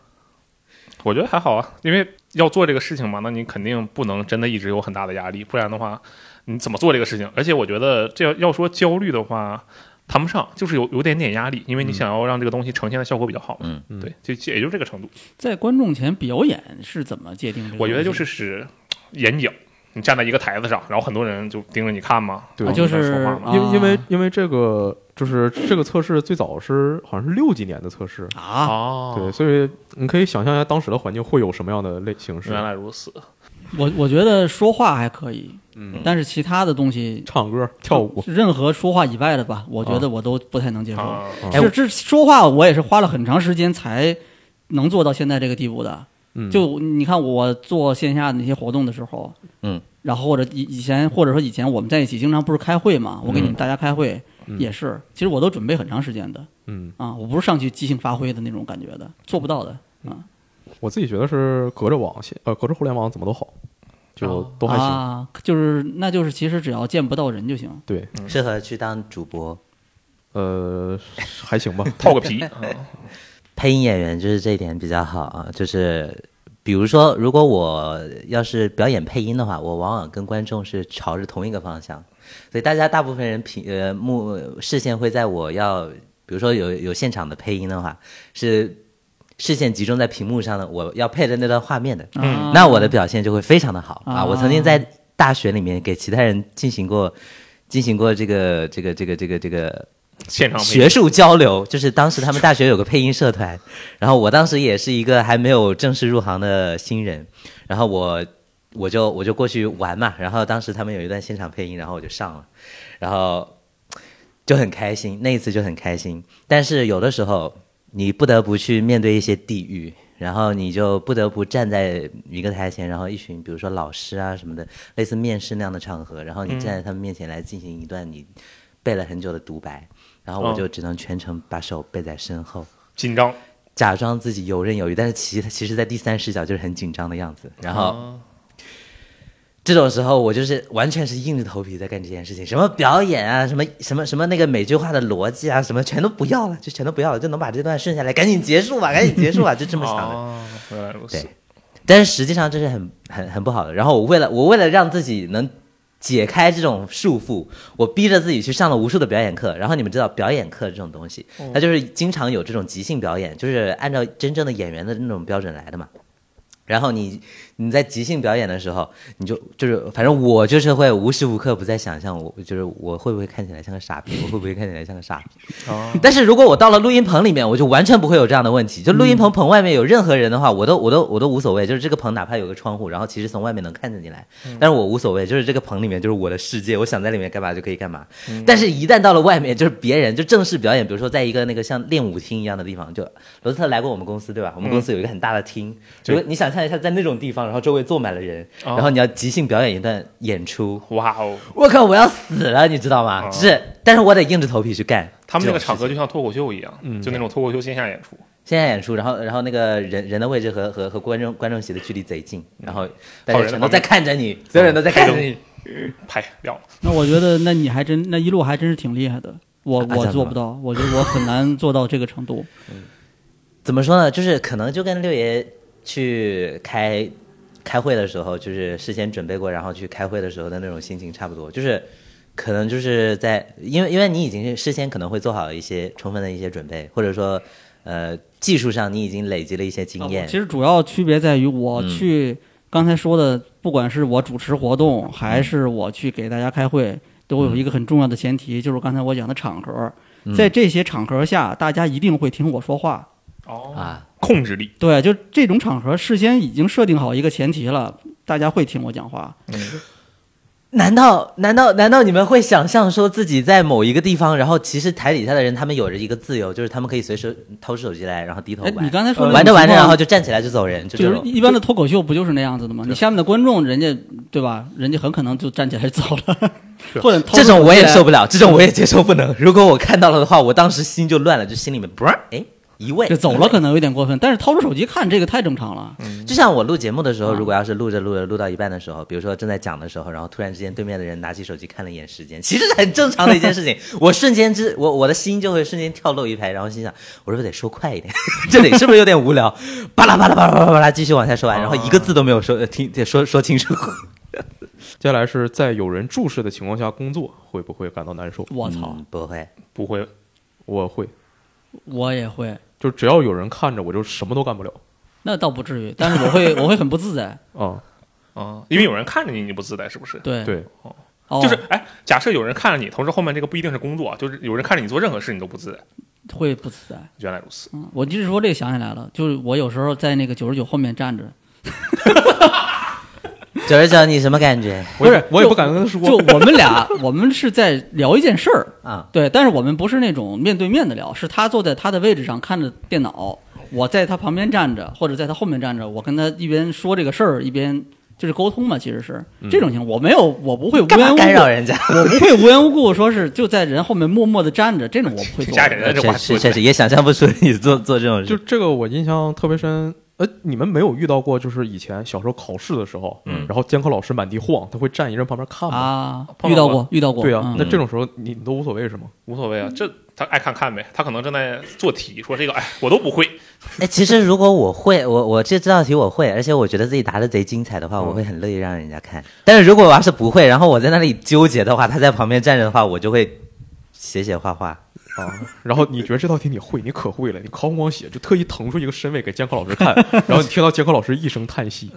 [SPEAKER 4] 我觉得还好啊，因为要做这个事情嘛，那你肯定不能真的一直有很大的压力，不然的话，你怎么做这个事情？而且我觉得这要要说焦虑的话，谈不上，就是有有点点压力，因为你想要让这个东西呈现的效果比较好嘛。
[SPEAKER 2] 嗯
[SPEAKER 4] 对，就就也就这个程度。
[SPEAKER 5] 在观众前表演是怎么界定这个东西？
[SPEAKER 4] 我觉得就是使演讲，你站在一个台子上，然后很多人就盯着你看嘛，
[SPEAKER 2] 对
[SPEAKER 4] 然后
[SPEAKER 5] 就
[SPEAKER 4] 你在
[SPEAKER 5] 是
[SPEAKER 4] 说话嘛。
[SPEAKER 5] 啊
[SPEAKER 2] 因为因为因为这个就是这个测试最早是好像是六几年的测试，
[SPEAKER 5] 啊，
[SPEAKER 4] 哦
[SPEAKER 2] 对，，所以你可以想象一下当时的环境会有什么样的类形式
[SPEAKER 4] 原。来如此。
[SPEAKER 5] 我我觉得说话还可以，
[SPEAKER 2] 嗯，
[SPEAKER 5] 但是其他的东西
[SPEAKER 2] 唱歌、跳舞，
[SPEAKER 5] 任何说话以外的吧，我觉得我都不太能接受。
[SPEAKER 4] 啊，
[SPEAKER 2] 嗯
[SPEAKER 3] 哎
[SPEAKER 5] 是这说话我也是花了很长时间才能做到现在这个地步的。
[SPEAKER 2] 嗯，
[SPEAKER 5] 就你看我做线下的那些活动的时候，
[SPEAKER 3] 嗯，
[SPEAKER 5] 然后或者以以前或者说以前我们在一起经常不是开会嘛，我跟你们大家开会、
[SPEAKER 2] 嗯
[SPEAKER 5] 也是，其实我都准备很长时间的
[SPEAKER 2] 嗯，
[SPEAKER 5] 啊，我不是上去即兴发挥的那种感觉的，做不到的啊，
[SPEAKER 2] 我自己觉得是隔着网线，呃，隔着互联网怎么都好，就
[SPEAKER 4] 哦
[SPEAKER 2] 都还行。
[SPEAKER 5] 啊，就是那就是其实只要见不到人就行。
[SPEAKER 2] 对，
[SPEAKER 3] 适合去当主播、
[SPEAKER 2] 呃，还行吧。 (laughs)
[SPEAKER 4] 套个皮，嗯
[SPEAKER 3] 配音演员，就是这一点比较好啊。就是比如说，如果我要是表演配音的话，我往往跟观众是朝着同一个方向，所以大家大部分人平呃目视线会在我要，比如说有有现场的配音的话，是视线集中在屏幕上的我要配的那段画面的。
[SPEAKER 5] 啊
[SPEAKER 3] 那我的表现就会非常的好
[SPEAKER 5] 啊
[SPEAKER 3] 啊！我曾经在大学里面给其他人进行过进行过这个这个这个这个这个
[SPEAKER 4] 现场配
[SPEAKER 3] 学术交流，就是当时他们大学有个配音社团，然后我当时也是一个还没有正式入行的新人，然后我。我就我就过去玩嘛，然后当时他们有一段现场配音，然后我就上了，然后就很开心，那一次就很开心。但是有的时候你不得不去面对一些地域，然后你就不得不站在一个台前，然后一群比如说老师啊什么的，类似面试那样的场合，然后你站在他们面前来进行一段你背了很久的独白，然后我
[SPEAKER 4] 哦
[SPEAKER 3] 就只能全程把手背在身后。
[SPEAKER 4] 紧张，
[SPEAKER 3] 假装自己游刃有余，但是其实其实，在第三视角就是很紧张的样子。然后、这种时候，我就是完全是硬着头皮在干这件事情，什么表演啊，什么什么什么那个每句话的逻辑啊，什么全都不要了，就全都不要了，就能把这段顺下来，赶紧结束吧，赶紧结束吧，就这么想的。
[SPEAKER 4] 哦，原来如此
[SPEAKER 3] 对，但是实际上这是很很很不好的。然后我为了我为了让自己能解开这种束缚，我逼着自己去上了无数的表演课。然后你们知道表演课这种东西，
[SPEAKER 4] 嗯
[SPEAKER 3] 它就是经常有这种即兴表演，就是按照真正的演员的那种标准来的嘛。然后你你在即兴表演的时候，你就就是反正我就是会无时无刻不在想象我就是我会不会看起来像个傻逼，我会不会看起来像个傻逼。 (laughs) 但是如果我到了录音棚里面，我就完全不会有这样的问题。就录音棚棚外面有任何人的话，我都我都我都无所谓。就是这个棚哪怕有个窗户，然后其实从外面能看见进来，
[SPEAKER 4] 嗯
[SPEAKER 3] 但是我无所谓。就是这个棚里面就是我的世界，我想在里面干嘛就可以干嘛。
[SPEAKER 4] 嗯
[SPEAKER 3] 但是，一旦到了外面，就是别人就正式表演，比如说在一个那个像练舞厅一样的地方，就罗斯特来过我们公司
[SPEAKER 4] 嗯
[SPEAKER 3] 对吧？我们公司有一个很大的厅，如果你想象一下在那种地方，然后周围坐满了人，然后你要即兴表演一段演出。
[SPEAKER 4] 哇哦，
[SPEAKER 3] 我靠！我要死了，你知道吗？就是，但是我得硬着头皮去干。
[SPEAKER 4] 他们那个场
[SPEAKER 3] 合。
[SPEAKER 4] 合就像脱口秀一样，
[SPEAKER 5] 嗯
[SPEAKER 4] 就那种脱口秀线下演出，
[SPEAKER 3] 线下演出，然后然后那个人人的位置和和和观众观众席的距离贼近，然后大
[SPEAKER 4] 好
[SPEAKER 3] 家
[SPEAKER 4] 人的
[SPEAKER 3] 全都
[SPEAKER 4] 旁边
[SPEAKER 3] 在看着你，所有人都在看着你。
[SPEAKER 4] 拍亮了。
[SPEAKER 5] 那我觉得，那你还真那一路还真是挺厉害的。我
[SPEAKER 3] 啊
[SPEAKER 5] 我
[SPEAKER 3] 这样
[SPEAKER 5] 做
[SPEAKER 3] 吗
[SPEAKER 5] 不到，我觉得我很难做到这个程度。
[SPEAKER 3] (laughs) 怎么说呢？就是可能就跟六爷去开开会的时候，就是事先准备过，然后去开会的时候的那种心情差不多，就是。可能就是在，因为因为你已经是事先可能会做好一些充分的一些准备，或者说，呃，技术上你已经累积了一些经
[SPEAKER 5] 啊
[SPEAKER 3] 验嗯
[SPEAKER 5] 我。其实主要区别在于我去刚才说的，不管是我主持活动，
[SPEAKER 3] 嗯
[SPEAKER 5] 还是我去给大家开会，都有一个很重要的前提，就是刚才我讲的场合。
[SPEAKER 3] 嗯
[SPEAKER 5] 在这些场合下，大家一定会听我说话。
[SPEAKER 4] 哦
[SPEAKER 3] 啊，
[SPEAKER 4] 控制力，
[SPEAKER 5] 对，就这种场合，事先已经设定好一个前提了，大家会听我讲话。
[SPEAKER 3] 难道难道难道你们会想象说自己在某一个地方，然后其实台底下的人他们有着一个自由，就是他们可以随时偷手机来，然后低头
[SPEAKER 5] 哎
[SPEAKER 3] 玩。
[SPEAKER 5] 你刚才说的
[SPEAKER 3] 玩着玩着，
[SPEAKER 5] 情况
[SPEAKER 3] 然后呃就站起来就走人，就
[SPEAKER 5] 就
[SPEAKER 3] 这
[SPEAKER 5] 是
[SPEAKER 3] 种。
[SPEAKER 5] 一般的脱口秀不就是那样子的吗？你下面的观众，人家对吧？人家很可能就站起来走了， (laughs) 或者偷
[SPEAKER 3] 这种我也受不
[SPEAKER 5] 了。
[SPEAKER 3] 了，这种我也接受不能。如果我看到了的话，我当时心就乱了，就心里面不是哎移位
[SPEAKER 5] 这走了可能有点过分，但是掏出手机看这个太正常了。
[SPEAKER 3] 就像我录节目的时候，如果要是录着录着录到一半的时候，比如说正在讲的时候，然后突然之间对面的人拿起手机看了一眼时间，其实是很正常的一件事情。我瞬间之我我的心就会瞬间跳漏一拍，然后心想我是不是得说快一点？ (laughs) 这里是不是有点无聊？巴拉巴拉巴拉巴拉巴拉，继续往下说完，然后一个字都没有说 (laughs) 听说说清楚。
[SPEAKER 2] 接下来是在有人注视的情况下工作，会不会感到难受？
[SPEAKER 5] 我操，
[SPEAKER 3] 嗯，不会，
[SPEAKER 4] 不会，
[SPEAKER 2] 我会，
[SPEAKER 5] 我也会，
[SPEAKER 2] 就只要有人看着我，就什么都干不了
[SPEAKER 5] 那倒不至于，但是我
[SPEAKER 3] (laughs)
[SPEAKER 5] 会我会很不自在。
[SPEAKER 2] 啊、
[SPEAKER 4] 啊，因为有人看着你，你不自在，是不是？
[SPEAKER 5] 嗯对，
[SPEAKER 2] 对，
[SPEAKER 5] 哦、
[SPEAKER 4] 就是哎，假设有人看着你，同时后面这个不一定是工作，啊就是有人看着你做任何事，你都不自在。
[SPEAKER 5] 会不自在。
[SPEAKER 4] 原来如此，
[SPEAKER 5] 嗯，我就是说这个想起来了，就是我有时候在那个九十九后面站着，
[SPEAKER 3] 九十九，你什么感觉
[SPEAKER 2] 我也
[SPEAKER 5] 不是
[SPEAKER 2] 我也不
[SPEAKER 5] 哎就
[SPEAKER 2] 敢跟他说。
[SPEAKER 5] 就我们俩，我们是在聊一件事儿，
[SPEAKER 3] 啊？
[SPEAKER 5] 对，但是我们不是那种面对面的聊，是他坐在他的位置上看着电脑，我在他旁边站着，或者在他后面站着，我跟他一边说这个事儿，一边就是沟通嘛，其实是这种情况，我没有，我不会无
[SPEAKER 3] 嗯干
[SPEAKER 5] 缘
[SPEAKER 3] 嘛
[SPEAKER 5] 无故
[SPEAKER 3] 干扰人家？
[SPEAKER 5] 我不会无缘无故说是就在人后面默默的站 (laughs) 着，这种我不会
[SPEAKER 4] 挺
[SPEAKER 5] 做
[SPEAKER 4] 吓
[SPEAKER 5] 的。
[SPEAKER 4] 人的，这
[SPEAKER 3] 确
[SPEAKER 4] 话
[SPEAKER 3] 实
[SPEAKER 4] 说
[SPEAKER 3] 确
[SPEAKER 4] 起
[SPEAKER 3] 实也想象不出你做做这
[SPEAKER 2] (laughs)
[SPEAKER 3] 种
[SPEAKER 2] 就
[SPEAKER 3] 事。
[SPEAKER 2] 这个我印象特别深。呃，你们没有遇到过，就是以前小时候考试的时候，
[SPEAKER 4] 嗯
[SPEAKER 2] 然后监考老师满地晃，他会站一人旁边看吗？
[SPEAKER 5] 啊，
[SPEAKER 4] 碰
[SPEAKER 5] 遇
[SPEAKER 4] 到
[SPEAKER 5] 到
[SPEAKER 4] 过
[SPEAKER 5] 过，遇到过。
[SPEAKER 2] 对啊，
[SPEAKER 5] 嗯
[SPEAKER 2] 那这种时候你你都无所谓是吗？
[SPEAKER 4] 无所谓啊，这他爱看看呗，他可能正在做题，说这个哎我都不会，
[SPEAKER 3] (laughs) 哎，其实如果我会，我我这这道题我会，而且我觉得自己答的贼精彩的话，我会很乐意让人家看。但是如果我要是不会，然后我在那里纠结的话，他在旁边站着的话，我就会写写画画。
[SPEAKER 2] 啊，然后你觉得这道题你会，你可会了，你哐哐写，就特意腾出一个身位给监考老师
[SPEAKER 5] (laughs)
[SPEAKER 2] 看，然后你听到监考老师一声叹息，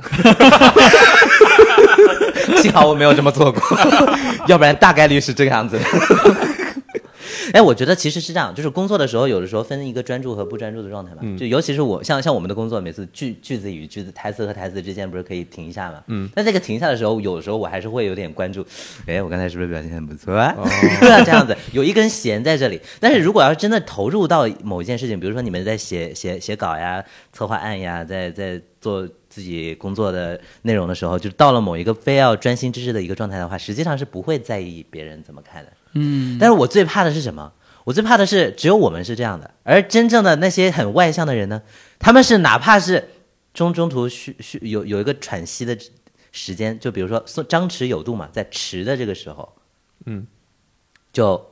[SPEAKER 3] (laughs) 幸好我没有这么做过，要不然大概率是这个样子的。 (laughs) 哎，我觉得其实是这样，就是工作的时候，有的时候分一个专注和不专注的状态嘛。
[SPEAKER 2] 嗯
[SPEAKER 3] 就尤其是我像像我们的工作，每次句句子与句子、台词和台词之间不是可以停一下嘛？
[SPEAKER 2] 嗯。
[SPEAKER 3] 但这个停下的时候，有的时候我还是会有点关注，哎，我刚才是不是表现很不错
[SPEAKER 2] 哦
[SPEAKER 3] 啊？ (laughs) 对啊，这样子有一根弦在这里。但是如果要是真的投入到某一件事情，比如说你们在写写写稿呀、策划案呀，在在做。自己工作的内容的时候，就到了某一个非要专心致志的一个状态的话，实际上是不会在意别人怎么看的。
[SPEAKER 5] 嗯，
[SPEAKER 3] 但是我最怕的是什么？我最怕的是只有我们是这样的，而真正的那些很外向的人呢，他们是哪怕是中中途需需有有一个喘息的时间，就比如说宋张弛有度嘛，在弛的这个时候，
[SPEAKER 2] 嗯，
[SPEAKER 3] 就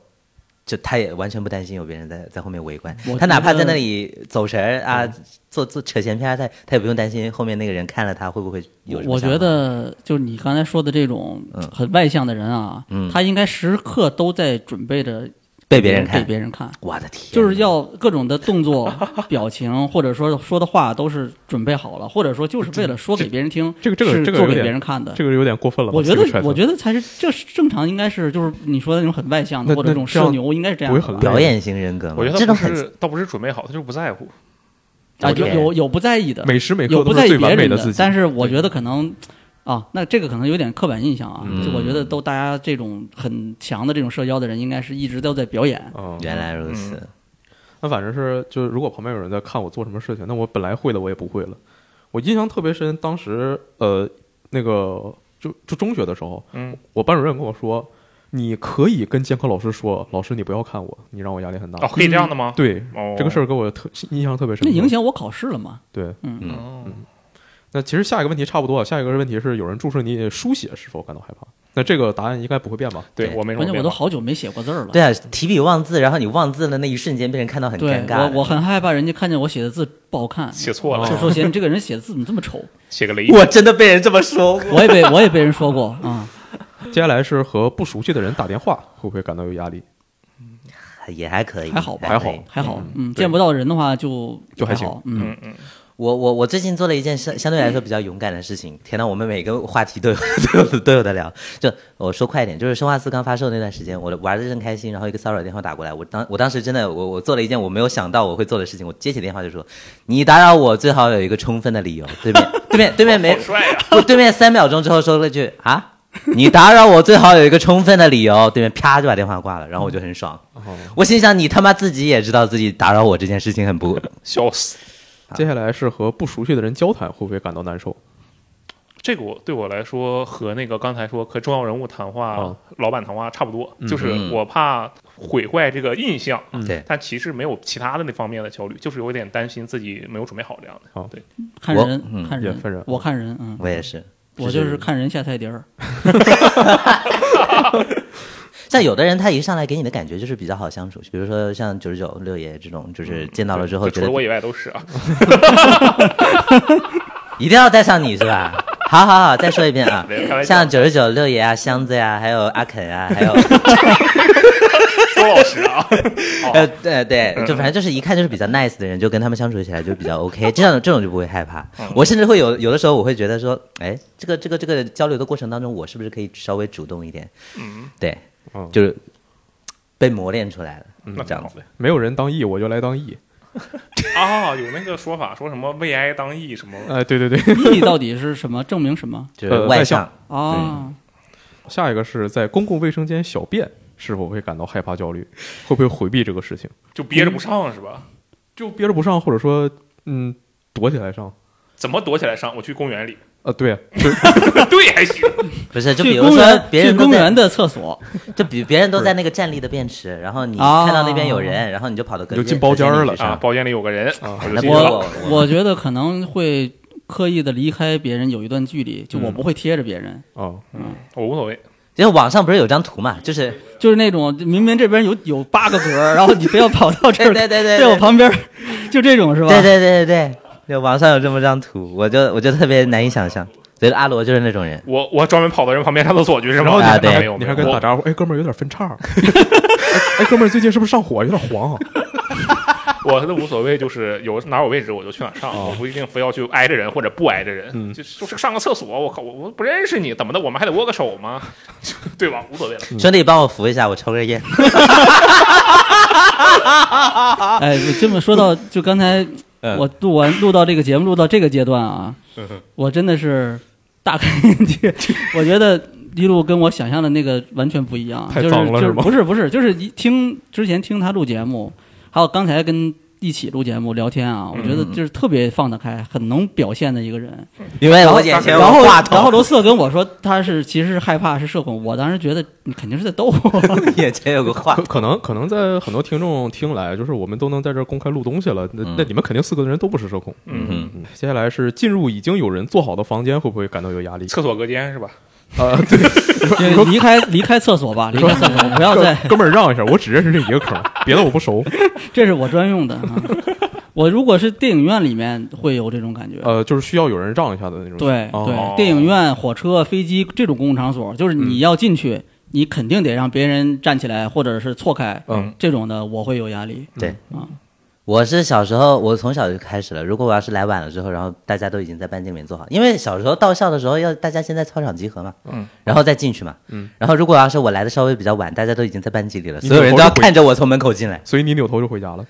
[SPEAKER 3] 就他也完全不担心有别人在在后面围观
[SPEAKER 5] 我，
[SPEAKER 3] 他哪怕
[SPEAKER 5] 觉得
[SPEAKER 3] 在那里走神儿啊，做做扯闲篇儿，他他也不用担心后面那个人看了他会不会有什么
[SPEAKER 5] 我
[SPEAKER 3] 想
[SPEAKER 5] 觉
[SPEAKER 3] 法，
[SPEAKER 5] 得就是你刚才说的这种
[SPEAKER 2] 嗯
[SPEAKER 5] 很外向的人啊，
[SPEAKER 3] 嗯
[SPEAKER 5] 他应该时刻都在准备着
[SPEAKER 3] 被别人看
[SPEAKER 5] 被，别人看，
[SPEAKER 3] 我的天，
[SPEAKER 5] 就是要各种的动作、表情，或者说说的话都是准备好了，或者说就是为了说给别人听，
[SPEAKER 2] 这个这个
[SPEAKER 5] 是
[SPEAKER 2] 这个有
[SPEAKER 5] 做给
[SPEAKER 2] 点
[SPEAKER 5] 别人看的。
[SPEAKER 2] 这个有点过分了吧。
[SPEAKER 5] 我觉得
[SPEAKER 2] 这个 title
[SPEAKER 5] 我觉得才是这是正常应该是就是你说的那种很外向
[SPEAKER 2] 那
[SPEAKER 5] 的或者
[SPEAKER 2] 那
[SPEAKER 5] 这种
[SPEAKER 2] 这样
[SPEAKER 5] 社牛应该是这样
[SPEAKER 2] 不
[SPEAKER 5] 的
[SPEAKER 2] 会很
[SPEAKER 5] 吧
[SPEAKER 3] 表演型人
[SPEAKER 5] 嗯
[SPEAKER 3] 格嘛，
[SPEAKER 4] 我觉得
[SPEAKER 3] 这
[SPEAKER 4] 他
[SPEAKER 3] 种
[SPEAKER 4] 不
[SPEAKER 3] 很
[SPEAKER 4] 是倒嗯不是准备好，他就是不在乎。
[SPEAKER 5] 啊，有
[SPEAKER 3] 对
[SPEAKER 5] 有有不在意的，
[SPEAKER 2] 每时每
[SPEAKER 5] 有
[SPEAKER 2] 刻
[SPEAKER 5] 不
[SPEAKER 2] 都是
[SPEAKER 5] 在意
[SPEAKER 2] 最
[SPEAKER 5] 别
[SPEAKER 2] 完美
[SPEAKER 5] 人
[SPEAKER 2] 的自己。
[SPEAKER 5] 但是我觉得可能啊，那这个可能有点刻板印象啊，
[SPEAKER 3] 嗯
[SPEAKER 5] 就我觉得都大家这种很强的这种社交的人，应该是一直都在表演。
[SPEAKER 2] 啊，
[SPEAKER 3] 原来如此。
[SPEAKER 4] 嗯
[SPEAKER 2] 那反正是就是，如果旁边有人在看我做什么事情，那我本来会的我也不会了。我印象特别深，当时呃，那个就就中学的时候，
[SPEAKER 4] 嗯，
[SPEAKER 2] 我班主任跟我说，你可以跟监考老师说，老师你不要看我，你让我压力很大。
[SPEAKER 4] 哦，可以这样的吗？
[SPEAKER 2] 对，
[SPEAKER 4] 哦，
[SPEAKER 2] 这个事儿给我特印象特别深。
[SPEAKER 5] 那影。响我考试了嘛？
[SPEAKER 2] 对，
[SPEAKER 5] 嗯，
[SPEAKER 4] 哦，
[SPEAKER 2] 那其实下一个问题差不多，下一个问题是有人注视你书写是否感到害怕？那这个答案应该不会变吧？
[SPEAKER 4] 对
[SPEAKER 3] 对
[SPEAKER 4] 我没什
[SPEAKER 5] 关
[SPEAKER 4] 么
[SPEAKER 5] 键我
[SPEAKER 4] 变
[SPEAKER 5] 都
[SPEAKER 4] 化。
[SPEAKER 5] 好久没写过字儿了。
[SPEAKER 3] 对啊，提笔忘字，然后你忘字的那一瞬间被人看到很
[SPEAKER 5] 对
[SPEAKER 3] 尴尬
[SPEAKER 5] 我
[SPEAKER 3] 的。
[SPEAKER 5] 我很害怕人家看见我写的字不好看，
[SPEAKER 4] 写错了，
[SPEAKER 5] 就
[SPEAKER 4] (laughs)
[SPEAKER 5] 说写你这个人写的字怎么这么丑？
[SPEAKER 4] 写个雷。
[SPEAKER 3] 我真的被人这么说过。
[SPEAKER 5] 我也被我也被人说过啊，
[SPEAKER 2] 接下来是和不熟悉的人打电话，会不会感到有压力？
[SPEAKER 3] 也还可以，
[SPEAKER 5] 还好吧
[SPEAKER 2] 还
[SPEAKER 3] 可
[SPEAKER 2] 好
[SPEAKER 3] 以，
[SPEAKER 5] 还好，嗯，
[SPEAKER 2] 对
[SPEAKER 5] 见不到人的话就
[SPEAKER 2] 就还
[SPEAKER 5] 还
[SPEAKER 2] 行
[SPEAKER 5] 好，嗯，
[SPEAKER 4] 嗯嗯，
[SPEAKER 3] 我我我最近做了一件相相对来说比较勇敢的事情。天呐，我们每个话题都有 (laughs) 都有都有的聊。就我说快一点，就是生化四刚发售那段时间，我玩的正开心，然后一个骚扰电话打过来，我当我当时真的我我做了一件我没有想到我会做的事情，我接起电话就说：“你打扰我最好有一个充分的理由。”对面对面对面没
[SPEAKER 4] 好帅啊呀！
[SPEAKER 3] 不，对面三秒钟之后说了句啊，你打扰我最好有一个充分的理由。对面啪就把电话挂了，然后我就很爽。
[SPEAKER 4] 哦
[SPEAKER 3] 我心想，你他妈自己也知道自己打扰我这件事情很不，
[SPEAKER 4] 笑死。
[SPEAKER 2] 接下来是和不熟悉的人交谈，会不会感到难受？
[SPEAKER 4] 这个我对我来说和那个刚才说和重要人物谈话、
[SPEAKER 2] 哦
[SPEAKER 4] 老板谈话差不多，
[SPEAKER 2] 嗯
[SPEAKER 4] 就是我怕毁坏这个印象，
[SPEAKER 3] 对
[SPEAKER 4] 但其实没有其他的那方面的焦虑，就是有点担心自己没有准备好这样的。
[SPEAKER 2] 哦
[SPEAKER 4] 对，
[SPEAKER 5] 看
[SPEAKER 3] 我
[SPEAKER 5] 人
[SPEAKER 3] 嗯
[SPEAKER 5] 看
[SPEAKER 2] 也
[SPEAKER 5] 人
[SPEAKER 2] 分人
[SPEAKER 5] 我看人，嗯，
[SPEAKER 3] 我也是。
[SPEAKER 5] 我就是看人下菜碟儿， (laughs)
[SPEAKER 3] 像有的人，他一上来给你的感觉就是比较好相处，比如说像九十九六爷这种，就是见到了之后
[SPEAKER 4] 嗯
[SPEAKER 3] 觉
[SPEAKER 4] 就除
[SPEAKER 3] 得
[SPEAKER 4] 了我以外都是啊， (laughs)
[SPEAKER 3] 一定要带上你是吧？好好好，再说一遍啊
[SPEAKER 4] (laughs) 没有开！玩笑
[SPEAKER 3] 像九十九六爷啊、箱子呀、还有阿肯啊，
[SPEAKER 4] (laughs)
[SPEAKER 3] 还有
[SPEAKER 4] 哦周老师
[SPEAKER 3] (laughs)
[SPEAKER 4] 啊，
[SPEAKER 3] 呃，对对，
[SPEAKER 4] 嗯
[SPEAKER 3] 就反正就是一看就是比较 nice 的人，就跟他们相处起来就比较
[SPEAKER 4] (laughs)
[SPEAKER 3] OK，这样这种就不会害怕。
[SPEAKER 4] 嗯
[SPEAKER 3] 我甚至会有有的时候我会觉得说，哎，这个这个这个交流的过程当中，我是不是可以稍微主动一点？嗯，对
[SPEAKER 4] 哦
[SPEAKER 2] 嗯，
[SPEAKER 3] 就是被磨练出来了，
[SPEAKER 4] 那
[SPEAKER 3] 这
[SPEAKER 4] 挺
[SPEAKER 3] 样
[SPEAKER 4] 好
[SPEAKER 3] 子。
[SPEAKER 4] 的
[SPEAKER 2] 没有人当义，我就来当义。
[SPEAKER 4] 啊，有那个说法说什么为爱当义什么，
[SPEAKER 2] 哎，对对对。 (laughs)
[SPEAKER 5] 毅力到底是什么？证明什么
[SPEAKER 3] 就是
[SPEAKER 2] 呃
[SPEAKER 3] 外
[SPEAKER 2] 外
[SPEAKER 3] 向
[SPEAKER 2] 向，
[SPEAKER 5] 啊？
[SPEAKER 2] 下一个是在公共卫生间小便是否会感到害怕焦虑，会不会回避这个事情，
[SPEAKER 4] 就憋着不上是
[SPEAKER 3] 嗯
[SPEAKER 4] 吧？
[SPEAKER 2] 就憋着不上，或者说嗯躲起来上。
[SPEAKER 4] 怎么躲起来上？我去公园里， (laughs)
[SPEAKER 2] 啊，对，就
[SPEAKER 4] 对还行，啊
[SPEAKER 3] 不是？就比
[SPEAKER 5] 去
[SPEAKER 3] 如
[SPEAKER 5] 公
[SPEAKER 3] 说
[SPEAKER 5] 园，
[SPEAKER 3] 别
[SPEAKER 5] 去
[SPEAKER 3] 人
[SPEAKER 5] 公
[SPEAKER 3] 都在
[SPEAKER 5] 园，的厕所，
[SPEAKER 3] 就比别人都在那个站立的便池，然后你
[SPEAKER 5] 啊
[SPEAKER 3] 看到那边有人，然后你就跑到隔
[SPEAKER 2] 你
[SPEAKER 3] 壁
[SPEAKER 2] 就进包间儿了
[SPEAKER 3] 隔壁去
[SPEAKER 4] 啊，包间里有个人，我就
[SPEAKER 3] 啊那
[SPEAKER 4] 进
[SPEAKER 3] 不是
[SPEAKER 4] 去了。
[SPEAKER 5] 我
[SPEAKER 3] 我
[SPEAKER 5] 我觉得可能会刻意的离开别人有一段距离，就
[SPEAKER 3] 嗯
[SPEAKER 5] 我不会贴着别人，
[SPEAKER 2] 啊，
[SPEAKER 4] 我无所谓，
[SPEAKER 3] 就是网上不是有张图嘛，就是
[SPEAKER 5] 就是那种明明这边有有八个格儿，然后你非要跑到这儿，
[SPEAKER 3] 对对对对对
[SPEAKER 5] 在我旁边儿，就这种是吧？
[SPEAKER 3] 对对对对对，就网上有这么张图，我就我就特别难以想象，觉得阿罗就是那种人。
[SPEAKER 4] 我我专门跑到人旁边上厕所去是
[SPEAKER 2] 然
[SPEAKER 4] 吗？
[SPEAKER 2] 后
[SPEAKER 3] 啊
[SPEAKER 4] 那
[SPEAKER 3] 对
[SPEAKER 4] 没有，
[SPEAKER 2] 你还
[SPEAKER 4] 没
[SPEAKER 2] 跟
[SPEAKER 4] 有
[SPEAKER 2] 他打招呼，哎，哥们儿有点分叉，哎，哥们儿最近是不是上火，有点黄啊？
[SPEAKER 4] (laughs) 我都无所谓，就是有哪有位置我就去哪上，我不一定非要去挨着人或者不挨着人，
[SPEAKER 2] 嗯
[SPEAKER 4] 就是就是上个厕所，我靠，我我不认识你，怎么的，我们还得握个手吗？对吧？无所谓了，
[SPEAKER 3] 兄弟，帮我扶一下，我抽根烟。
[SPEAKER 5] 哎，这么说到，就刚才
[SPEAKER 3] 嗯
[SPEAKER 5] 我录完录到这个节目，录到这个阶段啊，我真的是大开眼界。我觉得一路跟我想象的那个完全不一样，啊
[SPEAKER 2] 太脏了
[SPEAKER 5] 就是是
[SPEAKER 2] 吗
[SPEAKER 5] 就是不是不是，就是一听之前听他录节目，还有刚才跟一起录节目聊天啊，我觉得就是特别放得开，很能表现的一个人。
[SPEAKER 3] 因为
[SPEAKER 5] 然后
[SPEAKER 3] 我眼前有
[SPEAKER 5] 然后
[SPEAKER 3] 话
[SPEAKER 5] 然后
[SPEAKER 3] 筒，
[SPEAKER 5] 罗瑟跟我说他是其实是害怕是社恐，我当时觉得你肯定是在逗我。
[SPEAKER 3] 眼前有个话
[SPEAKER 2] 可，可能可能在很多听众听来，就是我们都能在这儿公开录东西了，
[SPEAKER 5] 嗯
[SPEAKER 2] 那、那你们肯定四个人都不是社恐。
[SPEAKER 4] 嗯，
[SPEAKER 3] 嗯，
[SPEAKER 2] 嗯接下来是进入已经有人做好的房间，会不会感到有
[SPEAKER 5] (laughs)
[SPEAKER 2] 压力？
[SPEAKER 4] (laughs) 厕所隔间是吧？
[SPEAKER 5] 就离开离开厕所吧，离开厕所，不要再
[SPEAKER 2] 哥哥们儿让一下，我只认识这一个坑， (laughs) 别的我不熟。
[SPEAKER 5] 这是我专用
[SPEAKER 4] (laughs)
[SPEAKER 5] 的。啊、我如果是电影院里面会有这种感
[SPEAKER 4] 哦
[SPEAKER 5] 觉，
[SPEAKER 2] 呃，就是需要有人让一下的那种。
[SPEAKER 5] 对
[SPEAKER 2] 哦
[SPEAKER 5] 对，电影院、火车、飞机这种公共场所，就是
[SPEAKER 4] 嗯
[SPEAKER 5] 你要进去，你肯定得让别人站起来或者是错开，
[SPEAKER 2] 嗯，
[SPEAKER 5] 这种的我会有压力。
[SPEAKER 3] 对
[SPEAKER 5] 嗯，
[SPEAKER 3] 我是小时候，我从小就开始了。如果我要是来晚了之后，然后大家都已经在班级里面坐好，因为小时候到校的时候要大家先在操场集合嘛，
[SPEAKER 4] 嗯，
[SPEAKER 3] 然后再进去嘛，嗯，然后如果要是我来的稍微比较晚，大家都已经在班级里了，
[SPEAKER 2] 你
[SPEAKER 3] 所有人都要
[SPEAKER 2] 扭头就回
[SPEAKER 3] 看着我从门口进
[SPEAKER 5] (laughs)
[SPEAKER 3] 来。
[SPEAKER 2] 所以你扭头就回家了。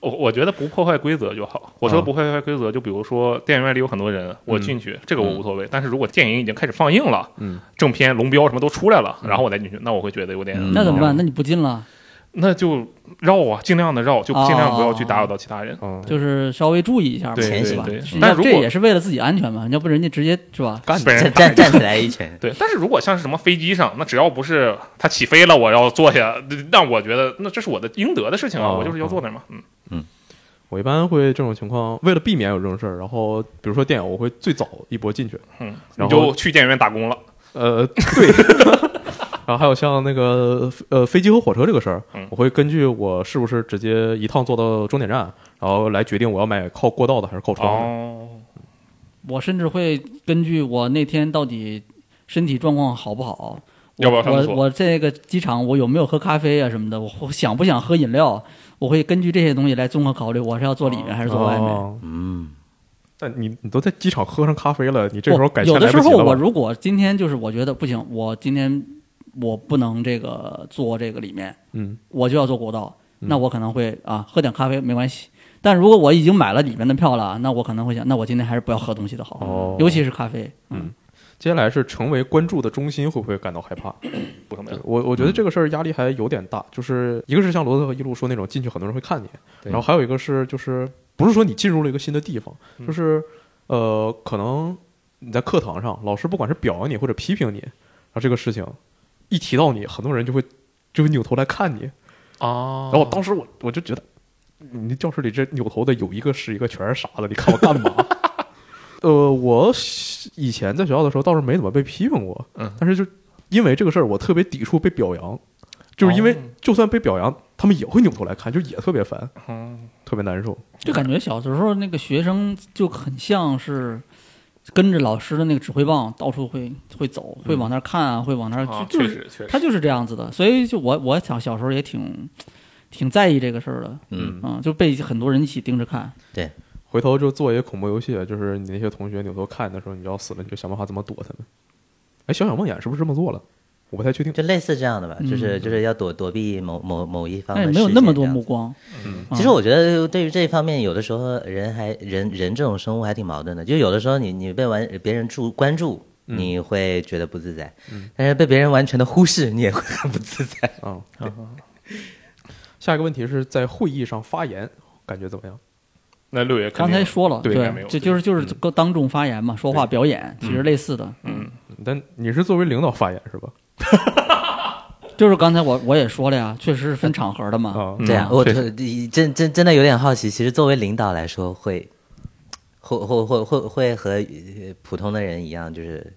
[SPEAKER 4] 我我觉得不破坏规则就好。我说
[SPEAKER 2] 啊
[SPEAKER 4] 不破坏规则，就比如说电影院里有很多人，我
[SPEAKER 2] 嗯
[SPEAKER 4] 进去这个我无所谓。但是如果电影已经开始放映了，
[SPEAKER 2] 嗯，
[SPEAKER 4] 正片、龙标什么都出来了，然后我再进去，那我会觉得有点
[SPEAKER 3] 嗯
[SPEAKER 5] 那怎么办？那你不进了，
[SPEAKER 4] 那就绕啊，尽量的绕，就尽量不要去打扰到其他人。
[SPEAKER 2] 嗯，
[SPEAKER 5] 就是稍微注意一下嘛，
[SPEAKER 4] 对
[SPEAKER 3] 前
[SPEAKER 4] 对
[SPEAKER 3] 行
[SPEAKER 4] 对
[SPEAKER 5] 是，吧
[SPEAKER 4] 但如
[SPEAKER 5] 这
[SPEAKER 4] 果
[SPEAKER 5] 也是为了自己安全嘛，要不人家直接是吧？
[SPEAKER 4] 干本
[SPEAKER 3] 站
[SPEAKER 4] 人，
[SPEAKER 3] 站站起来一拳
[SPEAKER 5] (laughs)
[SPEAKER 4] 对，但是如果像是什么飞机上，那只要不是它起飞了，我要坐下，那我觉得那这是我的应得的事情啊，
[SPEAKER 2] 哦
[SPEAKER 4] 我就是要坐那儿嘛。嗯，
[SPEAKER 2] 我一般会这种情况，为了避免有这种事儿，然后比如说电影，我会最早一波进去。
[SPEAKER 4] 嗯，
[SPEAKER 2] 然
[SPEAKER 4] 你
[SPEAKER 2] 后
[SPEAKER 4] 就去电影院打工了。
[SPEAKER 2] 呃，对。 (laughs) 然后还有像那个呃飞机和火车这个事儿
[SPEAKER 4] 嗯，
[SPEAKER 2] 我会根据我是不是直接一趟坐到终点站，然后来决定我要买靠过道的还是靠窗的。
[SPEAKER 4] 哦，
[SPEAKER 5] 我甚至会根据我那天到底身体状况好不好，我
[SPEAKER 4] 要不要上厕
[SPEAKER 5] 我
[SPEAKER 4] 所
[SPEAKER 5] 我这个机场我有没有喝咖啡啊什么的，我我想不想喝饮料，我会根据这些东西来综合考虑，我是要坐里面还是坐外面。
[SPEAKER 2] 哦
[SPEAKER 3] 嗯，
[SPEAKER 2] 但你你都在机场喝上咖啡了，你这
[SPEAKER 5] 不
[SPEAKER 2] 时候改签
[SPEAKER 5] 哦有的
[SPEAKER 2] 来
[SPEAKER 5] 时
[SPEAKER 2] 不及
[SPEAKER 5] 候我
[SPEAKER 2] 了吧。
[SPEAKER 5] 如果今天就是我觉得不行，我今天我不能这个坐这个里面，
[SPEAKER 2] 嗯，
[SPEAKER 5] 我就要坐国道，
[SPEAKER 2] 嗯
[SPEAKER 5] 那我可能会啊喝点咖啡没关系。但如果我已经买了里面的票了，那我可能会想，那我今天还是不要喝东西的好，
[SPEAKER 2] 哦
[SPEAKER 5] 尤其是咖啡。嗯
[SPEAKER 2] 接下来是成为关注的中心，会不会感到害怕？
[SPEAKER 4] 不什么呀？
[SPEAKER 2] 我我觉得这个事儿压力还有点大，就是一个是像罗德和一路说那种进去很多人会看你，
[SPEAKER 3] 对
[SPEAKER 2] 然后还有一个是就是不是说你进入了一个新的地方，
[SPEAKER 4] 嗯
[SPEAKER 2] 就是呃可能你在课堂上，老师不管是表扬你或者批评你，然后这个事情一提到你，很多人就会就会扭头来看你，
[SPEAKER 4] 哦
[SPEAKER 2] 然后我当时我我就觉得，你教室里这扭头的有一个是一个，全是傻子，你看我干嘛？ (laughs) 呃，我以前在学校的时候倒是没怎么被批评过，
[SPEAKER 4] 嗯
[SPEAKER 2] 但是就因为这个事儿，我特别抵触被表扬，就是因为
[SPEAKER 4] 哦
[SPEAKER 2] 就算被表扬，他们也会扭头来看，就也特别烦，
[SPEAKER 4] 嗯
[SPEAKER 2] 特别难受。
[SPEAKER 5] 就感觉小的时候那个学生就很像是跟着老师的那个指挥棒到处会会走，会往那儿看啊，会往那儿、
[SPEAKER 4] 啊，
[SPEAKER 5] 就
[SPEAKER 4] 确
[SPEAKER 5] 就是
[SPEAKER 4] 实确实，
[SPEAKER 5] 他就是这样子的。所以就我我想小时候也挺挺在意这个事儿的，
[SPEAKER 3] 嗯
[SPEAKER 4] 哦
[SPEAKER 5] 嗯，就被很多人一起盯着看。
[SPEAKER 2] 回头就做一个恐怖游戏，就是你那些同学扭头看的时候，你要死了，你就想办法怎么躲他们。哎，小小梦魇是不是这么做了？我不太确定。
[SPEAKER 3] 就类似这样的吧，就是就是要躲躲避某某某一方
[SPEAKER 5] 但
[SPEAKER 3] 的视
[SPEAKER 5] 也
[SPEAKER 3] 线
[SPEAKER 5] 没
[SPEAKER 3] 这样子，
[SPEAKER 5] 有嗯那么多目光。嗯
[SPEAKER 3] 其实我觉得对于这一方面，有的时候人还人人这种生物还挺矛盾的，就有的时候你你被完别人注关注。你会觉得不自在，但是被别人完全的忽视，你也会很不自在。
[SPEAKER 2] 啊、对 (laughs) 下一个问题是在会议上发言，感觉怎么样？
[SPEAKER 4] 那六爷肯
[SPEAKER 5] 刚才
[SPEAKER 4] 定
[SPEAKER 5] 说了，
[SPEAKER 2] 对
[SPEAKER 4] 还没有
[SPEAKER 5] 这就是就是跟当众发言嘛，说话表演，其实类似的。
[SPEAKER 4] 嗯
[SPEAKER 2] 但你是作为领导发言是吧？
[SPEAKER 5] 就是刚才我我也说了呀，确实是
[SPEAKER 4] 哎
[SPEAKER 5] 分场合的嘛。
[SPEAKER 2] 啊、
[SPEAKER 3] 对啊，
[SPEAKER 4] 嗯
[SPEAKER 3] 我
[SPEAKER 4] 确
[SPEAKER 3] 特真真真的有点好奇，其实作为领导来说，会会会会会会和呃普通的人一样，就是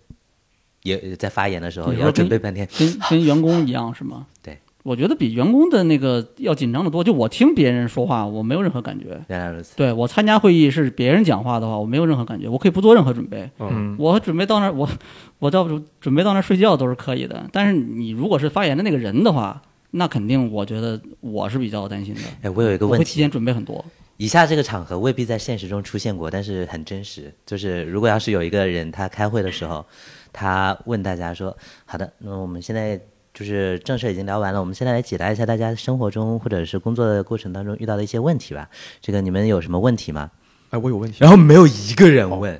[SPEAKER 3] 也在发言的时候
[SPEAKER 5] 你
[SPEAKER 3] 也
[SPEAKER 5] 说
[SPEAKER 3] 要准
[SPEAKER 5] 跟
[SPEAKER 3] 备半天。
[SPEAKER 5] 跟
[SPEAKER 3] (laughs)
[SPEAKER 5] 跟员工一样是吗？
[SPEAKER 3] 对，
[SPEAKER 5] 我觉得比员工的那个要紧张的多。就我听别人说话，我没有任何感觉。
[SPEAKER 3] 原来如此，
[SPEAKER 5] 对我参加会议是别人讲话的话，我没有任何感觉，我可以不做任何准备。
[SPEAKER 4] 嗯
[SPEAKER 5] 我准备到那儿，我我到准备到那儿睡觉都是可以的。但是你如果是发言的那个人的话，那肯定我觉得我是比较担心的，
[SPEAKER 3] 哎，我有一个
[SPEAKER 5] 我
[SPEAKER 3] 问
[SPEAKER 5] 会提
[SPEAKER 3] 题，
[SPEAKER 5] 前准备很多。
[SPEAKER 3] 以下这个场合未必在现实中出现过，但是很真实。就是如果要是有一个人他开会的时候，他问大家说：“好的，那我们现在就是正事已经聊完了，我们现在来解答一下大家生活中或者是工作的过程当中遇到的一些问题吧。这个你们有什么问题吗？
[SPEAKER 2] 哎，我有问题，
[SPEAKER 3] 然后没有一个人问，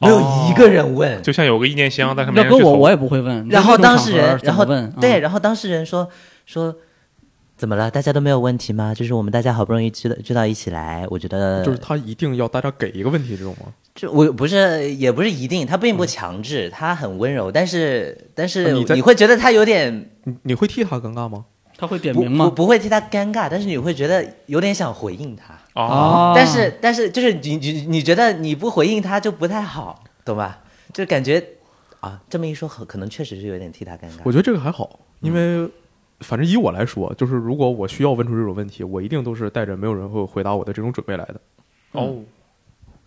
[SPEAKER 5] 哦
[SPEAKER 3] 没有一个人问，
[SPEAKER 4] 就像有个意见箱，但是没
[SPEAKER 5] 要
[SPEAKER 4] 人
[SPEAKER 5] 跟
[SPEAKER 4] 去
[SPEAKER 5] 我
[SPEAKER 4] 投
[SPEAKER 5] 我也不会问。
[SPEAKER 3] 然后当事人
[SPEAKER 5] 这，
[SPEAKER 3] 然
[SPEAKER 5] 种场合
[SPEAKER 3] 后
[SPEAKER 5] 怎么问
[SPEAKER 3] 对，
[SPEAKER 5] 嗯
[SPEAKER 3] 然后当事人说说怎么了？大家都没有问题吗？就是我们大家好不容易聚到聚到一起来，我觉得
[SPEAKER 2] 就是他一定要大家给一个问题，这种吗？
[SPEAKER 3] 就我不是也不是一定，他并不强制，他很温柔，但是但是
[SPEAKER 2] 你在
[SPEAKER 3] 你会觉得他有点
[SPEAKER 2] 你你会替他尴尬吗？
[SPEAKER 5] 他会点
[SPEAKER 3] 不
[SPEAKER 5] 名
[SPEAKER 3] 不
[SPEAKER 5] 吗？
[SPEAKER 3] 不会替他尴尬，但是你会觉得有点想回应他，
[SPEAKER 4] 啊，
[SPEAKER 5] 啊，
[SPEAKER 3] 但是但是就是你你你觉得你不回应他就不太好，懂吧？就感觉啊，这么一说，可可能确实是有点替他尴
[SPEAKER 2] 我
[SPEAKER 3] 尬。
[SPEAKER 2] 觉得这个还好，因为反正以我来说，就是如果我需要问出这种问题，我一定都是带着没有人会回答我的这种准备来的。
[SPEAKER 4] 哦，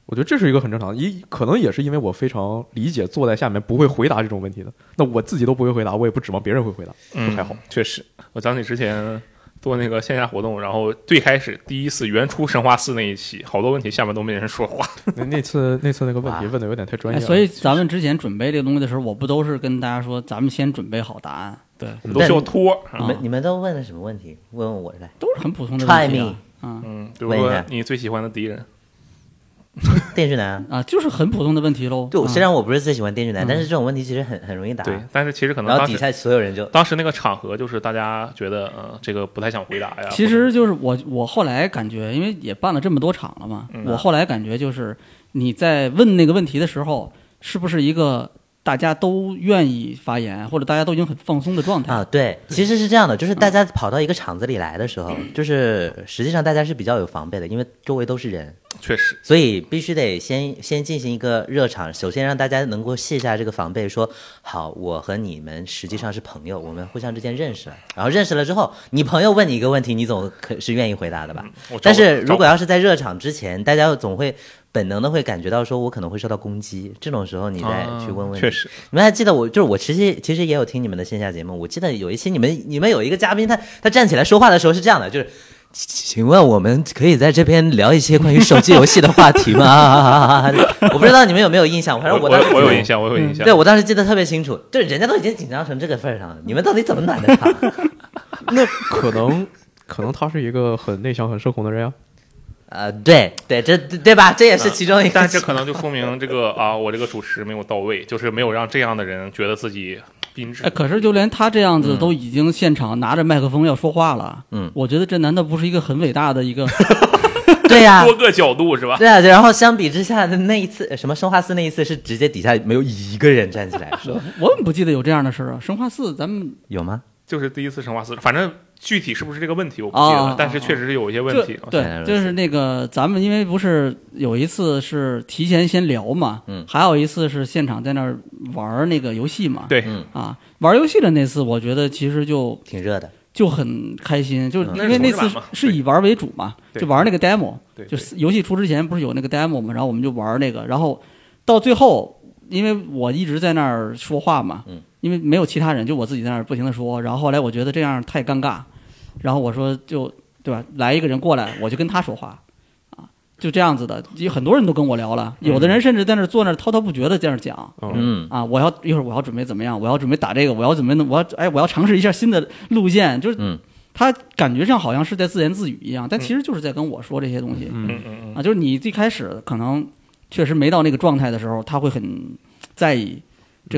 [SPEAKER 2] 我觉得这是一个很正常的，也可能也是因为我非常理解坐在下面不会回答这种问题的，那我自己都不会回答，我也不指望别人会回答，
[SPEAKER 4] 嗯，
[SPEAKER 2] 还好。
[SPEAKER 4] 确实，我想起之前做那个线下活动，然后最开始第一次原初神话四那一期，好多问题下面都没人说话。
[SPEAKER 2] (laughs) 那那次那次那个问题问的有点太专
[SPEAKER 5] 哎，
[SPEAKER 2] 业了，
[SPEAKER 5] 所以咱们之前准备这个东西的时候，我不都是跟大家说，咱们先准备好答案，对，
[SPEAKER 4] 我们都需要托儿。
[SPEAKER 3] 你嗯
[SPEAKER 4] 啊
[SPEAKER 3] 们你们都问了什么问题？问问我来。
[SPEAKER 5] 都是很普通的问题
[SPEAKER 3] Try me
[SPEAKER 5] 啊。嗯
[SPEAKER 4] 嗯，比如
[SPEAKER 3] 问一
[SPEAKER 4] 说
[SPEAKER 3] 下
[SPEAKER 4] 你最喜欢的敌人，
[SPEAKER 3] 电锯男啊，
[SPEAKER 5] 啊，就是很普通的问题喽。
[SPEAKER 3] 对，我
[SPEAKER 5] 嗯
[SPEAKER 3] 虽然我不是最喜欢电锯男，但是这种问题其实很很容易答。
[SPEAKER 4] 对，但是其实可能
[SPEAKER 3] 然后
[SPEAKER 4] 当
[SPEAKER 3] 底
[SPEAKER 4] 时
[SPEAKER 3] 下所有人就
[SPEAKER 4] 当时那个场合就是大家觉得，呃，这个不太想回答哎呀。
[SPEAKER 5] 其实就是我，我后来感觉，因为也办了这么多场了嘛，
[SPEAKER 4] 嗯
[SPEAKER 5] 我后来感觉就是你在问那个问题的时候，是不是一个大家都愿意发言，或者大家都已经很放松的状态？
[SPEAKER 3] 啊，对，其实是这样的，就是大家跑到一个场子里来的时候，
[SPEAKER 4] 嗯
[SPEAKER 3] 就是实际上大家是比较有防备的，因为周围都是人，
[SPEAKER 4] 或者确实，
[SPEAKER 3] 所以必须得先先进行一个热场，首先让大家能够卸下这个防备，说好，我和你们实际上是朋友，我们互相之间认识了，然后认识了之后，你朋友问你一个问题，你总可是愿意回答的吧？
[SPEAKER 4] 我
[SPEAKER 3] 但
[SPEAKER 4] 找
[SPEAKER 3] 是
[SPEAKER 4] 嗯找
[SPEAKER 3] 如果要是在热场之前，大家总会本能的会感觉到说，我可能会受到攻击，这种时候你再
[SPEAKER 4] 啊
[SPEAKER 3] 去问问题、
[SPEAKER 4] 确实，
[SPEAKER 3] 你们还记得我就是我其实其实也有听你们的线下节目，我记得有一期你们你们有一个嘉宾他他站起来说话的时候是这样的，就是。请请问我们可以在这边聊一些关于手机游戏的话题吗？ (laughs) 啊啊啊啊啊我不知道你们有没有印象，反正
[SPEAKER 4] 我
[SPEAKER 3] 当时嗯
[SPEAKER 4] 有我有印象，我有印象。
[SPEAKER 3] 对我当时记得特别清楚，就是人家都已经紧张成这个份儿上了，你们到底怎么暖的 (laughs) 场？
[SPEAKER 2] (laughs) 那可能可能他是一个很内向、很社恐的人呀、
[SPEAKER 3] 啊，对对，这对吧？这也是其中一个。
[SPEAKER 4] 但这可啊能就说明这个啊，我这个主持没有到位，就是没有让这样的人觉得自己宾至
[SPEAKER 5] 哎，。可是就连他这样子都已经现场拿着麦克风要说话了，
[SPEAKER 3] 嗯
[SPEAKER 5] 我觉得这难道不是一个很伟大的
[SPEAKER 3] (laughs)
[SPEAKER 5] 一个？
[SPEAKER 3] 对呀、
[SPEAKER 4] (laughs) 多个角度是吧？
[SPEAKER 3] 对啊，然后相比之下的那一次，呃什么生化四那一次是直接底下没有一个人站起来，说
[SPEAKER 5] 我怎么不记得有这样的事儿啊？生化四，咱们
[SPEAKER 3] 有吗？
[SPEAKER 4] 就是第一次神话四，反正具体是不是这个问题我不记得
[SPEAKER 3] 哦
[SPEAKER 5] 啊啊
[SPEAKER 4] 了
[SPEAKER 5] 啊，
[SPEAKER 4] 但是确实是有一些问
[SPEAKER 5] 这
[SPEAKER 4] 题。啊
[SPEAKER 3] 原来
[SPEAKER 5] 对，
[SPEAKER 3] 如此
[SPEAKER 5] 就是那个咱们因为不是有一次是提前先聊嘛，
[SPEAKER 3] 嗯
[SPEAKER 5] 还有一次是现场在那儿玩儿那个游戏嘛，
[SPEAKER 4] 对，
[SPEAKER 3] 嗯
[SPEAKER 5] 啊，玩儿游戏的那次，我觉得其实就
[SPEAKER 3] 挺热的。
[SPEAKER 5] 就很开心，就
[SPEAKER 3] 嗯
[SPEAKER 5] 因为那次
[SPEAKER 4] 那是重置版嘛
[SPEAKER 5] 是以玩儿为主嘛，
[SPEAKER 4] 对
[SPEAKER 5] 就玩儿那个 demo，
[SPEAKER 4] 对对
[SPEAKER 5] 就是游戏出之前不是有那个 demo 嘛，然后我们就玩儿那个，然后到最后，因为我一直在那儿说话嘛，
[SPEAKER 3] 嗯
[SPEAKER 5] 因为没有其他人，就我自己在那儿不停的说，然后后来我觉得这样太尴尬，然后我说就对吧，来一个人过来，我就跟他说话，啊，就这样子的，有很多人都跟我聊了，有
[SPEAKER 4] 嗯
[SPEAKER 5] 的人甚至在那儿坐那儿滔滔不绝的在那儿讲，
[SPEAKER 3] 嗯，
[SPEAKER 5] 啊，我要一会儿我要准备怎么样？我要准备打这个，我要准备弄，我要哎，我要尝试一下新的路线。就是，
[SPEAKER 3] 嗯
[SPEAKER 5] 他感觉上好像是在自言自语一样，但其实就是在跟我说这些东西、
[SPEAKER 4] 嗯嗯嗯，
[SPEAKER 5] 啊。就是你最开始可能确实没到那个状态的时候，他会很在意这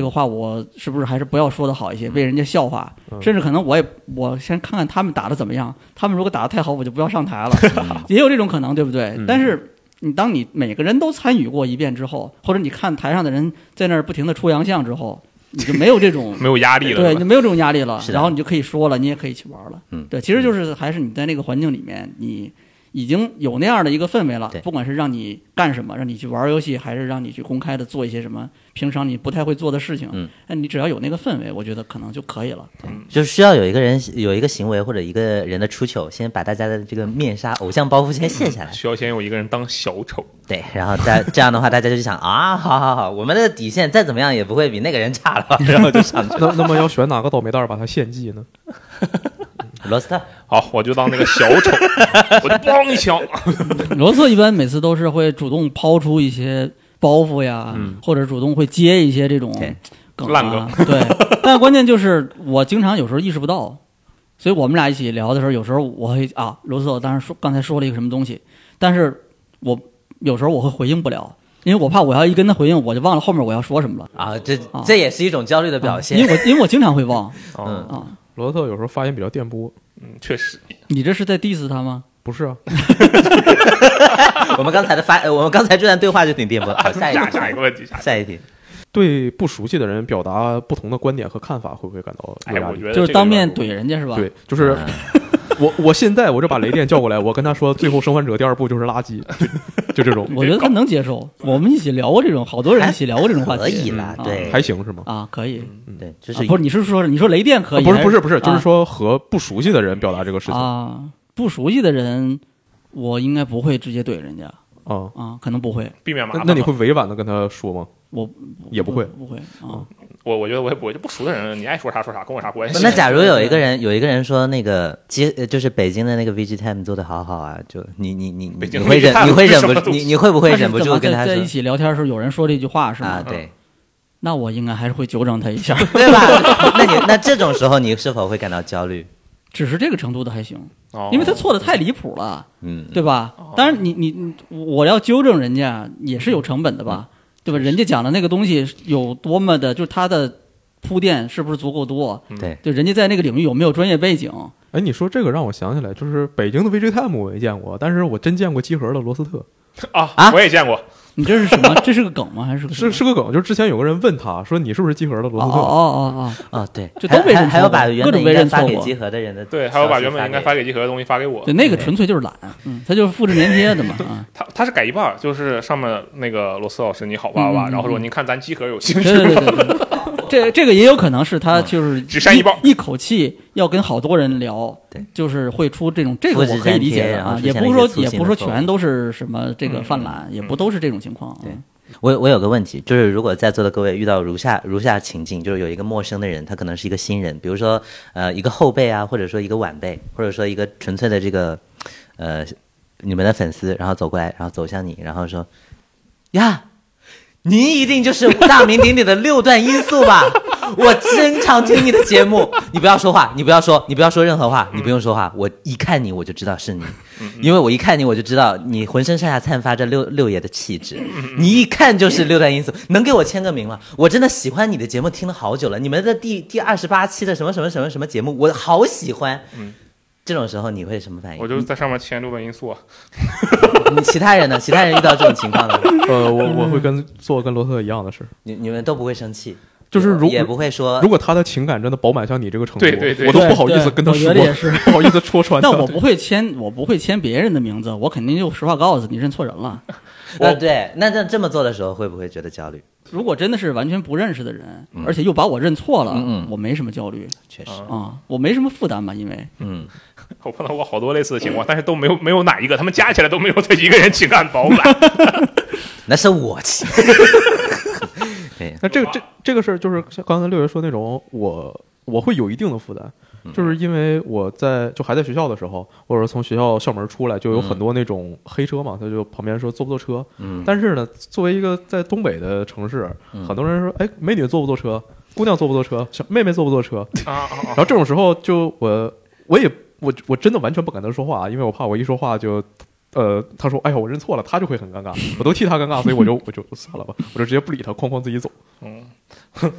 [SPEAKER 4] 嗯
[SPEAKER 5] 个话，我是不是还是不要说的好一些，被人家笑话，
[SPEAKER 4] 嗯
[SPEAKER 5] 甚至可能我也我先看看他们打的怎么样，他们如果打的太好，我就不要上台了，
[SPEAKER 4] (laughs)
[SPEAKER 5] 也有这种可能，对不对？
[SPEAKER 4] 嗯
[SPEAKER 5] 但是你当你每个人都参与过一遍之后，或者你看台上的人在那儿不停的出洋相之后，你就没有这种
[SPEAKER 4] (laughs) 没有压力了，
[SPEAKER 5] 对，
[SPEAKER 4] 是吧
[SPEAKER 5] 你没有这种压力了，
[SPEAKER 3] 是的
[SPEAKER 5] 然后你就可以说了，你也可以去玩了。
[SPEAKER 3] 嗯
[SPEAKER 5] 对，其实就是还是你在那个环境里面，你已经有那样的一个氛围了
[SPEAKER 3] 对。
[SPEAKER 5] 不管是让你干什么，让你去玩游戏，还是让你去公开的做一些什么平常你不太会做的事情，
[SPEAKER 3] 嗯，
[SPEAKER 5] 那你只要有那个氛围，我觉得可能就可以了。
[SPEAKER 3] 就需要有一个人有一个行为或者一个人的出糗，先把大家的这个面纱、偶像包袱先卸
[SPEAKER 5] (laughs)
[SPEAKER 3] 下来。
[SPEAKER 4] 需要先有一个人当小丑。
[SPEAKER 3] 对，然后大这样的话，大家就想 (laughs) 啊，好好好，我们的底线再怎么样也不会比那个人差了吧？ (laughs) 然后就上去了。
[SPEAKER 2] 那那么要选哪个倒霉蛋儿把他献祭呢？
[SPEAKER 3] 罗斯特，
[SPEAKER 4] 好，我就当那个小丑， (laughs) 我就咣一枪。
[SPEAKER 5] (laughs) 罗斯一般每次都是会主动抛出一些包袱呀，或者主动会接一些这种
[SPEAKER 3] 对。
[SPEAKER 5] 梗、啊，
[SPEAKER 4] 嗯烂梗
[SPEAKER 5] (laughs) 对，但关键就是我经常有时候意识不到，所以我们俩一起聊的时候，有时候我会啊，罗斯我当时说刚才说了一个什么东西，但是我有时候我会回应不了，因为我怕我要一跟他回应，我就忘了后面我要说什么了。
[SPEAKER 3] 啊，这
[SPEAKER 5] 啊
[SPEAKER 3] 这也是一种焦虑的表现。
[SPEAKER 5] 因为我因为我经常会忘
[SPEAKER 3] 嗯
[SPEAKER 4] 哦
[SPEAKER 5] 啊，
[SPEAKER 2] 罗特有时候发言比较电波，
[SPEAKER 4] 嗯，确实，
[SPEAKER 5] 你这是在 diss 他吗？
[SPEAKER 2] 不是啊，
[SPEAKER 3] (laughs) 我们刚才的发，呃我们刚才这段对话就挺颠簸的。好，下一
[SPEAKER 4] 下
[SPEAKER 3] 个，
[SPEAKER 4] 下一个问题，下一个。
[SPEAKER 3] 下
[SPEAKER 5] (laughs)
[SPEAKER 3] 一题。
[SPEAKER 2] 对不熟悉的人表达不同的观点和看法，会不会感到有
[SPEAKER 4] 哎，
[SPEAKER 2] 压
[SPEAKER 4] 我
[SPEAKER 2] 力？
[SPEAKER 4] 觉得
[SPEAKER 5] 啊就是
[SPEAKER 4] 这个
[SPEAKER 5] 当
[SPEAKER 4] 有点
[SPEAKER 5] 面
[SPEAKER 4] 儿多
[SPEAKER 5] 怼人家是吧？
[SPEAKER 2] 对，就是
[SPEAKER 5] 嗯
[SPEAKER 2] (laughs) 我我现在我就把雷电叫过来，我跟他说，《最后生还者》第二部就是垃圾，就就这种，
[SPEAKER 5] (laughs) 我觉得他能接受。我们一起聊过这种，好多人一起聊过这种话题。
[SPEAKER 3] 可以啦，
[SPEAKER 5] 嗯
[SPEAKER 3] 对，
[SPEAKER 2] 还行是吗？
[SPEAKER 5] 啊，可以。
[SPEAKER 2] 嗯
[SPEAKER 3] 对，就
[SPEAKER 5] 啊
[SPEAKER 3] 是
[SPEAKER 5] 不是，你是说你说雷电可以？
[SPEAKER 2] 不是
[SPEAKER 5] 还
[SPEAKER 2] 不是不是，就
[SPEAKER 5] 啊
[SPEAKER 2] 是说和不熟悉的人表达这个事情啊
[SPEAKER 5] 啊，不熟悉的人，我应该不会直接怼人家。
[SPEAKER 2] 那
[SPEAKER 5] 啊，可能不会，
[SPEAKER 4] 避免麻烦嘛。
[SPEAKER 2] 那你会委婉的跟他说吗？
[SPEAKER 5] 我
[SPEAKER 2] 也不会
[SPEAKER 5] 不会啊。
[SPEAKER 4] 我我觉得我也不我就不熟的人，你爱说啥说啥，跟我啥关系？
[SPEAKER 3] 那假如有一个人，有一个人说那个街，呃就是北京的那个 VG Time 做的好好啊，就你你你
[SPEAKER 4] 北
[SPEAKER 3] 你
[SPEAKER 4] 京
[SPEAKER 3] 会
[SPEAKER 4] VG
[SPEAKER 3] 忍
[SPEAKER 4] Time
[SPEAKER 3] 你会忍
[SPEAKER 4] 是什
[SPEAKER 3] 不
[SPEAKER 4] 么
[SPEAKER 3] 住
[SPEAKER 4] 东西
[SPEAKER 3] 你你会不会
[SPEAKER 5] 但是
[SPEAKER 3] 忍不
[SPEAKER 5] 怎
[SPEAKER 3] 住
[SPEAKER 5] 么
[SPEAKER 3] 跟他
[SPEAKER 5] 在在一
[SPEAKER 3] 说
[SPEAKER 5] 起聊天的时候，有人说这句话是
[SPEAKER 3] 啊？
[SPEAKER 5] 吗？
[SPEAKER 3] 对
[SPEAKER 5] 那我应该还是会纠正他一下，
[SPEAKER 3] 对吧？ (laughs) 那你那这种时候你是否会感到焦虑？
[SPEAKER 5] 只是这个程度的还行，
[SPEAKER 4] 哦，
[SPEAKER 5] 因为他错的太离谱了，
[SPEAKER 3] 嗯，
[SPEAKER 5] 对吧？
[SPEAKER 2] 哦
[SPEAKER 5] 当然你，你你我要纠正人家也是有成本的
[SPEAKER 2] 嗯
[SPEAKER 5] 吧，对吧？人家讲的那个东西有多么的，就是他的铺垫是不是足够多？
[SPEAKER 3] 对
[SPEAKER 5] 就人家在那个领域有没有专业背景？
[SPEAKER 2] 哎，你说这个让我想起来，就是北京的 VG Time 我没见过，但是我真见过集合的罗斯特，
[SPEAKER 4] 啊，我也见过，
[SPEAKER 5] 你这是什么？这是个梗吗？还是个什
[SPEAKER 2] 是
[SPEAKER 5] 么
[SPEAKER 2] 是个梗，就是之前有个人问他说你是不是集合的
[SPEAKER 5] 哦
[SPEAKER 2] 罗斯
[SPEAKER 5] 嗯哦
[SPEAKER 2] 特？
[SPEAKER 5] 哦哦哦，
[SPEAKER 3] 哦对，
[SPEAKER 5] 就都
[SPEAKER 3] 还
[SPEAKER 5] 被认
[SPEAKER 3] 还还
[SPEAKER 5] 错
[SPEAKER 3] 有
[SPEAKER 5] 过
[SPEAKER 3] 把原本
[SPEAKER 5] 各种
[SPEAKER 3] 应
[SPEAKER 5] 被
[SPEAKER 3] 该
[SPEAKER 5] 认
[SPEAKER 3] 发
[SPEAKER 5] 错
[SPEAKER 3] 给
[SPEAKER 5] 过
[SPEAKER 3] 集合的人的
[SPEAKER 4] 对，还有
[SPEAKER 3] 消
[SPEAKER 4] 把
[SPEAKER 3] 息
[SPEAKER 4] 原本应该
[SPEAKER 3] 给
[SPEAKER 4] 发给集合的东西发给我
[SPEAKER 5] 对，，那个纯粹就是懒，嗯，他就是复制粘贴的嘛
[SPEAKER 4] (laughs)
[SPEAKER 5] 啊。
[SPEAKER 4] 他他是改一半儿，就是上面那个罗斯老师你好爸爸，
[SPEAKER 5] 嗯嗯嗯
[SPEAKER 4] 然后说您看咱集合有兴趣
[SPEAKER 5] 对对
[SPEAKER 4] 吗？
[SPEAKER 5] 对对对，这这个也有可能是
[SPEAKER 3] 嗯
[SPEAKER 5] 他就是
[SPEAKER 4] 只删一半
[SPEAKER 5] 一口气要跟好多人聊，
[SPEAKER 3] 对，
[SPEAKER 5] 就是会出这种这个我可以理解的啊，
[SPEAKER 3] 复制粘贴
[SPEAKER 5] 也
[SPEAKER 3] 然后
[SPEAKER 5] 不是说
[SPEAKER 3] 出现了一些粗心的
[SPEAKER 5] 也不是说
[SPEAKER 3] 错误嗯
[SPEAKER 5] 全都是什么这个泛滥，也不都是这种情况啊。
[SPEAKER 3] 对我我有个问题，就是如果在座的各位遇到如下如下情境，就是有一个陌生的人，他可能是一个新人，比如说呃一个后辈啊，或者说一个晚辈，或者说一个纯粹的这个呃你们的粉丝，然后走过来，然后走向你，然后说呀，您一定就是大名鼎鼎的六段音速
[SPEAKER 4] (laughs)
[SPEAKER 3] 吧？我经常听你的节目，你不要说话，你不要说，你不要说任何话，
[SPEAKER 4] 嗯
[SPEAKER 3] 你不用说话，我一看你我就知道是你，因为我一看你我就知道你浑身上下散发着六六爷的气质，
[SPEAKER 4] 嗯
[SPEAKER 3] 你一看就是六段音速，能给我签个名吗？我真的喜欢你的节目，听了好久了，你们的第第二十八期的什么什么什么什么节目，我好喜欢。这种时候你会什么反应？
[SPEAKER 4] 嗯我就在上面签六段因素啊， (laughs)
[SPEAKER 3] 你其他人呢？其他人遇到这种情况呢？
[SPEAKER 2] (laughs) 呃，我我会跟做跟罗斯特一样的事，
[SPEAKER 3] 你你们都不会生气，
[SPEAKER 2] 就是如
[SPEAKER 3] 也不会说
[SPEAKER 2] 如果他的情感真的饱满像你这个程度，
[SPEAKER 4] 对对对
[SPEAKER 2] 我都不
[SPEAKER 5] 对
[SPEAKER 2] 好意思
[SPEAKER 5] 对
[SPEAKER 2] 跟他
[SPEAKER 5] 我觉
[SPEAKER 2] 说，
[SPEAKER 5] 得也是
[SPEAKER 2] (laughs) 不好意思戳穿他。
[SPEAKER 5] 但我不会签，我不会签别人的名字，我肯定就实话告诉你，认错人了。
[SPEAKER 3] 那
[SPEAKER 4] 我
[SPEAKER 3] 呃对，那这这么做的时候会不会觉得焦虑？
[SPEAKER 5] 如果真的是完全不认识的人，而且又把我认错了，
[SPEAKER 3] 嗯嗯
[SPEAKER 5] 我没什么焦虑
[SPEAKER 3] 确实，
[SPEAKER 5] 啊，我没什么负担吧，因为
[SPEAKER 3] 嗯，
[SPEAKER 4] 我碰到过好多类似的情况，但是都没有没有哪一个，他们加起来都没有他一个人情感
[SPEAKER 5] (laughs)
[SPEAKER 4] 饱满。
[SPEAKER 3] 那是我气。对，
[SPEAKER 2] 那这个这这个事儿，就是像刚才六爷说那种，我我会有一定的负担，
[SPEAKER 3] 嗯
[SPEAKER 2] 就是因为我在就还在学校的时候，或者从学校校门出来，就有很多那种黑车嘛，他就旁边说坐不坐车。
[SPEAKER 3] 嗯，
[SPEAKER 2] 但是呢，作为一个在东北的城市，
[SPEAKER 3] 嗯
[SPEAKER 2] 很多人说，哎，美女坐不坐车？姑娘坐不坐车？小妹妹坐不坐车？
[SPEAKER 3] 哦
[SPEAKER 4] 啊啊
[SPEAKER 2] 然
[SPEAKER 4] 啊！
[SPEAKER 2] 后这种时候就我我也我我真的完全不敢跟他说话，因为我怕我一说话就。呃，他说：“哎呀，我认错了。”他就会很尴尬，我都替他尴尬，所以我就我就算了吧，我就直接不理他，哐哐自己走。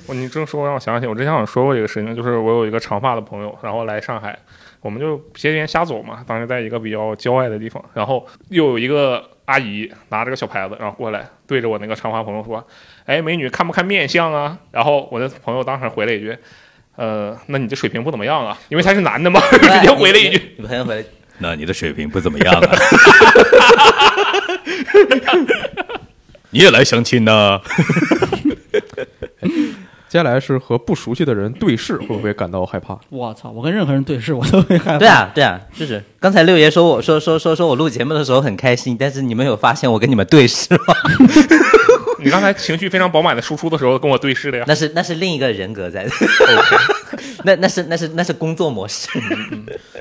[SPEAKER 4] 我你这么说让我想起，我之前好像说过这个事情，就是我有一个长发的朋友，然后来上海，我们就街边瞎走嘛，当时在一个比较郊外的地方，然后又有一个阿姨拿着个小牌子，然后过来对着我那个长发朋友说：“哎，美女，看不看面相啊？”然后我的朋友当时回了一句：“呃，那你这水平不怎么样啊，因为他是男的嘛。”直接回了一句
[SPEAKER 3] 你，你朋友回来，那你的水平不怎么样啊？
[SPEAKER 6] 你也来相亲呢？
[SPEAKER 2] 接下来是和不熟悉的人对视，会不会感到害怕？
[SPEAKER 5] 我操，我跟任何人对视我都会害怕。
[SPEAKER 3] 对啊，对啊，就是刚才六爷说我说说说说我录节目的时候很开心，但是你们有发现我跟你们对视吗？
[SPEAKER 4] 你刚才情绪非常饱满的输出的时候跟我对视了呀。
[SPEAKER 3] 那是那是另一个人格 (laughs) 在，那那是那是那是工作模式。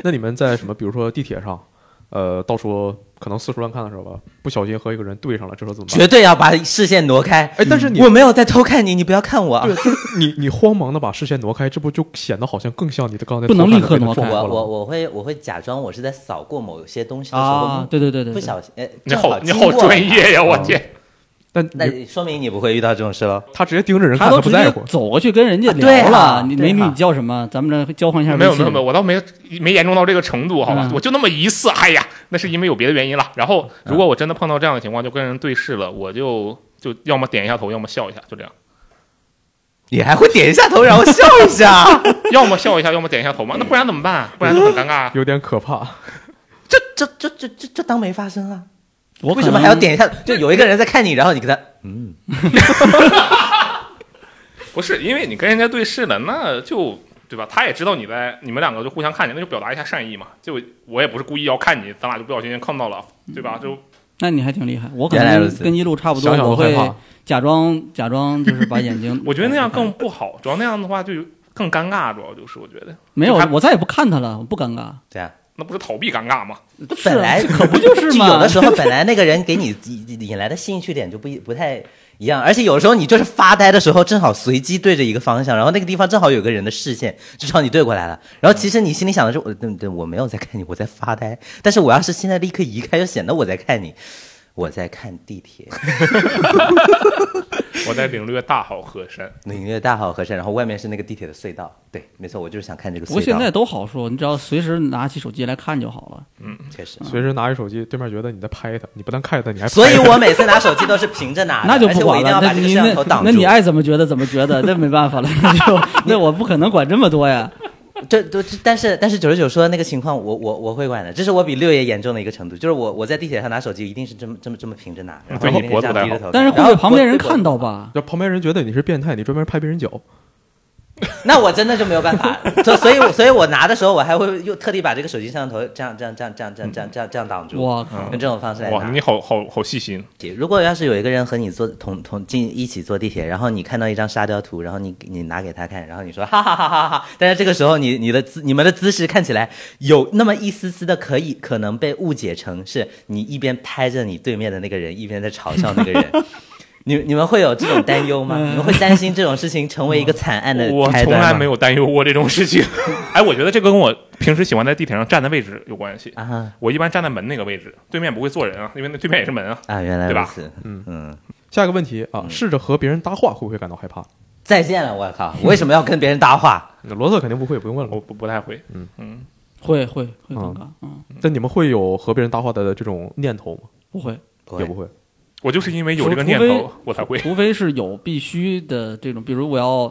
[SPEAKER 2] 那你们在什么，比如说地铁上，呃，到处可能四处乱看的时候吧，不小心和一个人对上了，这时候怎么办？
[SPEAKER 3] 绝对要把视线挪开。
[SPEAKER 2] 哎，但是你
[SPEAKER 3] 我没有在偷看你，你不要看我啊
[SPEAKER 2] 对，！就是你你慌忙的把视线挪开，这不就显得好像更像你的刚才
[SPEAKER 5] 不能
[SPEAKER 2] 偷看
[SPEAKER 5] 立刻
[SPEAKER 2] 的那
[SPEAKER 5] 挪
[SPEAKER 2] 个
[SPEAKER 5] 开
[SPEAKER 2] 状
[SPEAKER 3] 我
[SPEAKER 2] 况
[SPEAKER 3] 我
[SPEAKER 2] 了
[SPEAKER 3] 我会我会假装我是在扫过某些东西的时候，
[SPEAKER 5] 啊，对对对对，
[SPEAKER 3] 不
[SPEAKER 5] 对
[SPEAKER 3] 小心，哎，
[SPEAKER 4] 你
[SPEAKER 3] 正
[SPEAKER 4] 好，啊你
[SPEAKER 3] 经
[SPEAKER 4] 好
[SPEAKER 3] 过了
[SPEAKER 4] 专业呀！我
[SPEAKER 2] 嗯
[SPEAKER 4] 天，
[SPEAKER 2] 但
[SPEAKER 3] 那
[SPEAKER 2] 你
[SPEAKER 3] 说明你不会遇到这种事喽。
[SPEAKER 2] 他直接盯着人
[SPEAKER 5] 他
[SPEAKER 2] 看，
[SPEAKER 5] 都
[SPEAKER 2] 不
[SPEAKER 5] 直
[SPEAKER 2] 在
[SPEAKER 5] 接
[SPEAKER 2] 乎。
[SPEAKER 5] 走过去跟人家
[SPEAKER 3] 啊对
[SPEAKER 5] 聊
[SPEAKER 3] 啊
[SPEAKER 5] 了，你
[SPEAKER 3] 对
[SPEAKER 5] 美女
[SPEAKER 3] 啊
[SPEAKER 5] 你叫什么？咱们这交换一下
[SPEAKER 4] (laughs)
[SPEAKER 5] 微
[SPEAKER 4] 没有
[SPEAKER 5] 信。
[SPEAKER 4] 没有没有，我倒没有没严重到这个程度，好吧，
[SPEAKER 5] 嗯
[SPEAKER 4] 我就那么一次，哎呀，那是因为有别的原因了。然后如果我真的碰到这样的情况，就跟人对视了，我就就要么点一下头，要么笑一下，就这样，
[SPEAKER 3] 你还会点一下头，然后笑一下，
[SPEAKER 4] 要么笑一下，要么点一下头嘛，那不然怎么办啊？不然就很尴尬 (laughs) 啊。
[SPEAKER 2] 有点可怕，
[SPEAKER 3] 这 (laughs) 这这这这这当没发生啊？为
[SPEAKER 5] 我可
[SPEAKER 3] 什么
[SPEAKER 5] 能
[SPEAKER 3] 还要？点一下？就有一个人在看你，然后你给他
[SPEAKER 4] 不是因为你跟人家对视了，那就对吧？他也知道你在，你们两个就互相看见，那就表达一下善意嘛。就我也不是故意要看你，咱俩就不小心碰到了，对吧？就，
[SPEAKER 5] 那你还挺厉害，我可
[SPEAKER 3] 原来如
[SPEAKER 5] 能
[SPEAKER 3] 此
[SPEAKER 5] 跟一路差不多，
[SPEAKER 2] 想想都
[SPEAKER 5] 我
[SPEAKER 2] 害
[SPEAKER 5] 会
[SPEAKER 2] 怕。
[SPEAKER 5] 假装假装就是把眼睛
[SPEAKER 4] (laughs)
[SPEAKER 5] 呃
[SPEAKER 4] 我觉得那样更不好，主要那样的话就更尴尬，主要就是我觉得
[SPEAKER 5] 没有
[SPEAKER 4] 就看，
[SPEAKER 5] 我再也不看他了，我不尴尬。
[SPEAKER 3] 这样。
[SPEAKER 4] 那不是逃避尴尬吗？
[SPEAKER 5] 是啊
[SPEAKER 3] 本来
[SPEAKER 5] 这可不
[SPEAKER 3] (laughs)
[SPEAKER 5] 就是
[SPEAKER 3] 就
[SPEAKER 5] 嘛？
[SPEAKER 3] 有的时候本来那个人给你引引来的兴趣点就不一不太一样，而且有时候你就是发呆的时候，正好随机对着一个方向，然后那个地方正好有个人的视线就朝你对过来了，然后其实你心里想的是，我对对，我没有在看你，我在发呆，但是我要是现在立刻移开，就显得我在看你。我在看地铁，
[SPEAKER 4] (laughs) 我在领略大好河山。
[SPEAKER 3] 领略大好河山，然后外面是那个地铁的隧道。对，没错，我就是想看这个
[SPEAKER 5] 不过
[SPEAKER 3] 隧
[SPEAKER 5] 现
[SPEAKER 3] 道。
[SPEAKER 5] 在都好说，你只要随时拿起手机来看就好了。
[SPEAKER 3] 确
[SPEAKER 5] 嗯
[SPEAKER 3] 实，
[SPEAKER 2] 随时拿着手机，对面觉得你在拍他，你不但看着他，你还
[SPEAKER 3] 所以
[SPEAKER 2] 拍他
[SPEAKER 3] 我每次拿手机都是平着拿的，
[SPEAKER 5] (laughs) 那就
[SPEAKER 3] 而且
[SPEAKER 5] 不
[SPEAKER 3] 我
[SPEAKER 5] 管
[SPEAKER 3] 一定要
[SPEAKER 5] 了，那
[SPEAKER 3] 把这个
[SPEAKER 5] 你
[SPEAKER 3] 摄像头
[SPEAKER 5] 那
[SPEAKER 3] 挡住。
[SPEAKER 5] 那你爱怎么觉得怎么觉得，那没办
[SPEAKER 3] (laughs)
[SPEAKER 5] 法了，那就那我不可能管这么多呀。
[SPEAKER 3] 这都，这但是但是九十九说的那个情况我，我我会管的，这是我比六爷严重的一个程度，就是我我在地铁上拿手机一定是这么这么这么平着拿，然后
[SPEAKER 4] 对
[SPEAKER 3] 一
[SPEAKER 4] 你
[SPEAKER 3] 定
[SPEAKER 4] 脖
[SPEAKER 3] 是这
[SPEAKER 4] 子不太
[SPEAKER 3] 样低着
[SPEAKER 4] 好
[SPEAKER 3] 头，
[SPEAKER 5] 但是会
[SPEAKER 3] 然后
[SPEAKER 5] 被旁边人
[SPEAKER 3] 脖子
[SPEAKER 5] 看到吧？
[SPEAKER 2] 就旁边人觉得你是变态，你专门拍别人脚，
[SPEAKER 3] (laughs) 那我真的就没有办法，所所以我所以我拿的时候我还会又特地把这个手机摄像头这样这样这样这样这样这样这样这样挡住，
[SPEAKER 5] 我靠
[SPEAKER 3] 用！这种方式来
[SPEAKER 4] 哇，
[SPEAKER 3] 拿
[SPEAKER 4] 你。好好好细心，
[SPEAKER 3] 如果要是有一个人和你坐同同进一起坐地铁，然后你看到一张沙雕图，然后你你拿给他看，然后你说哈哈哈哈哈哈，但是这个时候你你的姿你们的姿势看起来有那么一丝丝的可以可能被误解成是你一边拍着你对面的那个人，一边在嘲笑那个人。你你们会有这种担忧吗？你们会担心这种事情成为一个惨案的
[SPEAKER 4] 嗯我
[SPEAKER 3] 开端
[SPEAKER 4] 从来没
[SPEAKER 3] 有
[SPEAKER 4] 有担忧过这种事情。 (laughs) 哎，我觉得这个跟我平时喜欢在地铁上站的位置有关系。
[SPEAKER 3] 啊哈
[SPEAKER 4] 我一般站在门那个位置，对面不会坐人啊，因为那对面也是门啊。
[SPEAKER 3] 啊，原来如
[SPEAKER 4] 对吧
[SPEAKER 3] 此，
[SPEAKER 2] 嗯
[SPEAKER 3] 嗯，
[SPEAKER 2] 下一个问题啊，
[SPEAKER 5] 嗯
[SPEAKER 2] 试着和别人搭话会不会感到害怕？
[SPEAKER 3] 再见了，我靠，为什么要跟别人搭话？
[SPEAKER 2] 那罗特肯定不会，不用问了
[SPEAKER 4] 我。不不太会，
[SPEAKER 5] 嗯
[SPEAKER 4] 嗯
[SPEAKER 5] 会会会尴尬，嗯，
[SPEAKER 2] 但你们会有和别人搭话的这种念头吗？
[SPEAKER 5] 不会，
[SPEAKER 3] 不
[SPEAKER 2] 也
[SPEAKER 3] 会
[SPEAKER 2] 不会。
[SPEAKER 4] 我就是因为有这个
[SPEAKER 5] 除
[SPEAKER 4] 念
[SPEAKER 5] 非
[SPEAKER 4] 头，我才会。 (laughs)
[SPEAKER 5] 除非是有必须的这种，比如我要，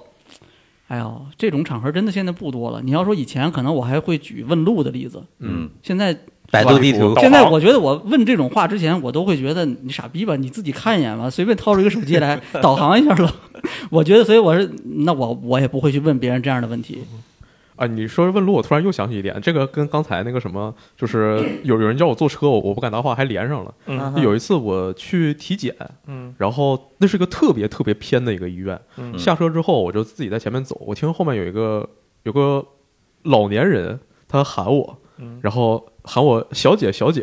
[SPEAKER 5] 哎呦，这种场合真的现在不多了。你要说以前，可能我还会举问路的例子，
[SPEAKER 3] 嗯，
[SPEAKER 5] 现在
[SPEAKER 3] 百度地图
[SPEAKER 4] 导
[SPEAKER 5] 现在
[SPEAKER 4] 航
[SPEAKER 5] 我觉得我问这种话之前，我都会觉得你傻逼吧，你自己看一眼吧，随便掏出一个手
[SPEAKER 3] (laughs)
[SPEAKER 5] 机来导航一下了。 (laughs) 我觉得，所以我是那我我也不会去问别人这样的问题。
[SPEAKER 2] 啊，你说问路，我突然又想起一点，这个跟刚才那个什么，就是有有人叫我坐车，我我不敢搭话，还连上了。
[SPEAKER 3] 啊哈
[SPEAKER 4] 嗯
[SPEAKER 2] 有一次我去体检，
[SPEAKER 4] 嗯
[SPEAKER 2] 然后那是个特别特别偏的一个医院，
[SPEAKER 4] 嗯
[SPEAKER 2] 下车之后我就自己在前面走，我听后面有一个有个老年人他喊我
[SPEAKER 4] 嗯，
[SPEAKER 2] 然后喊我小姐小姐，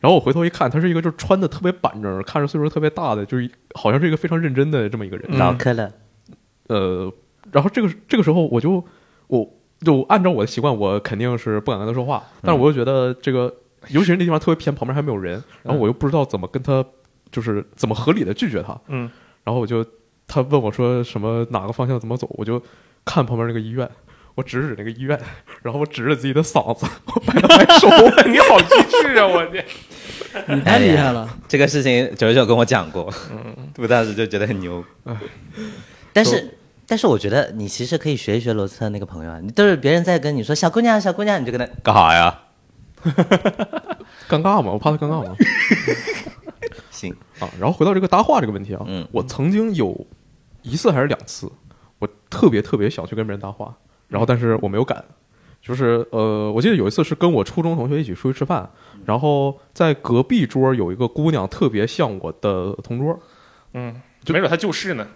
[SPEAKER 2] 然后我回头一看，他是一个就是穿的特别板正，看着岁数特别大的，就是好像是一个非常认真的这么一个人，
[SPEAKER 4] 嗯
[SPEAKER 3] 老科了，
[SPEAKER 2] 呃，然后这个这个时候我就我就按照我的习惯，我肯定是不敢跟他说话，但是我又觉得这个，尤其是那地方特别偏，旁边还没有人，然后我又不知道怎么跟他，就是怎么合理的拒绝他，
[SPEAKER 4] 嗯，
[SPEAKER 2] 然后我就他问我说什么哪个方向怎么走，我就看旁边那个医院。我指指那个医院，然后我指着自己的嗓子，我摆了摆手。
[SPEAKER 4] 你好机智啊！我这
[SPEAKER 5] 你太厉害了，
[SPEAKER 3] 这个事情九十九跟我讲过，
[SPEAKER 4] 嗯
[SPEAKER 3] (laughs) 我当时就觉得很牛。但是，但是我觉得你其实可以学一学罗斯特那个朋友啊，你都是别人在跟你说小姑娘小姑娘，你就跟他干啥呀？
[SPEAKER 2] 尴尬吗？我怕他尴尬吗？
[SPEAKER 3] 行，
[SPEAKER 2] 啊，然后回到这个搭话这个问题啊，
[SPEAKER 3] 嗯
[SPEAKER 2] 我曾经有一次还是两次，我特别特别想去跟别人搭话，然后但是我没有敢。就是呃，我记得有一次是跟我初中同学一起出去吃饭，然后在隔壁桌有一个姑娘特别像我的同桌，
[SPEAKER 4] 嗯，没准他就是呢。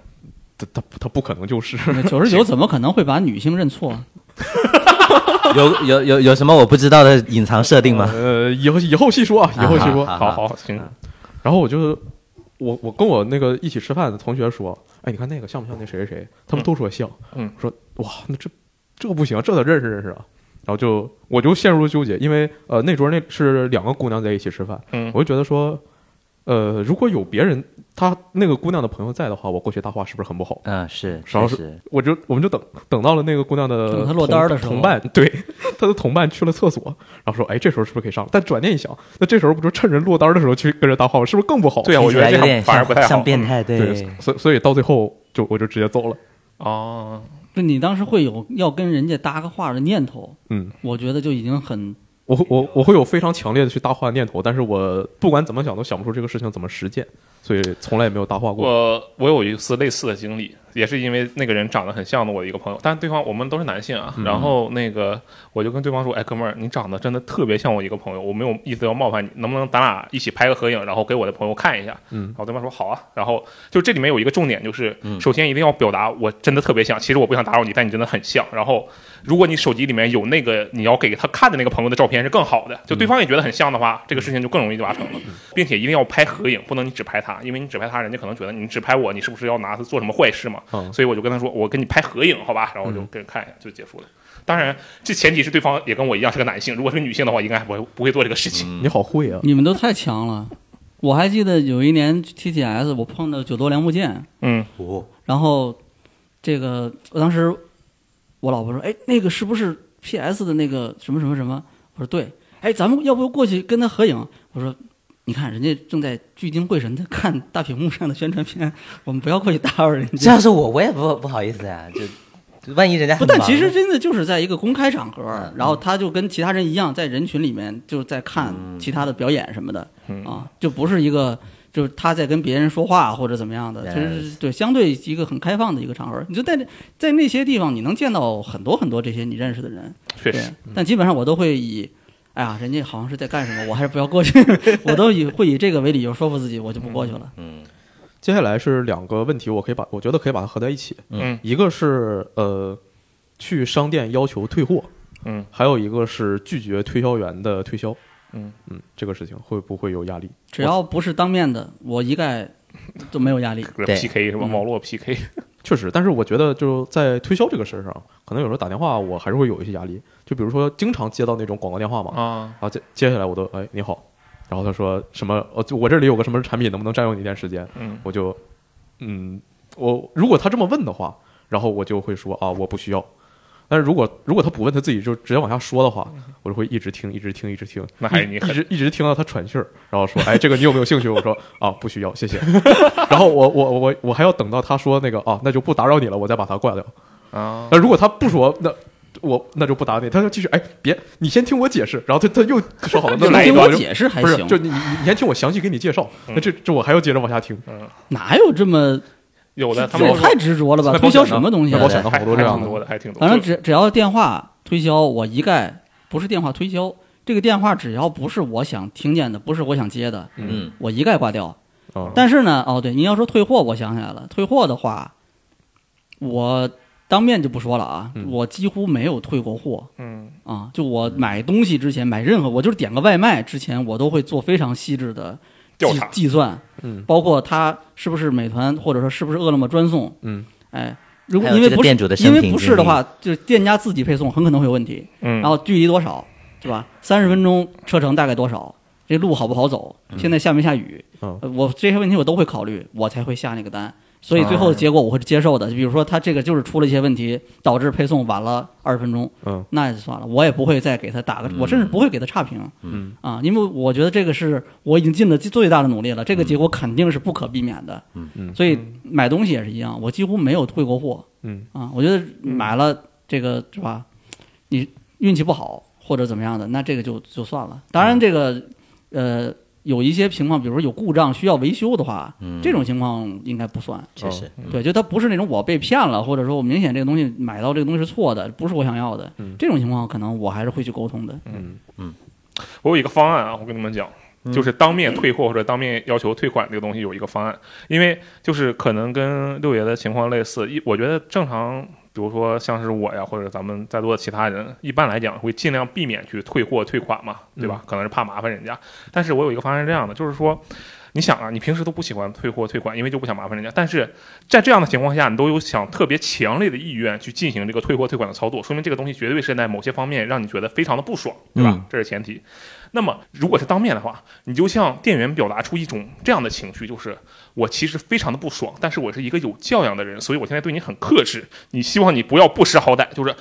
[SPEAKER 2] 她她她不可能就是
[SPEAKER 5] (laughs) 九十九怎么可能会把女性认错？
[SPEAKER 3] 有有有有什么我不知道的隐藏设定
[SPEAKER 2] (laughs)
[SPEAKER 3] 吗？
[SPEAKER 2] 呃呃，以后以后细说啊，以后细说。
[SPEAKER 3] 啊
[SPEAKER 4] 好好行，
[SPEAKER 2] 然后我就我我跟我那个一起吃饭的同学说，哎，你看那个像不像那谁谁谁？他们都说像。
[SPEAKER 4] 嗯
[SPEAKER 2] 我说哇，那这这不行，这得认识认识啊。然后就我就陷入了纠结，因为呃那桌那是两个姑娘在一起吃饭，
[SPEAKER 4] 嗯
[SPEAKER 2] 我就觉得说，呃如果有别人她那个姑娘的朋友在的话，我过去搭话是不是很不好？
[SPEAKER 4] 呃
[SPEAKER 3] 嗯，是，
[SPEAKER 2] 少
[SPEAKER 3] 确
[SPEAKER 2] 是
[SPEAKER 3] 实，
[SPEAKER 2] 我就我们就等等到了那个姑娘的
[SPEAKER 5] 等
[SPEAKER 2] 同
[SPEAKER 5] 她落单儿的时候
[SPEAKER 2] 同伴对 (laughs) 她的同伴去了厕所，然后说：“哎，这时候是不是可以上了？”但转念一想，那这时候不就趁人落单儿的时候去跟人搭话，是不是更不好？
[SPEAKER 4] 对啊我觉得
[SPEAKER 3] 听起来有
[SPEAKER 4] 这
[SPEAKER 3] 点
[SPEAKER 4] 样反而不太
[SPEAKER 3] 像
[SPEAKER 4] 好
[SPEAKER 3] 像变态，
[SPEAKER 2] 对，
[SPEAKER 3] 对，哎
[SPEAKER 2] 所以所以到最后就我就直接走了。
[SPEAKER 4] 哦，
[SPEAKER 5] 就你当时会有要跟人家搭个话的念头，
[SPEAKER 2] 嗯，
[SPEAKER 5] 我觉得就已经很
[SPEAKER 2] 我会我我会有非常强烈的去搭话的念头，但是我不管怎么想都想不出这个事情怎么实践，所以从来也没有搭话过。
[SPEAKER 4] 我我有一次类似的经历，也是因为那个人长得很像的我一个朋友，但是对方我们都是男性
[SPEAKER 2] 嗯
[SPEAKER 4] 啊，然后那个我就跟对方说，哎，哥们儿，你长得真的特别像我一个朋友，我没有意思要冒犯你，能不能咱俩一起拍个合影，然后给我的朋友看一下？
[SPEAKER 2] 嗯
[SPEAKER 4] 然后对方说好啊，然后就这里面有一个重点就是，首先一定要表达我真的特别像，其实我不想打扰你，但你真的很像。然后如果你手机里面有那个你要给他看的那个朋友的照片是更好的，就对方也觉得很像的话，这个事情就更容易就达成了，并且一定要拍合影，不能你只拍他，因为你只拍他，人家可能觉得你只拍我，你是不是要拿他做什么坏事嘛？
[SPEAKER 2] 嗯
[SPEAKER 4] 所以我就跟他说，我给你拍合影，好吧？然后我就给人看一下，就结束了。当然，这前提是对方也跟我一样是个男性，如果是个女性的话，应该还不会不会做这个事情。
[SPEAKER 2] 你好会
[SPEAKER 4] 嗯
[SPEAKER 2] 啊！
[SPEAKER 5] 你们都太强了。我还记得有一年 TTS，我碰到九多良木剑，
[SPEAKER 4] 嗯
[SPEAKER 3] 哦，
[SPEAKER 5] 然后这个我当时我老婆说：“哎，那个是不是 PS 的那个什么什么什么？”我说：“对。”哎，咱们要不过去跟他合影？我说：“你看，人家正在聚精会神的看大屏幕上的宣传片，我们不要过去打扰人
[SPEAKER 3] 这
[SPEAKER 5] 家。
[SPEAKER 3] 要是我，我也不不好意思呀，就万一人家”
[SPEAKER 5] 不，
[SPEAKER 3] 很
[SPEAKER 5] 但
[SPEAKER 3] 忙
[SPEAKER 5] 其实真的就是在一个公开场合，
[SPEAKER 2] 嗯
[SPEAKER 5] 然后他就跟其他人一样，在人群里面就是在看
[SPEAKER 2] 嗯
[SPEAKER 5] 其他的表演什么的、啊，就不是一个就是他在跟别人说话或者怎么样的，
[SPEAKER 3] 原
[SPEAKER 5] 其
[SPEAKER 3] 来
[SPEAKER 5] 实
[SPEAKER 3] 如
[SPEAKER 5] 是对相对一个很开放的一个场合。你就在那在那些地方，你能见到很多很多这些你认识的人，
[SPEAKER 4] 确
[SPEAKER 5] 对
[SPEAKER 4] 实，，
[SPEAKER 2] 嗯
[SPEAKER 5] 但基本上我都会以。哎呀，人家好像是在干什么，我还是不要
[SPEAKER 2] (laughs)
[SPEAKER 5] 过去。我都以会以这个为理由说服自己，我就不过去
[SPEAKER 2] 嗯
[SPEAKER 5] 了。
[SPEAKER 2] 接下来是两个问题，我可以把我觉得可以把它合在一起。
[SPEAKER 4] 嗯
[SPEAKER 2] 一个是呃，去商店要求退货，
[SPEAKER 4] 嗯，
[SPEAKER 2] 还有一个是拒绝推销员的推销，
[SPEAKER 4] 嗯
[SPEAKER 2] 嗯，这个事情会不会有压力？
[SPEAKER 5] 只要不是当面的，我一概都没有压力。
[SPEAKER 4] 搁这
[SPEAKER 3] 对
[SPEAKER 4] PK 是吧？
[SPEAKER 5] 嗯
[SPEAKER 4] 网络 PK，
[SPEAKER 2] 确实，但是我觉得就在推销这个事儿上，可能有时候打电话我还是会有一些压力，就比如说经常接到那种广告电话嘛，
[SPEAKER 4] 啊，
[SPEAKER 2] 然后接接下来我都哎你好，然后他说什么呃就我这里有个什么产品能不能占用你一点时间？
[SPEAKER 4] 嗯
[SPEAKER 2] 我就嗯我如果他这么问的话，然后我就会说啊我不需要。但是如果如果他不问，他自己就直接往下说的话，我就会一直听，一直听，一直听，
[SPEAKER 4] 那还是你
[SPEAKER 2] 一
[SPEAKER 4] 狠
[SPEAKER 2] 直一直听到他喘气儿，然后说：“哎，这个你有没有兴趣？”我说：“ (laughs) 啊，不需要，谢 (laughs) 谢。”然后我我我我还要等到他说那个啊，那就不打扰你了，我再把他挂掉。
[SPEAKER 4] 啊，
[SPEAKER 2] 那如果他不说，那我那就不打你，他就继续哎，别，你先听我解释，然后他他又说
[SPEAKER 5] (laughs)
[SPEAKER 2] 好了，那
[SPEAKER 5] 你
[SPEAKER 2] 那
[SPEAKER 5] 听
[SPEAKER 2] 我 (laughs)
[SPEAKER 5] 我
[SPEAKER 2] 就
[SPEAKER 5] 解释还
[SPEAKER 2] 不是
[SPEAKER 5] 行，，
[SPEAKER 2] 就你你你先听我详细给你介绍，
[SPEAKER 4] 嗯
[SPEAKER 2] 那这这我还要接着往下听。
[SPEAKER 5] 哪有这么
[SPEAKER 4] 有的他
[SPEAKER 5] 这
[SPEAKER 4] 们
[SPEAKER 5] 也
[SPEAKER 4] 说
[SPEAKER 5] 太执着了吧？
[SPEAKER 2] 那
[SPEAKER 5] 推
[SPEAKER 2] 保险呢
[SPEAKER 5] 销什么东西
[SPEAKER 2] 那
[SPEAKER 5] 啊？
[SPEAKER 2] 保险的好多这
[SPEAKER 4] 还
[SPEAKER 2] 样
[SPEAKER 4] 挺多
[SPEAKER 2] 的，
[SPEAKER 4] 的，还挺多。
[SPEAKER 5] 反正
[SPEAKER 4] 就
[SPEAKER 5] 只只要电话推销，我一概不是电话推销。这个电话只要不是我想听见的，不是我想接的，
[SPEAKER 3] 嗯，
[SPEAKER 5] 我一概挂掉。
[SPEAKER 2] 嗯
[SPEAKER 5] 但是呢，哦对，您要说退货，我想起来了，退货的话，我当面就不说了啊，
[SPEAKER 2] 嗯
[SPEAKER 5] 我几乎没有退过货
[SPEAKER 4] 嗯
[SPEAKER 5] 啊。就我买东西之前，买任何，我就是点个外卖之前，我都会做非常细致的计
[SPEAKER 4] 调查，
[SPEAKER 5] 计算，
[SPEAKER 2] 嗯
[SPEAKER 5] 包括它是不是美团，或者说是不是饿了么专送，
[SPEAKER 2] 嗯，
[SPEAKER 5] 哎，如果
[SPEAKER 3] 还有
[SPEAKER 5] 因为
[SPEAKER 3] 这个
[SPEAKER 5] 不是
[SPEAKER 3] 店主的
[SPEAKER 5] 因
[SPEAKER 3] 生
[SPEAKER 5] 为
[SPEAKER 3] 平
[SPEAKER 5] 不是
[SPEAKER 3] 经
[SPEAKER 5] 的
[SPEAKER 3] 历
[SPEAKER 5] 话，就是店家自己配送很可能会有问题，
[SPEAKER 4] 嗯，
[SPEAKER 5] 然后距离多少，对吧？三十分钟车程大概多少？这路好不好走？现在下没下雨？
[SPEAKER 2] 嗯
[SPEAKER 5] 呃我这些问题我都会考虑，我才会下那个单。所以最后的结果我会接受的。比如说他这个就是出了一些问题，导致配送晚了二十分钟，
[SPEAKER 2] 嗯，
[SPEAKER 5] 那就算了，我也不会再给他打个，我甚至不会给他差评，嗯啊，因为我觉得这个是我已经尽了最大的努力了，这个结果肯定是不可避免的，嗯
[SPEAKER 2] 嗯
[SPEAKER 5] 所以买东西也是一样，我几乎没有退过货，
[SPEAKER 2] 嗯
[SPEAKER 5] 啊，我觉得买了这个是吧，你运气不好或者怎么样的，那这个就就算了。当然这个呃。有一些情况，比如说有故障需要维修的话，这种情况应该不算。
[SPEAKER 3] 确实，
[SPEAKER 4] 哦
[SPEAKER 5] 对，就它不是那种我被骗了，或者说我明显这个东西买到这个东西是错的，不是我想要的，这种情况可能我还是会去沟通的。
[SPEAKER 4] 我有一个方案啊，我跟你们讲，就是当面退货或者当面要求退款这个东西有一个方案，因为就是可能跟六爷的情况类似，一我觉得正常。比如说像是我呀，或者咱们在座的其他人，一般来讲会尽量避免去退货退款嘛，对吧？可能是怕麻烦人家。但是我有一个方案是这样的，就是说，你想啊，你平时都不喜欢退货退款，因为就不想麻烦人家。但是在这样的情况下，你都有想特别强烈的意愿去进行这个退货退款的操作，说明这个东西绝对是在某些方面让你觉得非常的不爽，对吧？
[SPEAKER 6] 嗯
[SPEAKER 4] 这是前提。那么如果是当面的话，你就向店员表达出一种这样的情绪，就是我其实非常的不爽，但是我是一个有教养的人，所以我现在对你很克制。你希望你不要不识好歹，就是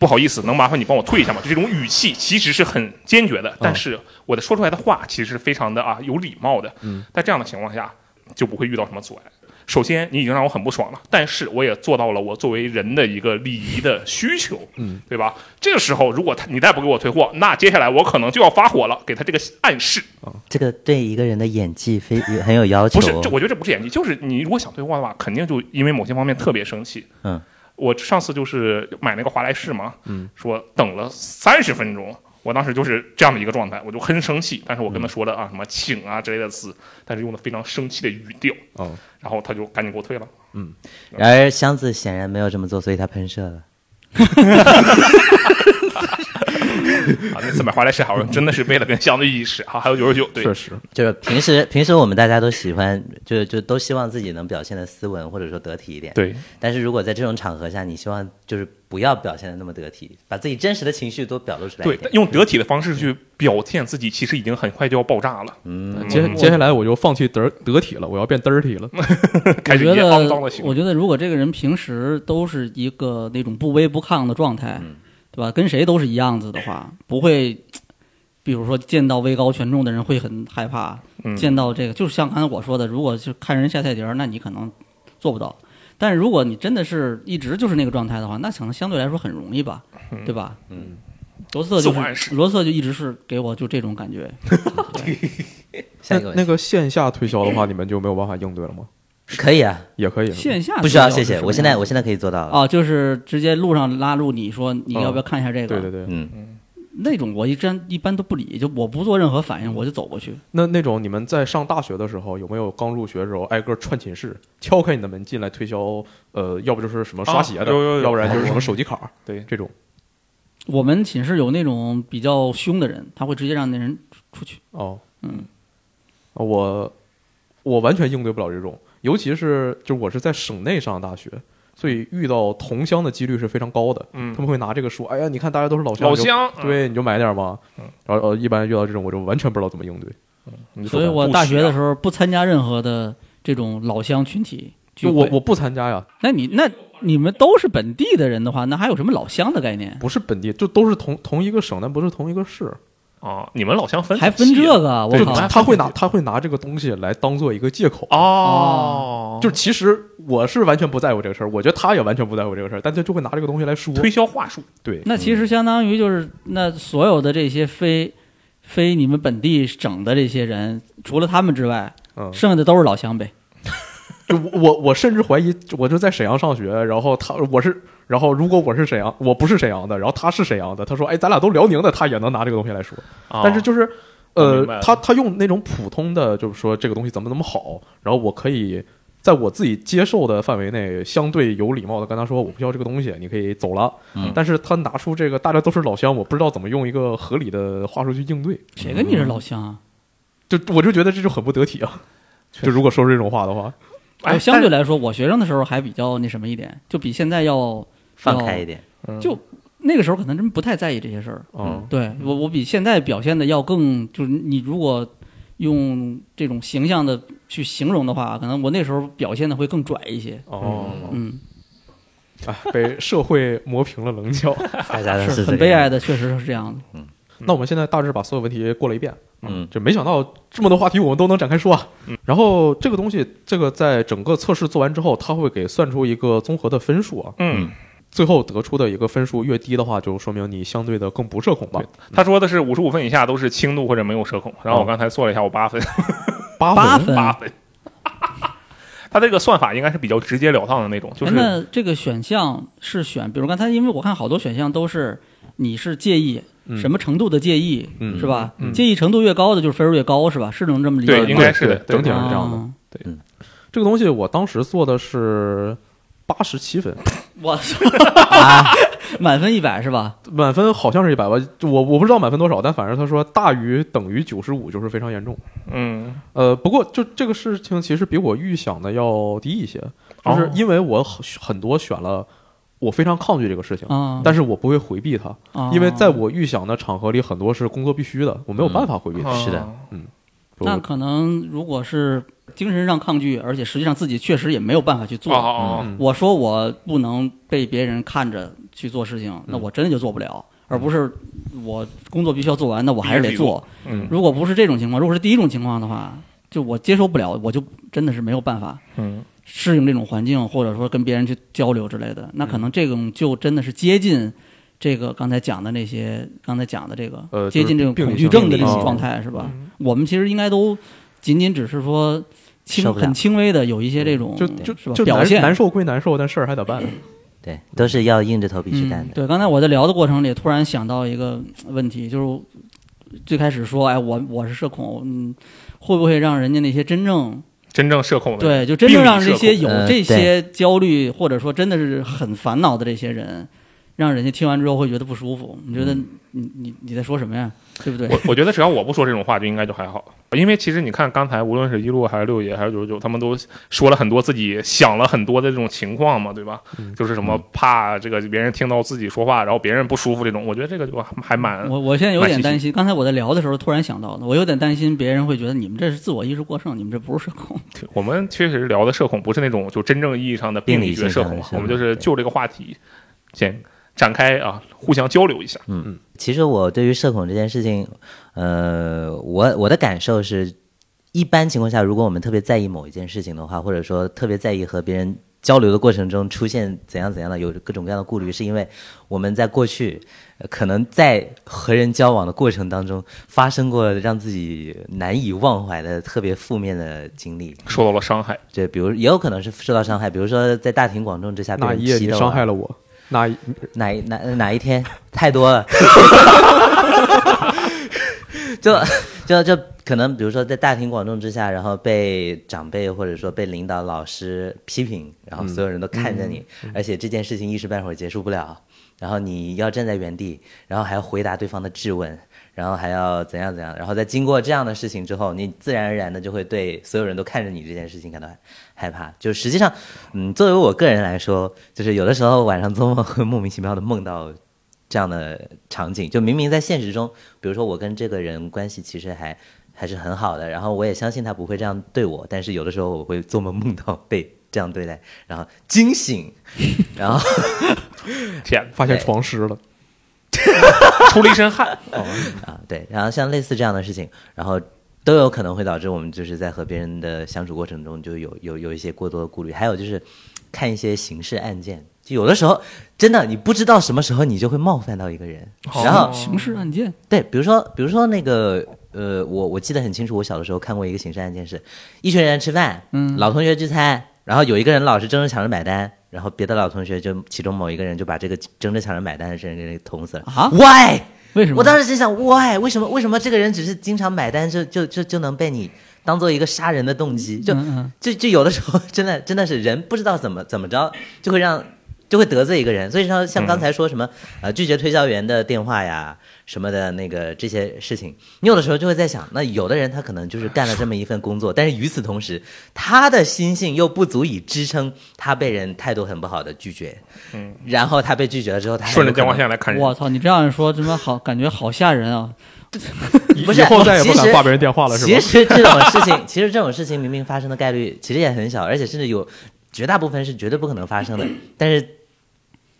[SPEAKER 4] 不好意思，能麻烦你帮我退一下吗？就这种语气其实是很坚决的，但是我的说出来的话其实是非常的啊有礼貌的。
[SPEAKER 2] 嗯，
[SPEAKER 4] 在这样的啊情况下就不会遇到什么阻碍。首先，你已经让我很不爽了，但是我也做到了我作为人的一个礼仪的需求，
[SPEAKER 2] 嗯，
[SPEAKER 4] 对吧？这个时候，如果他你再不给我退货，那接下来我可能就要发火了，给他这个暗示。
[SPEAKER 3] 这个对一个人的演技非很有要求
[SPEAKER 4] 不是，
[SPEAKER 3] 哦。
[SPEAKER 4] 这我觉得这不是演技，就是你如果想退货的话，肯定就因为某些方面特别生气。
[SPEAKER 3] 嗯，
[SPEAKER 4] 我上次就是买那个华莱士嘛，
[SPEAKER 2] 嗯，
[SPEAKER 4] 说等了三十分钟，我当时就是这样的一个状态，我就很生气，但是我跟他说了啊、什么请啊之类的词，但是用的非常生气的语调，
[SPEAKER 2] 哦，
[SPEAKER 4] 然后他就赶紧给我退了。
[SPEAKER 3] 然而箱子显然没有这么做，所以他喷射了。
[SPEAKER 4] 啊，那次买华莱士好像真的是为了跟相对意识哈，还有九十九，对
[SPEAKER 2] 确，实，
[SPEAKER 3] 就是平时平时我们大家都喜欢，就就都希望自己能表现的斯文或者说得体一点。。
[SPEAKER 4] 对，嗯
[SPEAKER 3] 但是如果在这种场合下，你希望就是不要表现的那么得体，把自己真实的情绪都表露出来一
[SPEAKER 4] 对
[SPEAKER 3] 点，。
[SPEAKER 4] 用得体的方式去表现自己，其实已经很快就要爆炸了，
[SPEAKER 3] 嗯，
[SPEAKER 2] 呃接接下来我就放弃得得体了，我要变得体了。
[SPEAKER 4] (laughs) 开始
[SPEAKER 5] 我
[SPEAKER 4] 一
[SPEAKER 5] 觉
[SPEAKER 4] 些
[SPEAKER 5] 得
[SPEAKER 4] 肮脏的行为
[SPEAKER 5] 我。觉得如果这个人平时都是一个那种不卑不亢的状态，
[SPEAKER 4] 嗯
[SPEAKER 5] 对吧？跟谁都是一样子的话，不会，比如说见到位高权重的人会很害怕，
[SPEAKER 4] 嗯
[SPEAKER 5] 见到这个就是像刚才我说的，如果是看人下菜碟儿，那你可能做不到。但是如果你真的是一直就是那个状态的话，那可能相对来说很容易吧，对吧？嗯，罗斯特就
[SPEAKER 4] 自我暗示
[SPEAKER 5] 是罗斯特就一直是给我就这种感觉，
[SPEAKER 2] 那
[SPEAKER 3] 下一个问题
[SPEAKER 2] 那个线下推销的话，你们就没有办法应对了吗？
[SPEAKER 3] 可以啊，
[SPEAKER 2] 也可以，
[SPEAKER 5] 线下
[SPEAKER 3] 不需要，
[SPEAKER 5] 比较
[SPEAKER 3] 谢
[SPEAKER 5] 是
[SPEAKER 3] 谢。
[SPEAKER 5] 什么
[SPEAKER 3] 我现在
[SPEAKER 5] 样
[SPEAKER 3] 我
[SPEAKER 5] 子
[SPEAKER 3] 现在可以做到了。
[SPEAKER 5] 哦，就是直接路上拉住你说你要不要看一下这个？
[SPEAKER 2] 哦对对对。
[SPEAKER 3] 嗯，
[SPEAKER 5] 那种我一般一般都不理，就我不做任何反应，我就走过去。
[SPEAKER 2] 那那种你们在上大学的时候，有没有刚入学的时候挨个串寝室，敲开你的门进来推销？呃，要不就是什么刷鞋的，
[SPEAKER 4] 啊有有有
[SPEAKER 2] 要不然就是什么手机卡，
[SPEAKER 4] 对
[SPEAKER 2] 这种。
[SPEAKER 5] 我们寝室有那种比较凶的人，他会直接让那人出去。
[SPEAKER 2] 哦，
[SPEAKER 5] 嗯，
[SPEAKER 2] 我我完全应对不了这种，尤其是就我是在省内上的大学，所以遇到同乡的几率是非常高的。
[SPEAKER 4] 嗯
[SPEAKER 2] 他们会拿这个说：“哎呀，你看大家都是老乡，
[SPEAKER 4] 老
[SPEAKER 2] 就
[SPEAKER 4] 乡，
[SPEAKER 2] 对，你就买点吧。
[SPEAKER 4] 嗯
[SPEAKER 2] 然后呃，一般遇到这种，我就完全不知道怎么应对。
[SPEAKER 4] 嗯，
[SPEAKER 5] 所以我大学的时
[SPEAKER 4] 候，
[SPEAKER 5] 候不参加任何的这种老乡群体聚
[SPEAKER 2] 就
[SPEAKER 5] 会。
[SPEAKER 2] 我我不参加呀，
[SPEAKER 5] 那你那你们都是本地的人的话，那还有什么老乡的概念？
[SPEAKER 2] 不是本地，就都是同同一个省，但不是同一个市。
[SPEAKER 4] 啊，你们老乡分啊
[SPEAKER 5] 还
[SPEAKER 4] 很
[SPEAKER 5] 分
[SPEAKER 4] 细
[SPEAKER 5] 这个？啊我
[SPEAKER 2] 就
[SPEAKER 5] 靠！
[SPEAKER 2] 他会拿他会拿这个东西来当做一个借口。
[SPEAKER 4] 哦，
[SPEAKER 2] 就是其实我是完全不在乎这个事儿，我觉得他也完全不在乎这个事儿，但他就会拿这个东西来说。
[SPEAKER 4] 推销话术，
[SPEAKER 2] 对，
[SPEAKER 5] 那其实相当于就是那所有的这些非非你们本地省的这些人，除了他们之外，
[SPEAKER 2] 嗯，
[SPEAKER 5] 剩下的都是老乡呗。
[SPEAKER 2] 就我我我甚至怀疑，我就在沈阳上学，然后他我是，然后如果我是沈阳，我不是沈阳的，然后他是沈阳的，他说，哎，咱俩都辽宁的，他也能拿这个东西来说，
[SPEAKER 5] 哦
[SPEAKER 2] 但是就是。
[SPEAKER 4] 哦我
[SPEAKER 2] 呃
[SPEAKER 4] 明白了，
[SPEAKER 2] 他他用那种普通的，就是说这个东西怎么怎么好，然后我可以在我自己接受的范围内，相对有礼貌的跟他说，我不需要这个东西，你可以走了。
[SPEAKER 3] 嗯
[SPEAKER 2] 但是他拿出这个大家都是老乡，我不知道怎么用一个合理的话术去应对，
[SPEAKER 5] 谁跟你
[SPEAKER 3] 嗯
[SPEAKER 5] 是老乡啊？
[SPEAKER 2] 就我就觉得这就很不得体啊。就如果说出这种话的话，
[SPEAKER 4] 哎
[SPEAKER 5] 我相对
[SPEAKER 4] 但
[SPEAKER 5] 来说，我学生的时候还比较那什么一点，就比现在要哦
[SPEAKER 3] 放开一。
[SPEAKER 5] (laughs)
[SPEAKER 3] 点。
[SPEAKER 5] 要就那个时候可能真不太在意这些事儿。
[SPEAKER 2] 嗯，
[SPEAKER 5] 对我，我比现在表现的要更，就是你如果用这种形象的去形容的话，可能我那时候表现的会更拽一些。
[SPEAKER 2] 哦，
[SPEAKER 5] 嗯，
[SPEAKER 2] (laughs) 哎，被社会磨平了棱角。
[SPEAKER 4] 嗯
[SPEAKER 3] 大家都嗯
[SPEAKER 5] 是
[SPEAKER 3] 这
[SPEAKER 5] 很
[SPEAKER 3] 个
[SPEAKER 5] 悲哀
[SPEAKER 3] 样子。
[SPEAKER 5] 的，确实是这样的。
[SPEAKER 2] 那我们现在大致把所有问题过了一遍，啊
[SPEAKER 3] 嗯，
[SPEAKER 2] 就没想到这么多话题我们都能展开说啊。
[SPEAKER 4] 嗯
[SPEAKER 2] 然后这个东西，这个在整个测试做完之后，它会给算出一个综合的分数啊。
[SPEAKER 4] 嗯，
[SPEAKER 2] 最后得出的一个分数越低的话，就说明你相对的更不社恐吧。
[SPEAKER 4] 他说的是五十五分以下都是轻度或者没有社恐，然后我
[SPEAKER 2] 哦
[SPEAKER 3] 嗯
[SPEAKER 4] 刚才做了一下，我八分， (laughs)
[SPEAKER 2] 八
[SPEAKER 5] 八
[SPEAKER 2] 分
[SPEAKER 5] 分
[SPEAKER 4] 八分。他这个算法应该是比较直截了当的那种，就
[SPEAKER 5] 哎
[SPEAKER 4] 是
[SPEAKER 5] 那这个选项是选，比如刚才，因为我看好多选项都是你是介意
[SPEAKER 2] 嗯
[SPEAKER 5] 什么程度的介意，
[SPEAKER 2] 嗯
[SPEAKER 5] 是吧？
[SPEAKER 2] 嗯
[SPEAKER 5] 介意程度越高的，就是分数越高，是吧？是能这么理解
[SPEAKER 4] 对
[SPEAKER 5] 吗？
[SPEAKER 4] 应该是的
[SPEAKER 2] 对整体
[SPEAKER 5] 哦
[SPEAKER 2] 上是这样的。
[SPEAKER 5] 啊
[SPEAKER 2] 这个东西我当时做的是八十七分，
[SPEAKER 5] 我
[SPEAKER 2] (laughs)
[SPEAKER 5] 满分一百是吧？
[SPEAKER 2] 满分好像是一百吧，就我我不知道满分多少，但反正他说大于等于九十五就是非常严重。
[SPEAKER 4] 嗯
[SPEAKER 2] 呃，不过就这个事情其实比我预想的要低一些，就是
[SPEAKER 4] 哦
[SPEAKER 2] 因为我很很多选了，我非常抗拒这个事情，
[SPEAKER 3] 嗯
[SPEAKER 5] 啊、
[SPEAKER 2] 但是我不会回避它，
[SPEAKER 5] 啊
[SPEAKER 2] 因为
[SPEAKER 3] 哦
[SPEAKER 2] 在我预想的场合里，很多是工作必须的，我没有办法回避它。
[SPEAKER 3] 是的
[SPEAKER 4] 哦
[SPEAKER 2] 不
[SPEAKER 5] 那可能如果是精神上抗拒，而且实际上自己确实也没有办法去做。
[SPEAKER 4] 哦哦
[SPEAKER 2] 嗯
[SPEAKER 5] 我说我不能被别人看着去做事情，那
[SPEAKER 2] 嗯
[SPEAKER 5] 我真的就做不了，而不是我工作必须要做完，那我还是得做。
[SPEAKER 4] 嗯
[SPEAKER 5] 如果不是这种情况，如果是第一种情况的话，就我接受不了，我就真的是没有办法
[SPEAKER 4] 嗯
[SPEAKER 5] 适应这种环境，或者说跟别人去交流之类的。那
[SPEAKER 2] 嗯
[SPEAKER 5] 可能这种就真的是接近这个刚才讲的那些，刚才讲的这个、
[SPEAKER 2] 呃
[SPEAKER 5] 接近这种
[SPEAKER 2] 就是病
[SPEAKER 5] 恐
[SPEAKER 2] 理
[SPEAKER 5] 惧
[SPEAKER 2] 性
[SPEAKER 5] 症的这
[SPEAKER 2] 病理
[SPEAKER 5] 种
[SPEAKER 2] 性
[SPEAKER 5] 状态，是吧？
[SPEAKER 2] 嗯
[SPEAKER 5] 我们其实应该都仅仅只是说轻
[SPEAKER 3] 受不了
[SPEAKER 5] 很轻微的有一些这种
[SPEAKER 2] 就
[SPEAKER 5] 对
[SPEAKER 2] 就是
[SPEAKER 5] 吧
[SPEAKER 2] 就
[SPEAKER 5] 表
[SPEAKER 2] 难
[SPEAKER 5] 现
[SPEAKER 2] 难受归难受，但事儿还得办。
[SPEAKER 3] 对，都是要硬着头皮去干
[SPEAKER 5] 嗯。
[SPEAKER 3] 的。
[SPEAKER 5] 对，刚才我在聊的过程里，突然想到一个呃问题，就是最开始说，哎，我我是社恐，嗯，会不会让人家那些真正
[SPEAKER 4] 真正社恐的
[SPEAKER 5] 对，
[SPEAKER 4] 人
[SPEAKER 5] 就真正让这些
[SPEAKER 4] 病理社
[SPEAKER 5] 有
[SPEAKER 4] 恐
[SPEAKER 3] 呃
[SPEAKER 5] 这些焦虑，或者说真的是很烦恼的这些人，让人家听完之后会觉得不舒服。你觉
[SPEAKER 3] 嗯
[SPEAKER 5] 得你你你在说什么呀？对不对？
[SPEAKER 4] 我我觉得只要我不说这种话，就应该就还好。因为其实你看，刚才无论是一路还是六爷还是九十九，他们都说了很多自己想了很多的这种情况嘛，对吧？
[SPEAKER 3] 嗯
[SPEAKER 4] 就是什么怕这个别人听到自己说话，然后别人不舒服这种，我觉得这个就还蛮
[SPEAKER 5] 我我现在有
[SPEAKER 4] 蛮
[SPEAKER 5] 点
[SPEAKER 4] 信息
[SPEAKER 5] 担心，刚才我在聊的时候突然想到的，我有点担心别人会觉得你们这是自我意识过剩，你们这不是社恐。
[SPEAKER 4] 我们确实聊的社恐不是那种就真正意义上的病理学社
[SPEAKER 3] 病理性
[SPEAKER 4] 恐啊
[SPEAKER 3] 的，是
[SPEAKER 4] 我们就是
[SPEAKER 3] 对
[SPEAKER 4] 就这个话题先展开啊，互相交流一
[SPEAKER 3] 嗯
[SPEAKER 4] 下。
[SPEAKER 3] 其实我对于社恐这件事情，呃，我我的感受是，一般情况下，如果我们特别在意某一件事情的话，或者说特别在意和别人交流的过程中出现怎样怎样的有各种各样的顾虑，是因为我们在过去呃可能在和人交往的过程当中发生过让自己难以忘怀的特别负面的经历。
[SPEAKER 4] 受到了伤害，
[SPEAKER 3] 对，比如也有可能是受到伤害，比如说在大庭广众之下被
[SPEAKER 2] 那
[SPEAKER 3] 人
[SPEAKER 2] 一夜
[SPEAKER 3] 批
[SPEAKER 2] 你
[SPEAKER 3] 斗啊
[SPEAKER 2] 伤害了我，那一
[SPEAKER 3] 哪一哪哪一天 (laughs) 太多了，就就就可能比如说在大庭广众之下，然后被长辈或者说被领导、老师批评，然后所有人都看着你，而且这件事情一时半会儿结束不了，然后你要站在原地，然后还要回答对方的质问。然后还要怎样怎样，然后在经过这样的事情之后，你自然而然的就会对所有人都看着你这件事情感到害怕。就实际上，嗯，作为我个人来说，就是有的时候晚上做梦会莫名其妙的梦到这样的场景，就明明在现实中，比如说我跟这个人关系其实还还是很好的，然后我也相信他不会这样对我，但是有的时候我会做梦梦到被这样对待，然后惊醒，然后
[SPEAKER 4] 天
[SPEAKER 2] 发现
[SPEAKER 3] 对
[SPEAKER 2] 床湿了，
[SPEAKER 4] 哪，出了一身
[SPEAKER 3] (laughs)
[SPEAKER 4] 汗。
[SPEAKER 3] 啊，对，然后像类似这样的事情，然后都有可能会导致我们就是在和别人的相处过程中就有有有一些过多的顾虑，还有就是看一些刑事案件，就有的时候真的你不知道什么时候你就会冒犯到一个人，
[SPEAKER 5] 哦
[SPEAKER 3] 然后哦
[SPEAKER 5] 刑事案件，
[SPEAKER 3] 对，比如说，比如说那个，呃，我我记得很清楚，我小的时候看过一个刑事案件是，一群人吃饭，
[SPEAKER 5] 嗯
[SPEAKER 3] 老同学聚餐，然后有一个人老是争着抢着买单，然后别的老同学就其中某一个人就把这个争着抢着买单的人给捅死了。
[SPEAKER 5] 啊
[SPEAKER 3] ？Why？
[SPEAKER 5] 为什么？
[SPEAKER 3] 我当时心想，Why？为什么为什么这个人只是经常买单就就就就能被你当做一个杀人的动机？就、
[SPEAKER 5] 嗯嗯
[SPEAKER 3] 就就有的时候 (laughs) 真的真的是人不知道怎么怎么着，就会让就会得罪一个人。所以说，像刚才说什么、
[SPEAKER 4] 嗯
[SPEAKER 3] 呃拒绝推销员的电话呀什么的那个这些事情，你有的时候就会在想，那有的人他可能就是干了这么一份工作，但是与此同时，他的心性又不足以支撑他被人态度很不好的拒绝。嗯，然后他被拒绝了之后，他还
[SPEAKER 4] 顺
[SPEAKER 3] 哎
[SPEAKER 4] 着
[SPEAKER 3] 有可
[SPEAKER 4] 电话
[SPEAKER 3] 能
[SPEAKER 4] 线来看人，
[SPEAKER 5] 我操！你这样说，他妈好，感觉好吓人啊！
[SPEAKER 2] 以
[SPEAKER 3] 不是
[SPEAKER 2] 以后再也不
[SPEAKER 3] 其实
[SPEAKER 2] 敢挂别人电话了，是
[SPEAKER 3] 其
[SPEAKER 2] 吧？
[SPEAKER 3] 实这种事情，其实这种事情明明发生的概率其实也很小，而且甚至有绝大部分是绝对不可能发生的。但是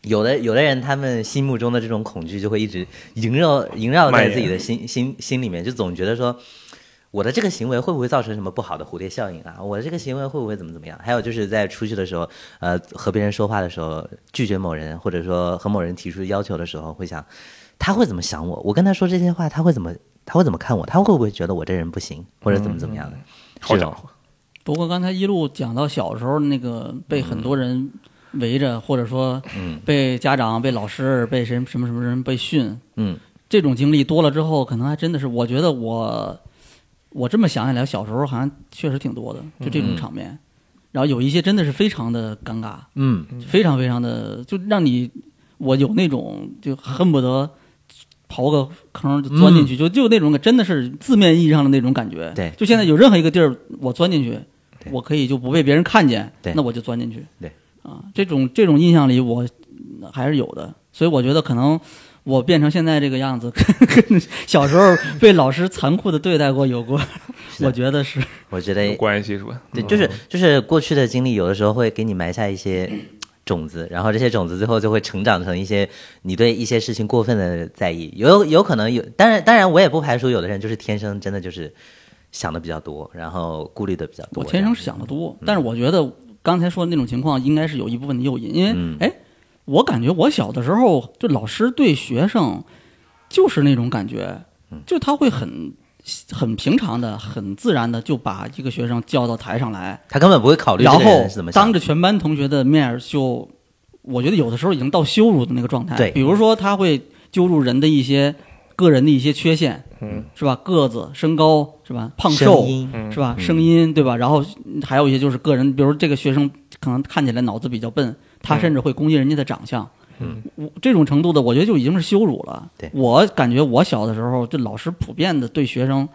[SPEAKER 3] 有的有的人，他们心目中的这种恐惧就会一直萦绕萦绕
[SPEAKER 4] 蔓
[SPEAKER 3] 在
[SPEAKER 4] 延
[SPEAKER 3] 自己的心心心里面，就总觉得说。我的这个行为会不会造成什么不好的蝴蝶效应啊？我的这个行为会不会怎么怎么样？还有就是在出去的时候，呃，和别人说话的时候，拒绝某人，或者说和某人提出要求的时候，会想他会怎么想我？我跟他说这些话，他会怎么他会怎么看我？他会不会觉得我这人不行，或者怎么怎么样的？
[SPEAKER 4] 嗯好
[SPEAKER 3] 是
[SPEAKER 4] 家
[SPEAKER 3] 的，
[SPEAKER 4] 伙，
[SPEAKER 5] 不过刚才一路讲到小时候那个被很多人围着，或者说
[SPEAKER 4] 嗯
[SPEAKER 5] 被家长、被老师、被谁什么什么人被训，
[SPEAKER 3] 嗯，
[SPEAKER 5] 这种经历多了之后，可能还真的是，我觉得
[SPEAKER 4] 嗯
[SPEAKER 5] 我我这么想起来，小时候好像确实挺多的，就这种场面。然后有一些真的是非常的尴尬，
[SPEAKER 3] 嗯，
[SPEAKER 5] 非常非常的就让你，我有那种就恨不得刨个坑就钻进去，就就那种真的是字面意义上的那种感觉。
[SPEAKER 3] 嗯对
[SPEAKER 5] 就现在有任何一个地儿我钻进去，
[SPEAKER 3] 对
[SPEAKER 5] 我可以就不被别人看见，
[SPEAKER 3] 对
[SPEAKER 5] 那我就钻进去。
[SPEAKER 3] 对，
[SPEAKER 5] 啊，这种这种印象里我嗯还是有的，所以我觉得可能。我变成现在这个样子， (laughs) 跟跟小时候被老师残酷的对待过有
[SPEAKER 3] (laughs)
[SPEAKER 5] 过，
[SPEAKER 3] 的
[SPEAKER 5] 我觉得是
[SPEAKER 3] 我觉得
[SPEAKER 4] 有关嗯系是吧？
[SPEAKER 3] 对，就是就是过去的经历，有的时候会给你埋下一些种子，然后这些种子最后就会成长成一些你对一些事情过分的在意，有有可能有，当然当然我也不排除有的人就是天生真的就是想的比较多，然后顾虑的比较多。
[SPEAKER 5] 我天生
[SPEAKER 3] 这嗯
[SPEAKER 5] 是想的多，但是我觉得刚才说的那种情况应该是有一部分的诱因，因为
[SPEAKER 3] 嗯
[SPEAKER 5] 哎、我感觉我小的时候就老师对学生就是那种感觉，
[SPEAKER 3] 嗯
[SPEAKER 5] 就他会很很平常的、很自然的就把一个学生叫到台上来
[SPEAKER 3] 样，他根本不会考虑哦这
[SPEAKER 5] 然
[SPEAKER 3] 个
[SPEAKER 5] 后
[SPEAKER 3] 人是怎么想
[SPEAKER 5] 当着全班同学的面儿就，我觉得有的时候已经到羞辱的那个状态。
[SPEAKER 3] 对
[SPEAKER 5] 比如说他会揪住人的一些个人的一些缺陷，嗯，是吧？个子、身高，是吧？胖瘦
[SPEAKER 3] 声，
[SPEAKER 4] 嗯
[SPEAKER 3] 音嗯
[SPEAKER 5] 是吧？声音对吧？然后嗯还有一些就是个人，比如这个学生可能看起来脑子比较笨，他甚至会攻击人家的长相。嗯，我这种程度的，我觉得就已经是羞辱了。
[SPEAKER 3] 对
[SPEAKER 5] 我感觉我小的时候，就老师普遍的对学生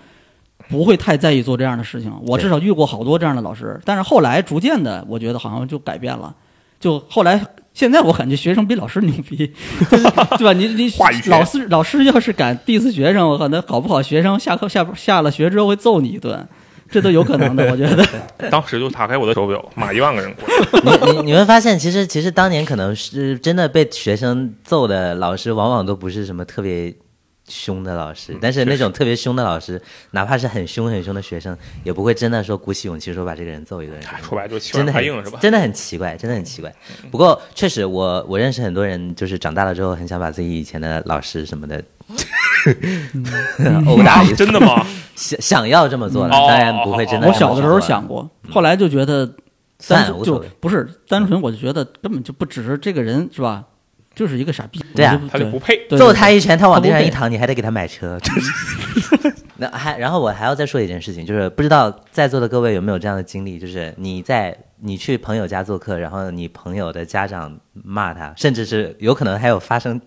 [SPEAKER 5] 不会太在意做这样的事情。我
[SPEAKER 3] 对
[SPEAKER 5] 至少遇过好多这样的老师，但是后来逐渐的，我觉得好像就改变了。就后来，现在我感觉学生比老师牛逼，就是对吧？你你
[SPEAKER 4] 话语权
[SPEAKER 5] 老师老师要是敢 diss 学生，我可能搞不好学生下课下下了学之后会揍你一顿，这都有可能的。我觉得
[SPEAKER 4] 当时就打开我的手表，码一万个人过来。
[SPEAKER 3] 你你你会发现，其实其实当年可能是真的被学生揍的老师，往往都不是什么特别凶的老
[SPEAKER 4] 嗯
[SPEAKER 3] 师，但是那种特别凶的老师，哪怕是很凶很凶的学生，也不会真的说鼓起勇气说把这个人揍一顿。
[SPEAKER 4] 哎说白了就是欺
[SPEAKER 3] 真
[SPEAKER 4] 软
[SPEAKER 3] 的
[SPEAKER 4] 怕
[SPEAKER 3] 很
[SPEAKER 4] 硬是吧？嗯
[SPEAKER 3] 真的很奇怪，真的很奇怪。不过确实我，我认识很多人，就是长大了之后很想把自己以前的老师什么的 (laughs) 殴打一顿，
[SPEAKER 4] 真的吗？
[SPEAKER 3] 想想要这么做了，
[SPEAKER 4] 嗯哦
[SPEAKER 3] 当然不会真的。
[SPEAKER 5] 我小的时候想，过，后来就觉得
[SPEAKER 3] 算
[SPEAKER 5] 单
[SPEAKER 3] 了，嗯
[SPEAKER 5] 纯
[SPEAKER 3] 无所
[SPEAKER 5] 就
[SPEAKER 3] 谓。嗯
[SPEAKER 5] 不是单纯，我就觉得根本就不只是这个人是吧？就是一个傻逼，
[SPEAKER 3] 对啊
[SPEAKER 5] 我
[SPEAKER 4] 他就不配。
[SPEAKER 5] 对
[SPEAKER 3] 揍他一拳，他往地
[SPEAKER 5] 他
[SPEAKER 3] 上
[SPEAKER 5] 不
[SPEAKER 3] 一
[SPEAKER 5] 配
[SPEAKER 3] 躺，你还得给他买车。
[SPEAKER 5] (laughs)
[SPEAKER 3] 那还，然后我还要再说一件事情，就是不知道在座的各位有没有这样的经历，就是你在你去朋友家做客，然后你朋友的家长骂他，甚至是有可能还有发生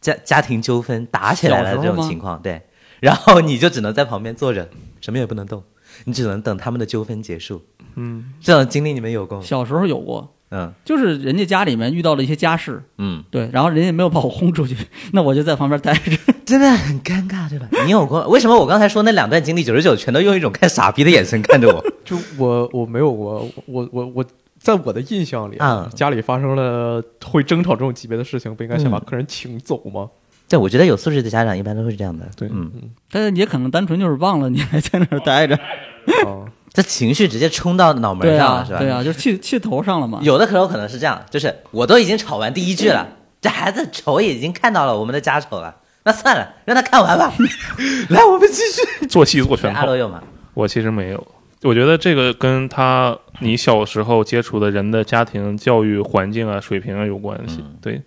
[SPEAKER 3] 家家庭纠纷打起来了
[SPEAKER 5] 小
[SPEAKER 3] 这
[SPEAKER 5] 时候
[SPEAKER 3] 种
[SPEAKER 5] 吗
[SPEAKER 3] 情况，对，然后你就只能在旁边坐着，什么也不能动，你只能等他们的纠纷结束。嗯，这种经历你们有过吗？
[SPEAKER 5] 小时候有过，
[SPEAKER 3] 嗯
[SPEAKER 5] 就是人家家里面遇到了一些家事，
[SPEAKER 3] 嗯，
[SPEAKER 5] 对，然后人家没有把我轰出去，那我就在旁边待着。 (laughs)
[SPEAKER 3] 真的很尴尬，对 (laughs) 吧？你有过？为什么我刚才说那两段经历九十九全都用一种看傻逼的眼神看着我？
[SPEAKER 2] 就我我没有过，我我我在我的印象里
[SPEAKER 3] 啊
[SPEAKER 2] 家里发生了会争吵这种级别的事情，不应该先把客人请走吗？
[SPEAKER 3] (laughs) 对，我觉得有素质的家长一般都是这样的。
[SPEAKER 2] 对，
[SPEAKER 3] 嗯，
[SPEAKER 2] 嗯
[SPEAKER 5] 但是也可能单纯就是忘了你还在那儿待着，
[SPEAKER 2] 啊，
[SPEAKER 3] 这情绪直接冲到脑门
[SPEAKER 5] 对
[SPEAKER 3] 上
[SPEAKER 5] 啊
[SPEAKER 3] 了，，是吧？
[SPEAKER 5] 对啊，就是气气头上了嘛。
[SPEAKER 3] 有的可有可能是这样，就是我都已经吵完第一句了， (laughs) 这孩子仇也已经看到了我们的家丑了，那算了，让他看完吧。 (laughs) 来，我们继续。
[SPEAKER 4] 做戏做全
[SPEAKER 3] 阿
[SPEAKER 4] 套
[SPEAKER 3] 罗。有吗？
[SPEAKER 4] 我其实没有，我觉得这个跟他你小时候接触的人的家庭教育环境啊、水平啊有关系。
[SPEAKER 3] 嗯
[SPEAKER 4] 对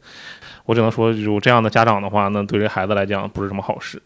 [SPEAKER 4] 我只能说，有这样的家长的话，那对这孩子来讲不是什么好事。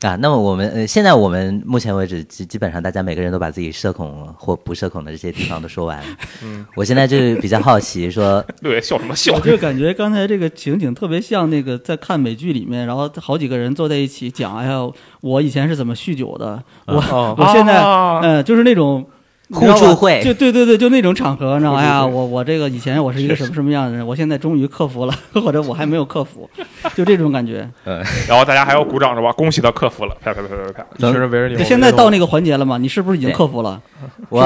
[SPEAKER 3] 啊，那么我们呃，现在我们目前为止基基本上大家每个人都把自己社恐或不社恐的这些地方都说完了。嗯，我现在就是比较好奇说，
[SPEAKER 4] 对，笑什么笑
[SPEAKER 5] 我？就感觉刚才这个情景特别像那个在看美剧里面，然后好几个人坐在一起讲，哎呀，我以前是怎么酗酒的，我、
[SPEAKER 2] 哦
[SPEAKER 5] 我现在、
[SPEAKER 4] 啊
[SPEAKER 5] 嗯，就是那种。
[SPEAKER 3] 互
[SPEAKER 5] 你知道吧
[SPEAKER 3] 助会
[SPEAKER 5] 就对对对，就那种场合，你知道吗？哎呀，我我这个以前我是一个什么什么样的人，我现在终于克服了， (laughs) 或者我还没有
[SPEAKER 4] (laughs)
[SPEAKER 5] 克服，就这种感觉。
[SPEAKER 4] 然后大家还要鼓掌是吧？恭喜他克服了，啪啪啪啪啪啪！
[SPEAKER 2] 一群人围着你，
[SPEAKER 5] 就现在到
[SPEAKER 2] 那
[SPEAKER 5] 那个环节了嘛，你是不是已经
[SPEAKER 3] 对
[SPEAKER 5] 克服了？
[SPEAKER 3] 我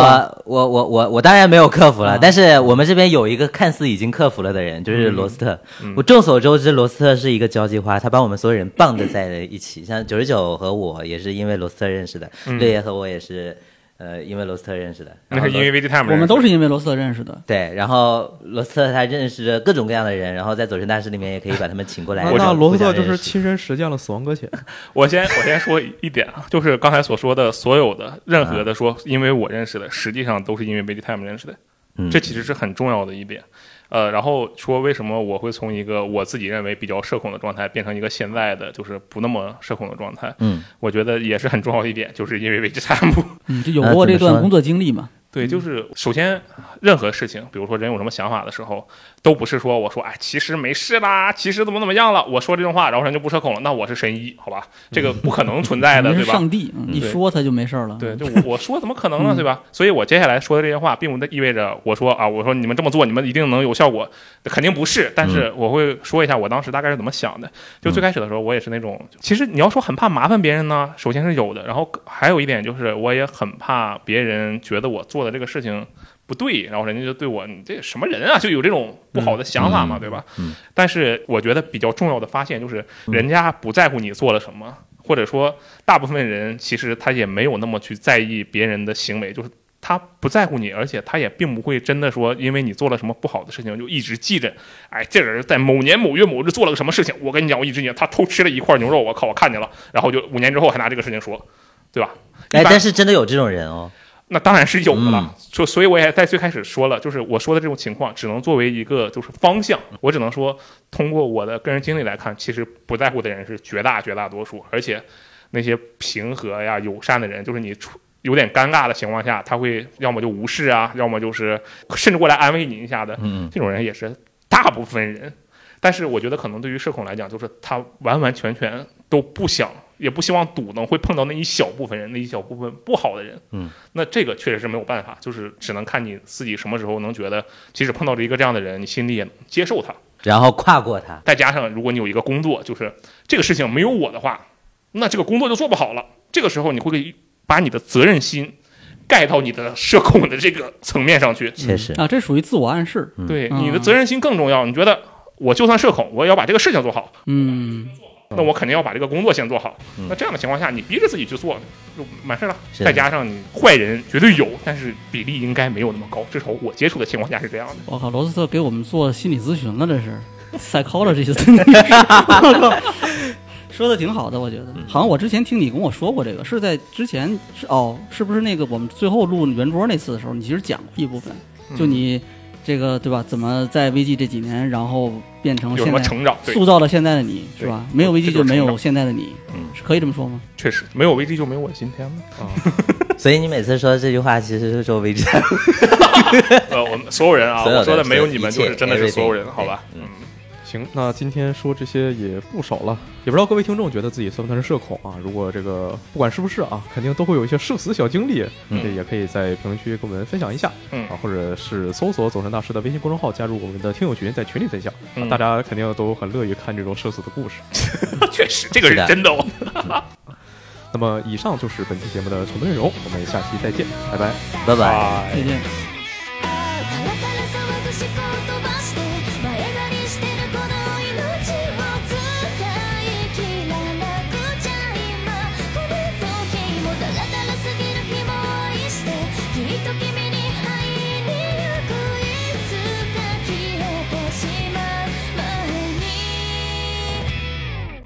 [SPEAKER 3] 我我我我当然没有克服了，但是我们这边有一个看似已经克服了的人，就是罗斯特。我众所周知，罗斯特是一个交际花，他把我们所有人棒的在了一起。像九十九和我也是因为罗斯特认识的，六爷和我也是呃因为罗斯特认识的。
[SPEAKER 4] 那是因为 VT Time，
[SPEAKER 5] 我们都是因为罗斯特认识的，
[SPEAKER 3] 对，然后罗斯特他认识着各种各样的人，然后在走神大师里面也可以把他们请过来。
[SPEAKER 2] 那罗斯特就
[SPEAKER 3] 互相
[SPEAKER 2] 是
[SPEAKER 3] 认识
[SPEAKER 2] 亲身实践了死亡搁浅，
[SPEAKER 4] 我先我先说一点 (laughs) 啊，就是刚才所说的所有的任何的说，因为我认识的，实际上都是因为 v e g Time 认识的
[SPEAKER 3] 嗯，
[SPEAKER 4] 这其实是很重要的一点。呃，然后说为什么我会从一个我自己认为比较社恐的状态变成一个现在的就是不那么社恐的状态，
[SPEAKER 3] 嗯，
[SPEAKER 4] 我觉得也是很重要的一点，就是因为 v e g Time。
[SPEAKER 5] 嗯，就有
[SPEAKER 3] 呃
[SPEAKER 5] 过
[SPEAKER 3] 怎么
[SPEAKER 5] 这
[SPEAKER 3] 说呢
[SPEAKER 5] 段工作经历嘛。
[SPEAKER 4] (laughs) 对，就是嗯首先任何事情，比如说人有什么想法的时候，都不是说我说哎，其实没事啦，其实怎么怎么样了，我说这种话，然后人就不社恐了，那我是神医，好吧？这个不可能存在的， (laughs)
[SPEAKER 5] 你
[SPEAKER 4] 对
[SPEAKER 5] 是
[SPEAKER 4] 吧？
[SPEAKER 5] 上帝，嗯一
[SPEAKER 4] 对
[SPEAKER 5] 说他就没事儿了。
[SPEAKER 4] 对，就我我说怎么可能
[SPEAKER 6] (laughs)
[SPEAKER 4] 呢，
[SPEAKER 5] 嗯
[SPEAKER 4] 对吧？所以我接下来说的这些话，并不意味着我说啊，我说你们这么做，你们一定能有效果，肯定不是。但
[SPEAKER 6] 嗯
[SPEAKER 4] 是我会说一下我当时大概是怎么想的。就最开始的时候，我也是那种，其实你要说很怕麻烦别人呢，首先是有的，然后还有一点就是，我也很怕别人觉得我做的这个事情。不对，然后人家就对我，你这什么人啊，就有这种不好的想法嘛，
[SPEAKER 6] 嗯
[SPEAKER 4] 对吧？
[SPEAKER 6] 嗯
[SPEAKER 4] 但是我觉得比较重要的发现就是，人家不在乎你做了什么，或者说大部分人其实他也没有那么去在意别人的行为，就是他不在乎你，而且他也并不会真的说因为你做了什么不好的事情就一直记着，哎，这人在某年某月某日做了个什么事情，我跟你讲，我一直记得他偷吃了一块牛肉，我靠，我看见了，然后就五年之后还拿这个事情说，对吧？
[SPEAKER 3] 哎，
[SPEAKER 4] 一般
[SPEAKER 3] 但是真的有这种人哦，
[SPEAKER 4] 那当然是有的
[SPEAKER 6] 嗯
[SPEAKER 4] 了，所、所以我也在最开始说了，就是我说的这种情况，只能作为一个就是方向，我只能说通过我的个人经历来看，其实不在乎的人是绝大绝大多数，而且那些平和呀、友善的人，就是你处有点尴尬的情况下，他会要么就无视啊，要么就是甚至过来安慰你一下的，
[SPEAKER 6] 嗯
[SPEAKER 4] 这种人也是大部分人。但是我觉得可能对于社恐来讲，就是他完完全全都不想，也不希望赌能会碰到那一小部分人，那一小部分不好的人。
[SPEAKER 3] 嗯，
[SPEAKER 4] 那这个确实是没有办法，就是只能看你自己什么时候能觉得，即使碰到了一个这样的人，你心里也能接受他。
[SPEAKER 3] 然后跨过他，
[SPEAKER 4] 再加上如果你有一个工作，就是这个事情没有我的话，那这个工作就做不好了。这个时候你会给把你的责任心盖到你的社恐的这个层面上去，
[SPEAKER 3] 确实，
[SPEAKER 5] 啊，这属于自我暗示。
[SPEAKER 4] 对
[SPEAKER 5] 嗯
[SPEAKER 4] 你的责任心更重要。你觉得我就算社恐，我也要把这个事情做好，
[SPEAKER 5] 嗯，
[SPEAKER 4] 那我肯定要把这个工作先做好。那这样的情况下，你逼着自己去做，就完事儿了。
[SPEAKER 3] 嗯是的
[SPEAKER 4] 再加上你坏人绝对有，但是比例应该没有那么高，至少我接触的情况下是这样的。
[SPEAKER 5] 我靠，罗斯特给我们做心理咨询了，这是 psychology 我靠， (laughs) 说的挺好的，我觉得。
[SPEAKER 4] 嗯
[SPEAKER 5] 好像我之前听你跟我说过这个，是在之前是哦，是不是那个我们最后录圆桌那次的时候，你其实讲过一部分，
[SPEAKER 4] 嗯
[SPEAKER 5] 就你这个对吧？怎么在 VG 这几年，然后变成
[SPEAKER 4] 有什
[SPEAKER 5] 现
[SPEAKER 4] 么
[SPEAKER 5] 在
[SPEAKER 4] 成长？对，
[SPEAKER 5] 塑造了现在的你，
[SPEAKER 4] 对
[SPEAKER 5] 是吧？没有
[SPEAKER 4] 这
[SPEAKER 5] VG
[SPEAKER 4] 就是
[SPEAKER 5] 就没
[SPEAKER 4] 成
[SPEAKER 5] 有
[SPEAKER 4] 长
[SPEAKER 5] 现在的你，
[SPEAKER 4] 嗯
[SPEAKER 5] 是可以这么说吗？
[SPEAKER 4] 确实没有危机就没有我的今天嘛。
[SPEAKER 2] 啊
[SPEAKER 3] 所以你每次说这句话，其实是说维持。
[SPEAKER 4] 呃，我们所有人啊，
[SPEAKER 3] 所有的
[SPEAKER 4] 我说的没有你们，
[SPEAKER 3] 所
[SPEAKER 4] 就
[SPEAKER 3] 有
[SPEAKER 4] 是真的是
[SPEAKER 3] everything
[SPEAKER 4] 所有人，好吧？嗯，
[SPEAKER 2] 行，那今天说这些也不少了，也不知道各位听众觉得自己算不算是社恐啊？如果这个不管是不是啊，肯定都会有一些社死小经历，
[SPEAKER 4] 嗯
[SPEAKER 2] 这也可以在评论区跟我们分享一下，
[SPEAKER 4] 嗯
[SPEAKER 2] 啊，或者是搜索“走神大师”的微信公众号，加入我们的听友群，在群里分享，啊
[SPEAKER 4] 嗯
[SPEAKER 2] 大家肯定都很乐于看这种社死的故事。
[SPEAKER 4] (laughs) 确实这个
[SPEAKER 3] 是的
[SPEAKER 4] 是真的哦。
[SPEAKER 2] 那么以上就是本期节目的全部内容，我们下期再见，拜拜。
[SPEAKER 3] (laughs) 拜拜。
[SPEAKER 4] 哎
[SPEAKER 5] 再
[SPEAKER 7] 「
[SPEAKER 5] 见。